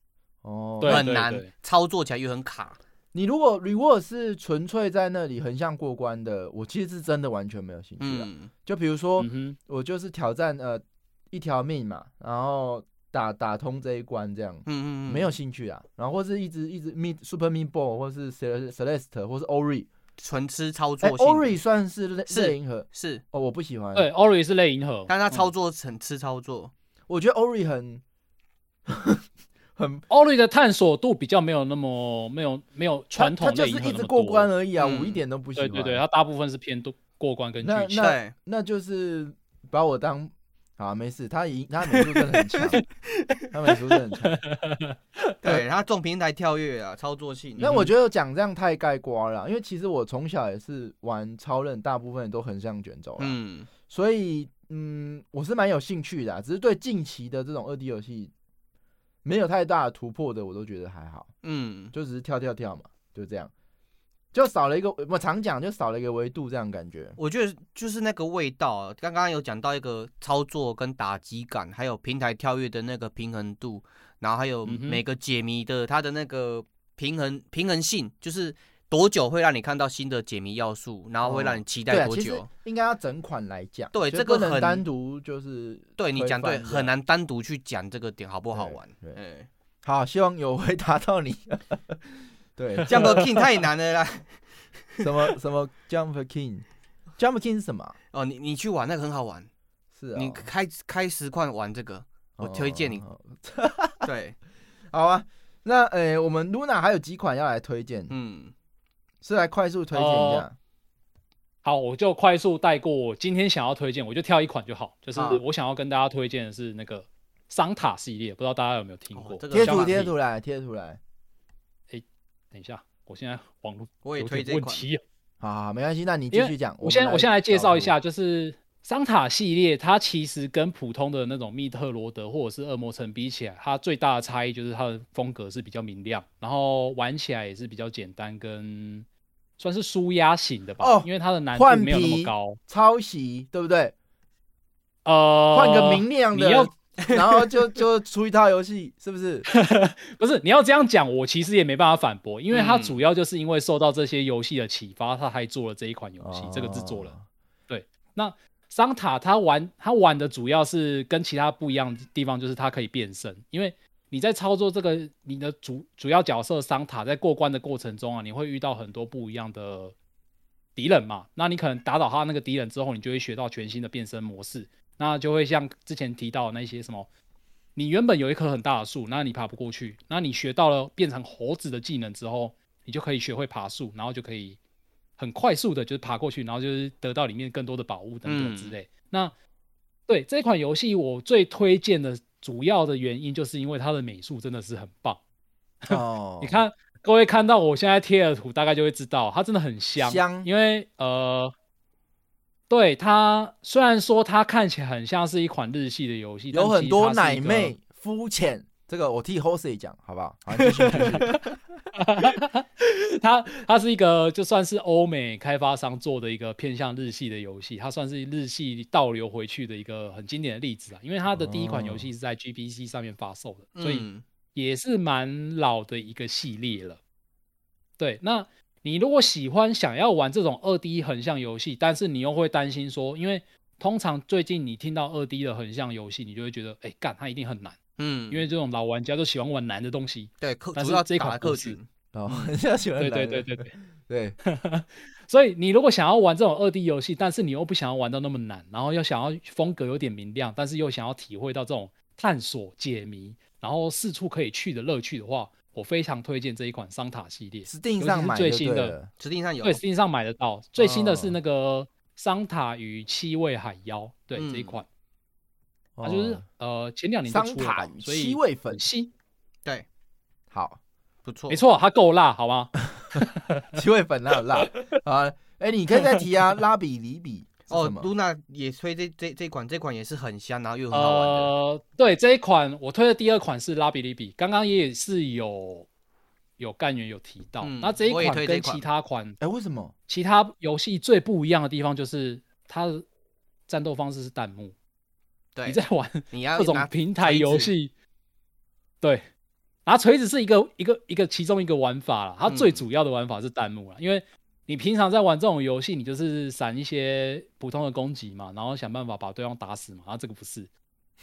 Speaker 4: 哦，
Speaker 2: 对
Speaker 5: 很难
Speaker 2: 对
Speaker 5: 操作起来又很卡。
Speaker 4: 你如果 reward 是纯粹在那里横向过关的，我其实是真的完全没有兴趣的。
Speaker 5: 嗯，
Speaker 4: 就比如说，
Speaker 2: 嗯哼，
Speaker 4: 我就是挑战呃一条命嘛，然后打打通这一关这样，
Speaker 5: 嗯嗯嗯，
Speaker 4: 没有兴趣啊。然后或是一直一直 meet Super Meat Ball，或是 Cel- Celeste，或是 Ori，
Speaker 5: 纯吃操
Speaker 4: 哎
Speaker 5: 作性的
Speaker 4: ，Ori 算是类
Speaker 5: 是
Speaker 4: 类银河
Speaker 5: 是，
Speaker 4: 哦，我不喜欢。
Speaker 2: 对，Ori 是类银河，
Speaker 5: 但它操
Speaker 2: 嗯
Speaker 5: 作很吃 操作。
Speaker 4: 我觉得 Ori 很很
Speaker 2: Ori 的探索度比较没有那么没有没有传
Speaker 4: 他
Speaker 2: 统
Speaker 4: 就
Speaker 2: 类
Speaker 4: 是
Speaker 2: 银河
Speaker 4: 一
Speaker 2: 那
Speaker 4: 直
Speaker 2: 么
Speaker 4: 过
Speaker 2: 多
Speaker 4: 关而已啊，
Speaker 5: 嗯
Speaker 4: 我一点都不喜
Speaker 2: 对
Speaker 4: 欢。
Speaker 2: 对对，它大部分是偏多过关跟剧
Speaker 4: 那
Speaker 2: 情。
Speaker 4: 那
Speaker 5: 对，
Speaker 4: 那就是把我当啊没事，他赢他美术真的很 强，他美术真的很强。
Speaker 5: 对，它重平台跳跃啊，操作性。
Speaker 4: 那我觉得讲这样太盖瓜了啦，因为其实我从小也是玩超人，大部分都很像卷轴啦，
Speaker 5: 嗯，
Speaker 4: 所以嗯，我是蛮有兴趣的啊，只是对近期的这种二 D 游戏没有太大的突破的，我都觉得还好。
Speaker 5: 嗯
Speaker 4: 就只是跳跳跳嘛，就这样，就少了一个我常讲，就少了一个维度，这样感觉。
Speaker 5: 我觉得就是那个味道啊，刚刚有讲到一个操作跟打击感，还有平台跳跃的那个平衡度，然后还有
Speaker 2: 嗯哼
Speaker 5: 每个解谜的它的那个平衡平衡性，就是多久会让你看到新的解谜要素，然后会让你期
Speaker 4: 对
Speaker 2: 哦
Speaker 5: 待
Speaker 4: 啊，
Speaker 5: 多
Speaker 4: 其
Speaker 5: 久？
Speaker 4: 实应该要整款来讲，
Speaker 5: 对
Speaker 4: 就
Speaker 5: 这个
Speaker 4: 不能
Speaker 5: 很
Speaker 4: 单独就是
Speaker 5: 对你
Speaker 4: 推
Speaker 5: 讲
Speaker 4: 翻
Speaker 5: 对，
Speaker 4: 这样
Speaker 5: 很。难单独去讲这个点好不好
Speaker 4: 对
Speaker 5: 玩。
Speaker 4: 对
Speaker 5: 哎，
Speaker 4: 好，希望有回答到你。 对
Speaker 5: 降个 king 太难了啦。
Speaker 4: 什么什么 Jump King，Jump King 是什么啊？
Speaker 5: 哦，你你去玩那个很好玩，
Speaker 4: 是啊，
Speaker 5: 你开开实况玩这个，我推荐你
Speaker 4: 哦。哦哦
Speaker 5: 对，
Speaker 4: 好啊，那诶，我们 Luna 还有几款要来推荐，
Speaker 5: 嗯，
Speaker 4: 是来快速推荐一
Speaker 2: 哦
Speaker 4: 下。
Speaker 2: 好，我就快速带过。我今天想要推荐，我就挑一款就好。就是
Speaker 5: 啊
Speaker 2: 我想要跟大家推荐的是那个桑塔系列，不知道大家有没有听
Speaker 5: 哦
Speaker 2: 过？
Speaker 5: 这个
Speaker 4: 贴
Speaker 5: 小
Speaker 4: 图
Speaker 5: 马
Speaker 4: 贴图来贴图来，
Speaker 2: 等一下，我现在网络
Speaker 5: 我也
Speaker 2: 有
Speaker 5: 推
Speaker 2: 点
Speaker 5: 这
Speaker 2: 问
Speaker 5: 款。
Speaker 2: 题啊。
Speaker 4: 好好，好没关系，那你
Speaker 2: 因
Speaker 4: 继
Speaker 2: 为
Speaker 4: 续讲。
Speaker 2: 我先
Speaker 4: 们
Speaker 2: 我先来介绍一
Speaker 4: 找
Speaker 2: 下，就是桑塔系列，它其实跟普通的那种密特罗德或者是恶魔城比起来，它最大的差异就是它的风格是比较明亮，然后玩起来也是比较简单跟。算是舒压型的吧，
Speaker 4: 哦
Speaker 2: 因为它的难度
Speaker 4: 换
Speaker 2: 没有那么
Speaker 4: 皮
Speaker 2: 高。
Speaker 4: 抄袭，对不对？
Speaker 2: 呃，
Speaker 4: 换个明亮的，
Speaker 2: 你要
Speaker 4: 然后就就出一套游戏，是不 是？
Speaker 2: 不是，你要这样讲，我其实也没办法反驳，因为它
Speaker 5: 嗯
Speaker 2: 主要就是因为受到这些游戏的启发，他还做了这一款游
Speaker 4: 哦
Speaker 2: 戏，这个制作人。桑塔他玩他玩的主要是跟其他不一样的地方，就是他可以变身，因为你在操作这个你的主主要角色桑塔在过关的过程中啊，你会遇到很多不一样的敌人嘛，那你可能打倒他那个敌人之后，你就会学到全新的变身模式，那就会像之前提到的那些什么。你原本有一棵很大的树，那你爬不过去，那你学到了变成猴子的技能之后，你就可以学会爬树，然后就可以很快速的，就是爬过去，然后就是得到里面更多的宝物等等之类。那对这款游戏，我最推荐的主要的原因，就是因为它的美术真的是很棒。
Speaker 4: 哦，
Speaker 2: 你，看，各位看到我现在贴的图，大概就会知道它真的很香。
Speaker 4: 香
Speaker 2: 因为呃，对它虽然说它看起来很像是一款日系的游戏，
Speaker 4: 有
Speaker 2: 但
Speaker 4: 很
Speaker 2: 其实
Speaker 4: 多
Speaker 2: 它是
Speaker 4: 奶
Speaker 2: 一个
Speaker 4: 妹肤浅，这个我替 Jose 讲好不好？好，继 续继续。
Speaker 2: 它它是一个就算是欧美开发商做的一个偏向日系的游戏，它算是日系倒流回去的一个很经典的例子啊。因为它的第一款游戏是在 GBC 上面发售的，所以
Speaker 5: 嗯
Speaker 2: 也是蛮老的一个系列了。对，那你如果喜欢想要玩这种二 D 横向游戏，但是你又会担心说，因为通常最近你听到二 D 的横向游戏，你就会觉得，哎、干它一定很难，
Speaker 5: 嗯，
Speaker 2: 因为这种老玩家都喜欢玩难的东西。
Speaker 5: 对客
Speaker 2: 但
Speaker 5: 主
Speaker 2: 是
Speaker 5: 要
Speaker 2: 这款
Speaker 5: 打
Speaker 2: 不
Speaker 5: 客
Speaker 2: 是
Speaker 5: 群，
Speaker 4: 哦， 比较喜欢
Speaker 2: 对对
Speaker 4: 懒
Speaker 2: 对
Speaker 4: 人
Speaker 2: 对对。
Speaker 4: 对，
Speaker 2: 所以你如果想要玩这种二 D 游戏，但是你又不想要玩到那么难，然后又想要风格有点明亮，但是又想要体会到这种探索、解谜，然后四处可以去的乐趣的话，我非常推荐这一款桑塔系列。
Speaker 4: s t e a m 上买就
Speaker 2: 尤其是最
Speaker 4: 对
Speaker 2: 新的
Speaker 4: 了
Speaker 5: 指定上有嗯
Speaker 2: 对，Steam 上买得到。最新的是
Speaker 4: 哦
Speaker 2: 那个桑塔与七位海妖，对、这一
Speaker 5: 嗯
Speaker 2: 款，它
Speaker 4: 哦
Speaker 2: 就是 呃前两年就
Speaker 4: 桑
Speaker 2: 出了
Speaker 4: 塔
Speaker 2: 吧，
Speaker 4: 与
Speaker 2: 所以
Speaker 4: 七位粉
Speaker 2: 很，新，
Speaker 5: 对，
Speaker 4: 好，
Speaker 5: 不错，
Speaker 2: 没，错，它够辣，好 吗？
Speaker 4: 七位粉哪有辣啊？哎，你可以再提 啊，拉比里比是
Speaker 5: 哦
Speaker 4: 什么
Speaker 5: ，Luna 也推这这这款，这款也是很香，然后又很好玩的。
Speaker 2: 呃，对这一款我推的第二款是拉比里比，刚刚也是有有干员有提到，
Speaker 5: 嗯
Speaker 2: 那这一
Speaker 5: 我也
Speaker 2: 款
Speaker 5: 推这
Speaker 2: 跟
Speaker 5: 款
Speaker 2: 其他款
Speaker 4: 哎，为什么？
Speaker 2: 其他游戏最不一样的地方就是它的战斗方式是弹幕，
Speaker 5: 对，
Speaker 2: 你在玩
Speaker 5: 你要
Speaker 2: 各种
Speaker 5: 拿
Speaker 2: 平台
Speaker 5: 锤子
Speaker 2: 游，戏，对，拿锤子是一个一个一个其中一个玩法啦，它最
Speaker 5: 嗯
Speaker 2: 主要的玩法是弹幕啦，因为你平常在玩这种游戏，你就是闪一些普通的攻击嘛，然后想办法把对方打死嘛，然后啊这个不是，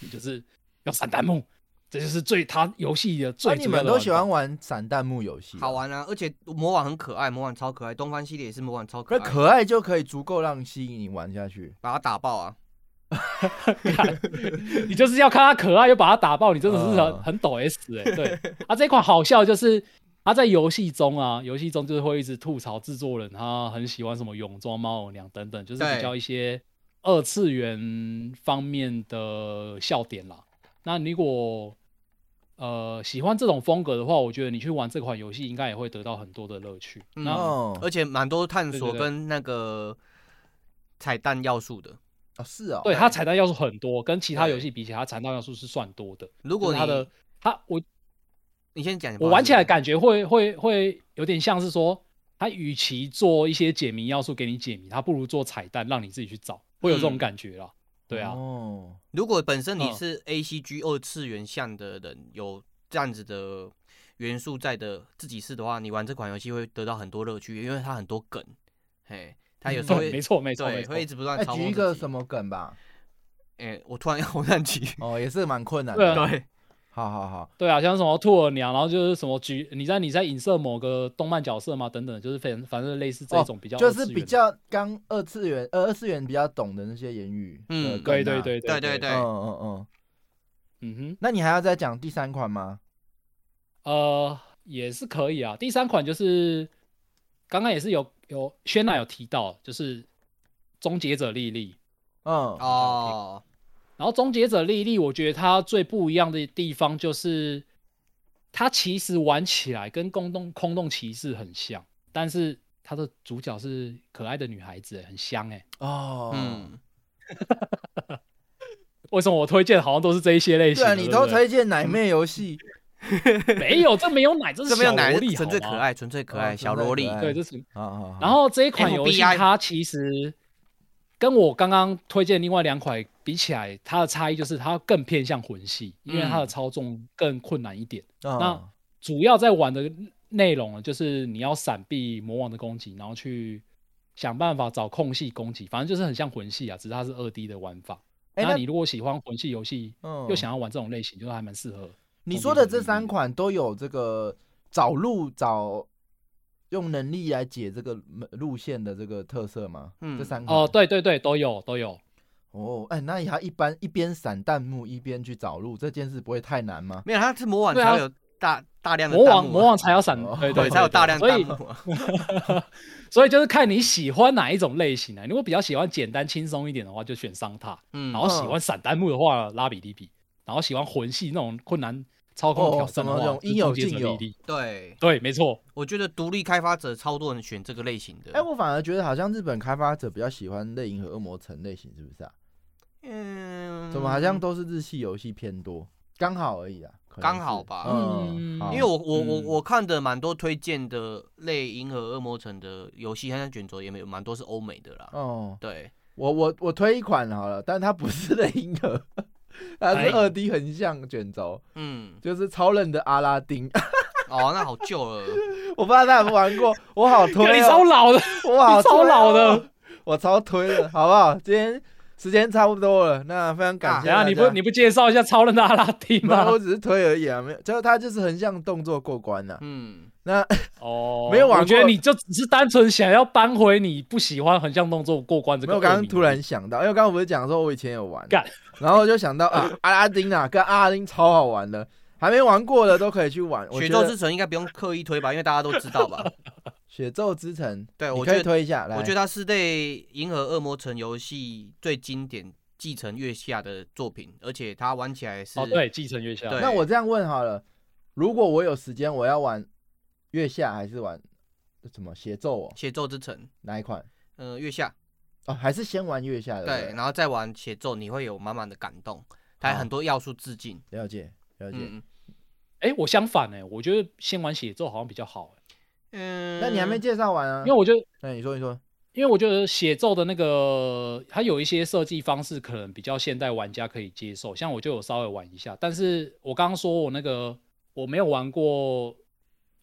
Speaker 2: 你就是要闪弹幕，这就是最它游戏的
Speaker 4: 那
Speaker 2: 最
Speaker 4: 啊你
Speaker 2: 主要
Speaker 4: 们
Speaker 2: 的
Speaker 4: 都
Speaker 2: 玩
Speaker 4: 喜
Speaker 2: 法
Speaker 4: 欢玩散弹幕游戏啊，
Speaker 5: 好玩啊！而且魔网很可爱，魔网超可爱，东方系列也是魔网超可
Speaker 4: 可
Speaker 5: 爱，
Speaker 4: 可爱就可以足够让吸引你玩下去。
Speaker 5: 把它打爆啊！
Speaker 2: 你就是要看它可爱就把它打爆，你真的
Speaker 4: 嗯
Speaker 2: 是很很抖 S 哎、对啊，这一款好笑就是他在游戏中啊，游戏中就是会一直吐槽制作人，他很喜欢什么泳装猫偶娘等等，就是
Speaker 5: 对
Speaker 2: 比较一些二次元方面的笑点啦。那如果呃喜欢这种风格的话，我觉得你去玩这款游戏应该也会得到很多的乐趣。
Speaker 5: 嗯
Speaker 2: 那、
Speaker 4: 哦
Speaker 5: 而且蛮多探
Speaker 2: 对
Speaker 5: 索
Speaker 2: 对对
Speaker 5: 跟那个彩蛋要素的。
Speaker 4: 哦，是哦，
Speaker 2: 对它彩蛋要素很多，跟其他
Speaker 5: 对
Speaker 2: 游戏比起来，它彩蛋要素是算多的。
Speaker 5: 如
Speaker 2: 如
Speaker 5: 果你
Speaker 2: 它的它我
Speaker 5: 你先讲，
Speaker 2: 我玩起来感觉会会会有点像是说，它与其做一些解谜要素给你解谜，它不如做彩蛋让你自己去找，会有这种
Speaker 5: 嗯
Speaker 2: 感觉啦。对啊，
Speaker 4: 哦，
Speaker 5: 如果本身你
Speaker 2: 嗯
Speaker 5: 是 A C G 二次元向的人，有这样子的元素在的自己是的话，你玩这款游戏会得到很多乐趣，因为它很多梗，嘿，它有时候
Speaker 2: 对，嗯
Speaker 5: 会
Speaker 2: 没错没错没
Speaker 5: 对，
Speaker 2: 错
Speaker 5: 会。一直不断
Speaker 4: 哎，
Speaker 5: 嘲讽
Speaker 4: 举一个
Speaker 5: 自己
Speaker 4: 什？么梗吧？
Speaker 5: 哎，我突然要 忘记，
Speaker 4: 哦，也是蛮困难
Speaker 2: 对啊
Speaker 4: 的。
Speaker 5: 对，
Speaker 4: 好好好，
Speaker 2: 对啊，像什么兔儿娘，然后就是什么举你在你在影射某个动漫角色嘛，等等，就是反反正类似这种比较、
Speaker 4: 哦就是比，较刚二次元，呃，二次元比较懂的那些言语。
Speaker 5: 嗯
Speaker 4: 呃梗
Speaker 2: 对对
Speaker 4: 啊
Speaker 2: 对
Speaker 5: 对对
Speaker 2: 对，
Speaker 5: 对
Speaker 4: 嗯嗯嗯。
Speaker 2: 嗯
Speaker 4: 那你还要再讲第三款吗？
Speaker 2: 哼，呃，也是可以啊。第三款就是刚刚也是有有轩娜有提到，就是终结者莉莉。
Speaker 4: 嗯，
Speaker 5: 哦，
Speaker 2: 然后终结者莉莉，我觉得它最不一样的地方就是，它其实玩起来跟空洞空洞骑士很像，但是它的主角是可爱的女孩子，很香哎、
Speaker 4: 哦，嗯，
Speaker 5: 嗯，
Speaker 2: 为什么我推荐好像都是这一些类
Speaker 4: 对
Speaker 2: 型的？
Speaker 4: 啊，你都
Speaker 2: 对
Speaker 4: 推荐奶
Speaker 5: 嗯
Speaker 4: 妹游戏，
Speaker 2: 不对没有，这没有奶，这是
Speaker 5: 这没有
Speaker 2: 小
Speaker 5: 奶
Speaker 2: 萝莉，
Speaker 5: 纯粹
Speaker 2: 好
Speaker 5: 可
Speaker 2: 吗。
Speaker 5: 爱，纯粹可
Speaker 4: 哦
Speaker 5: 爱，嗯
Speaker 4: 纯
Speaker 5: 小
Speaker 4: 粹
Speaker 5: 萝
Speaker 4: 可
Speaker 5: 莉，
Speaker 4: 爱
Speaker 2: 对，这是
Speaker 4: 好好好。
Speaker 2: 然后这一款游戏
Speaker 5: FBI
Speaker 2: 它其实跟我刚刚推荐另外两款比起来，它的差异就是它更偏向魂系，因为它的
Speaker 5: 嗯
Speaker 2: 操纵更困难一点。
Speaker 4: 嗯
Speaker 2: 那主要在玩的内容呢，就是你要闪避魔王的攻击，然后去想办法找空隙攻击，反正就是很像魂系啊，只是它是二 D 的玩法。
Speaker 4: 哎
Speaker 2: 那
Speaker 4: 那
Speaker 2: 你如果喜欢魂系游戏，
Speaker 4: 嗯
Speaker 2: 又想要玩这种类型，就还蛮适合。
Speaker 4: 你说的这三款都有这个找路找。用能力来解这个门路线的这个特色吗？
Speaker 5: 嗯
Speaker 4: 这三款
Speaker 2: 哦，对对对，都有都有。
Speaker 4: 哦，哎，那他一般一边闪弹幕一边去找路，这件事不会太难吗？
Speaker 5: 没有，它是魔网
Speaker 2: 对啊
Speaker 5: 才有大大量的
Speaker 2: 魔
Speaker 5: 弹
Speaker 2: 王
Speaker 5: 幕啊
Speaker 2: 魔王才要闪
Speaker 4: 哦，
Speaker 2: 对
Speaker 5: 对才有大量
Speaker 2: 所
Speaker 5: 弹
Speaker 2: 以
Speaker 5: 幕啊，
Speaker 2: 所以就是看你喜欢哪一种类型啊。如果比较喜欢简单轻松一点的话，就选桑塔；
Speaker 5: 嗯
Speaker 2: 然后喜欢散弹幕的话，拉比利比；然后喜欢魂系那种困难操控挑战的
Speaker 4: 哦什么那
Speaker 2: 话
Speaker 4: 种，
Speaker 2: 就是
Speaker 4: 应有
Speaker 2: 终结者
Speaker 4: 尽有
Speaker 2: 莉莉
Speaker 5: 对，
Speaker 2: 对，没错，
Speaker 5: 我觉得独立开发者超多人选这个类型的。
Speaker 4: 哎、我反而觉得好像日本开发者比较喜欢类银和恶魔城类型，是不是啊？
Speaker 5: 嗯，
Speaker 4: 怎么好像都是日系游戏偏多？刚好而已啊，可能
Speaker 5: 刚好
Speaker 4: 是
Speaker 5: 吧
Speaker 4: 嗯，
Speaker 2: 嗯
Speaker 4: 好
Speaker 5: 因为我我我
Speaker 2: 嗯
Speaker 5: 我看的蛮多推荐的类《银河恶魔城》的游戏，现在卷轴也没有蛮多是欧美的啦。
Speaker 4: 哦，
Speaker 5: 对，
Speaker 4: 我我我推一款好了，但它不是类银河，它是
Speaker 2: 哎
Speaker 4: 二 D 横向卷轴，
Speaker 5: 嗯，
Speaker 4: 就是超人的阿拉丁。
Speaker 5: 哦，那好旧了，
Speaker 4: 我不知道大家有没有玩过，我好推、
Speaker 2: 对，
Speaker 4: 哦，
Speaker 2: 你超老的，
Speaker 4: 我好
Speaker 2: 你超
Speaker 4: 推哦
Speaker 2: 老的，
Speaker 4: 我超推的，好不好？今天时间差不多了，那非常感谢
Speaker 2: 啊等一
Speaker 4: 大家。
Speaker 2: 下你不你不介绍一下超人的阿拉丁
Speaker 4: 啊没有，
Speaker 2: 吗
Speaker 4: 我？只是推而已啊，没有，就是他就是横向动作过关啊呐、
Speaker 5: 嗯，
Speaker 4: 那
Speaker 2: 哦，
Speaker 4: 没有玩
Speaker 2: 我觉得
Speaker 4: 过
Speaker 2: 你就只是单纯想要扳回你不喜欢横向动作过关这
Speaker 4: 没
Speaker 2: 个
Speaker 4: 有，
Speaker 2: 恶
Speaker 4: 我
Speaker 2: 名。
Speaker 4: 刚刚突然想到，因为刚刚不是讲说我以前有玩
Speaker 2: 干，
Speaker 4: 然后我就想到啊，阿拉丁啊，跟阿拉丁超好玩的，还没玩过的都可以去玩。 我
Speaker 5: 血
Speaker 4: 觉
Speaker 5: 咒
Speaker 4: 得
Speaker 5: 之城应该不用刻意推吧，因为大家都知 道吧。
Speaker 4: 血咒之城，
Speaker 5: 对
Speaker 4: 你
Speaker 5: 我
Speaker 4: 可以
Speaker 5: 觉得
Speaker 4: 推一下来。
Speaker 5: 我觉得它是对《银河恶魔城》游戏最经典、继承月下的作品，而且它玩起来是
Speaker 2: 哦，对，继承月下，
Speaker 5: 对
Speaker 4: 那我这样问好了，如果我有时间，我要玩月下还是玩什么协奏哦？
Speaker 5: 血咒之城，
Speaker 4: 哪一款？
Speaker 5: 呃，月下
Speaker 4: 哦，还是先玩月下的。
Speaker 5: 对，
Speaker 4: 不
Speaker 5: 然后再玩血咒，你会有满满的感动，它有很多要素致敬。
Speaker 4: 对，了解了解。
Speaker 5: 嗯
Speaker 2: 哎，我相反哎，我觉得先玩写作好像比较好欸，
Speaker 5: 嗯，
Speaker 4: 那你还没介绍完啊？
Speaker 2: 因为我觉得
Speaker 4: 那你说你说，
Speaker 2: 因为我觉得写作的那个，它有一些设计方式可能比较现代玩家可以接受，像我就有稍微玩一下，但是我刚刚说我那个我没有玩过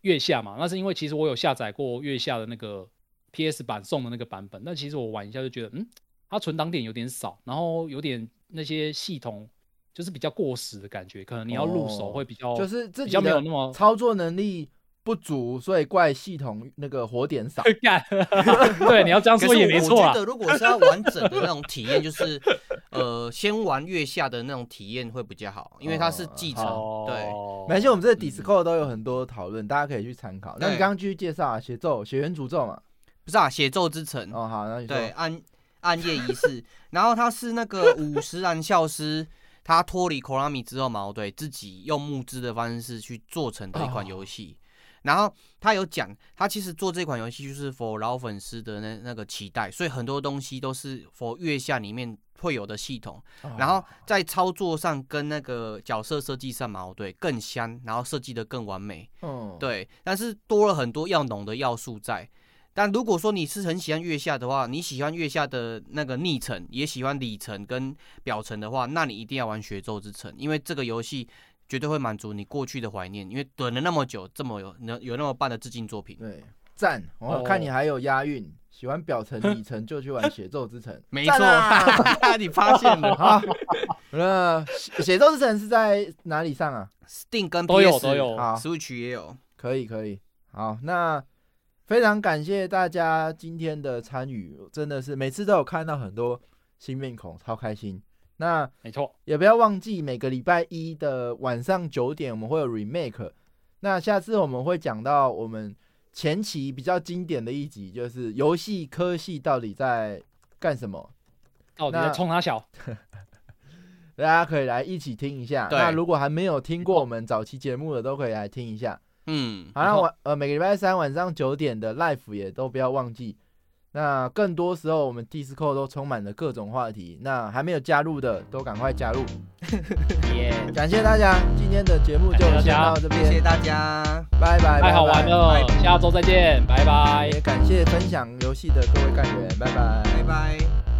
Speaker 2: 月下嘛，那是因为其实我有下载过月下的那个 PS 版送的那个版本，但其实我玩一下就觉得，嗯，它存档点有点少，然后有点那些系统就是比较过时的感觉，可能你要入手
Speaker 4: 哦
Speaker 2: 会比较、
Speaker 4: 就是自
Speaker 2: 比
Speaker 4: 己
Speaker 2: 较没有
Speaker 4: 的
Speaker 2: 那么
Speaker 4: 操作能力不足，所以怪系统那个火点少。
Speaker 2: 干，对，你要这样
Speaker 5: 可
Speaker 2: 说
Speaker 5: 是
Speaker 2: 也
Speaker 5: 我
Speaker 2: 没
Speaker 5: 我
Speaker 2: 错
Speaker 5: 觉
Speaker 2: 啊
Speaker 5: 得。如果是要完整的那种体验，就是 呃，先玩月下的那种体验会比较好，因为它是继承。
Speaker 2: 哦，
Speaker 5: 对，
Speaker 4: 没事，我们这个
Speaker 5: 嗯
Speaker 4: Discord 都有很多讨论，大家可以去参考。那你
Speaker 5: 对
Speaker 4: 刚刚继续介绍啊，协奏、血缘诅咒嘛。
Speaker 5: 不是啊，血咒之城。
Speaker 4: 哦，好，那你说
Speaker 5: 对，暗暗夜仪式， 然后他是那个五十岚孝司，他脱离 Konami 之后嘛，对自己用募资的方式去做成的一款游戏。然后他有讲，他其实做这款游戏就是 for 老粉丝的那那个期待，所以很多东西都是 for 月下里面会有的系统。
Speaker 4: 哦
Speaker 5: 然后在操作上跟那个角色设计上嘛，哦对更香，然后设计的更完美。
Speaker 4: 嗯，
Speaker 5: 对，但是多了很多要浓的要素在。但如果说你是很喜欢月下的话，你喜欢月下的那个逆程，也喜欢里程跟表层的话，那你一定要玩学咒之城，因为这个游戏绝对会满足你过去的怀念，因为等了那么久，这么有能有那么棒的致敬作品，
Speaker 4: 对，赞！我、
Speaker 2: 哦
Speaker 4: 看你还有押韵，喜欢表层里程就去玩血咒之城。
Speaker 5: 没
Speaker 4: 赞
Speaker 5: 错，
Speaker 4: 啊
Speaker 5: 你发现 了
Speaker 4: 好，那血血咒之城是在哪里上啊？
Speaker 5: ，Steam 跟
Speaker 2: 都
Speaker 5: PS
Speaker 2: 有都有
Speaker 4: 好，
Speaker 5: ，Switch 也有，
Speaker 4: 可以可以，好，那非常感谢大家今天的参与，真的是每次都有看到很多新面孔，超开心。那
Speaker 2: 没错，
Speaker 4: 也不要忘记每个礼拜一的晚上九点，我们会有 remake。那下次我们会讲到我们前期比较经典的一集，就是游戏科系到底在干什么，
Speaker 2: 到底在
Speaker 4: 那
Speaker 2: 冲他小？
Speaker 4: 大家可以来一起听一下。
Speaker 5: 对
Speaker 4: 那如果还没有听过我们早期节目的，都可以来听一下。
Speaker 5: 嗯，
Speaker 4: 好，那晚呃每个礼拜三晚上九点的 live 也都不要忘记。那更多时候我们 Discord 都充满了各种话题，那还没有加入的都赶快加入。
Speaker 2: 耶，
Speaker 4: 感谢大家，今天的节目就
Speaker 2: 感谢大
Speaker 4: 先
Speaker 2: 家
Speaker 4: 到这边，
Speaker 5: 谢谢大家，
Speaker 4: 拜拜，
Speaker 2: 太好玩
Speaker 4: 拜
Speaker 2: 了，下周再见，拜拜
Speaker 4: 拜。也感谢分享游戏的各位干员，拜拜。
Speaker 5: 拜拜。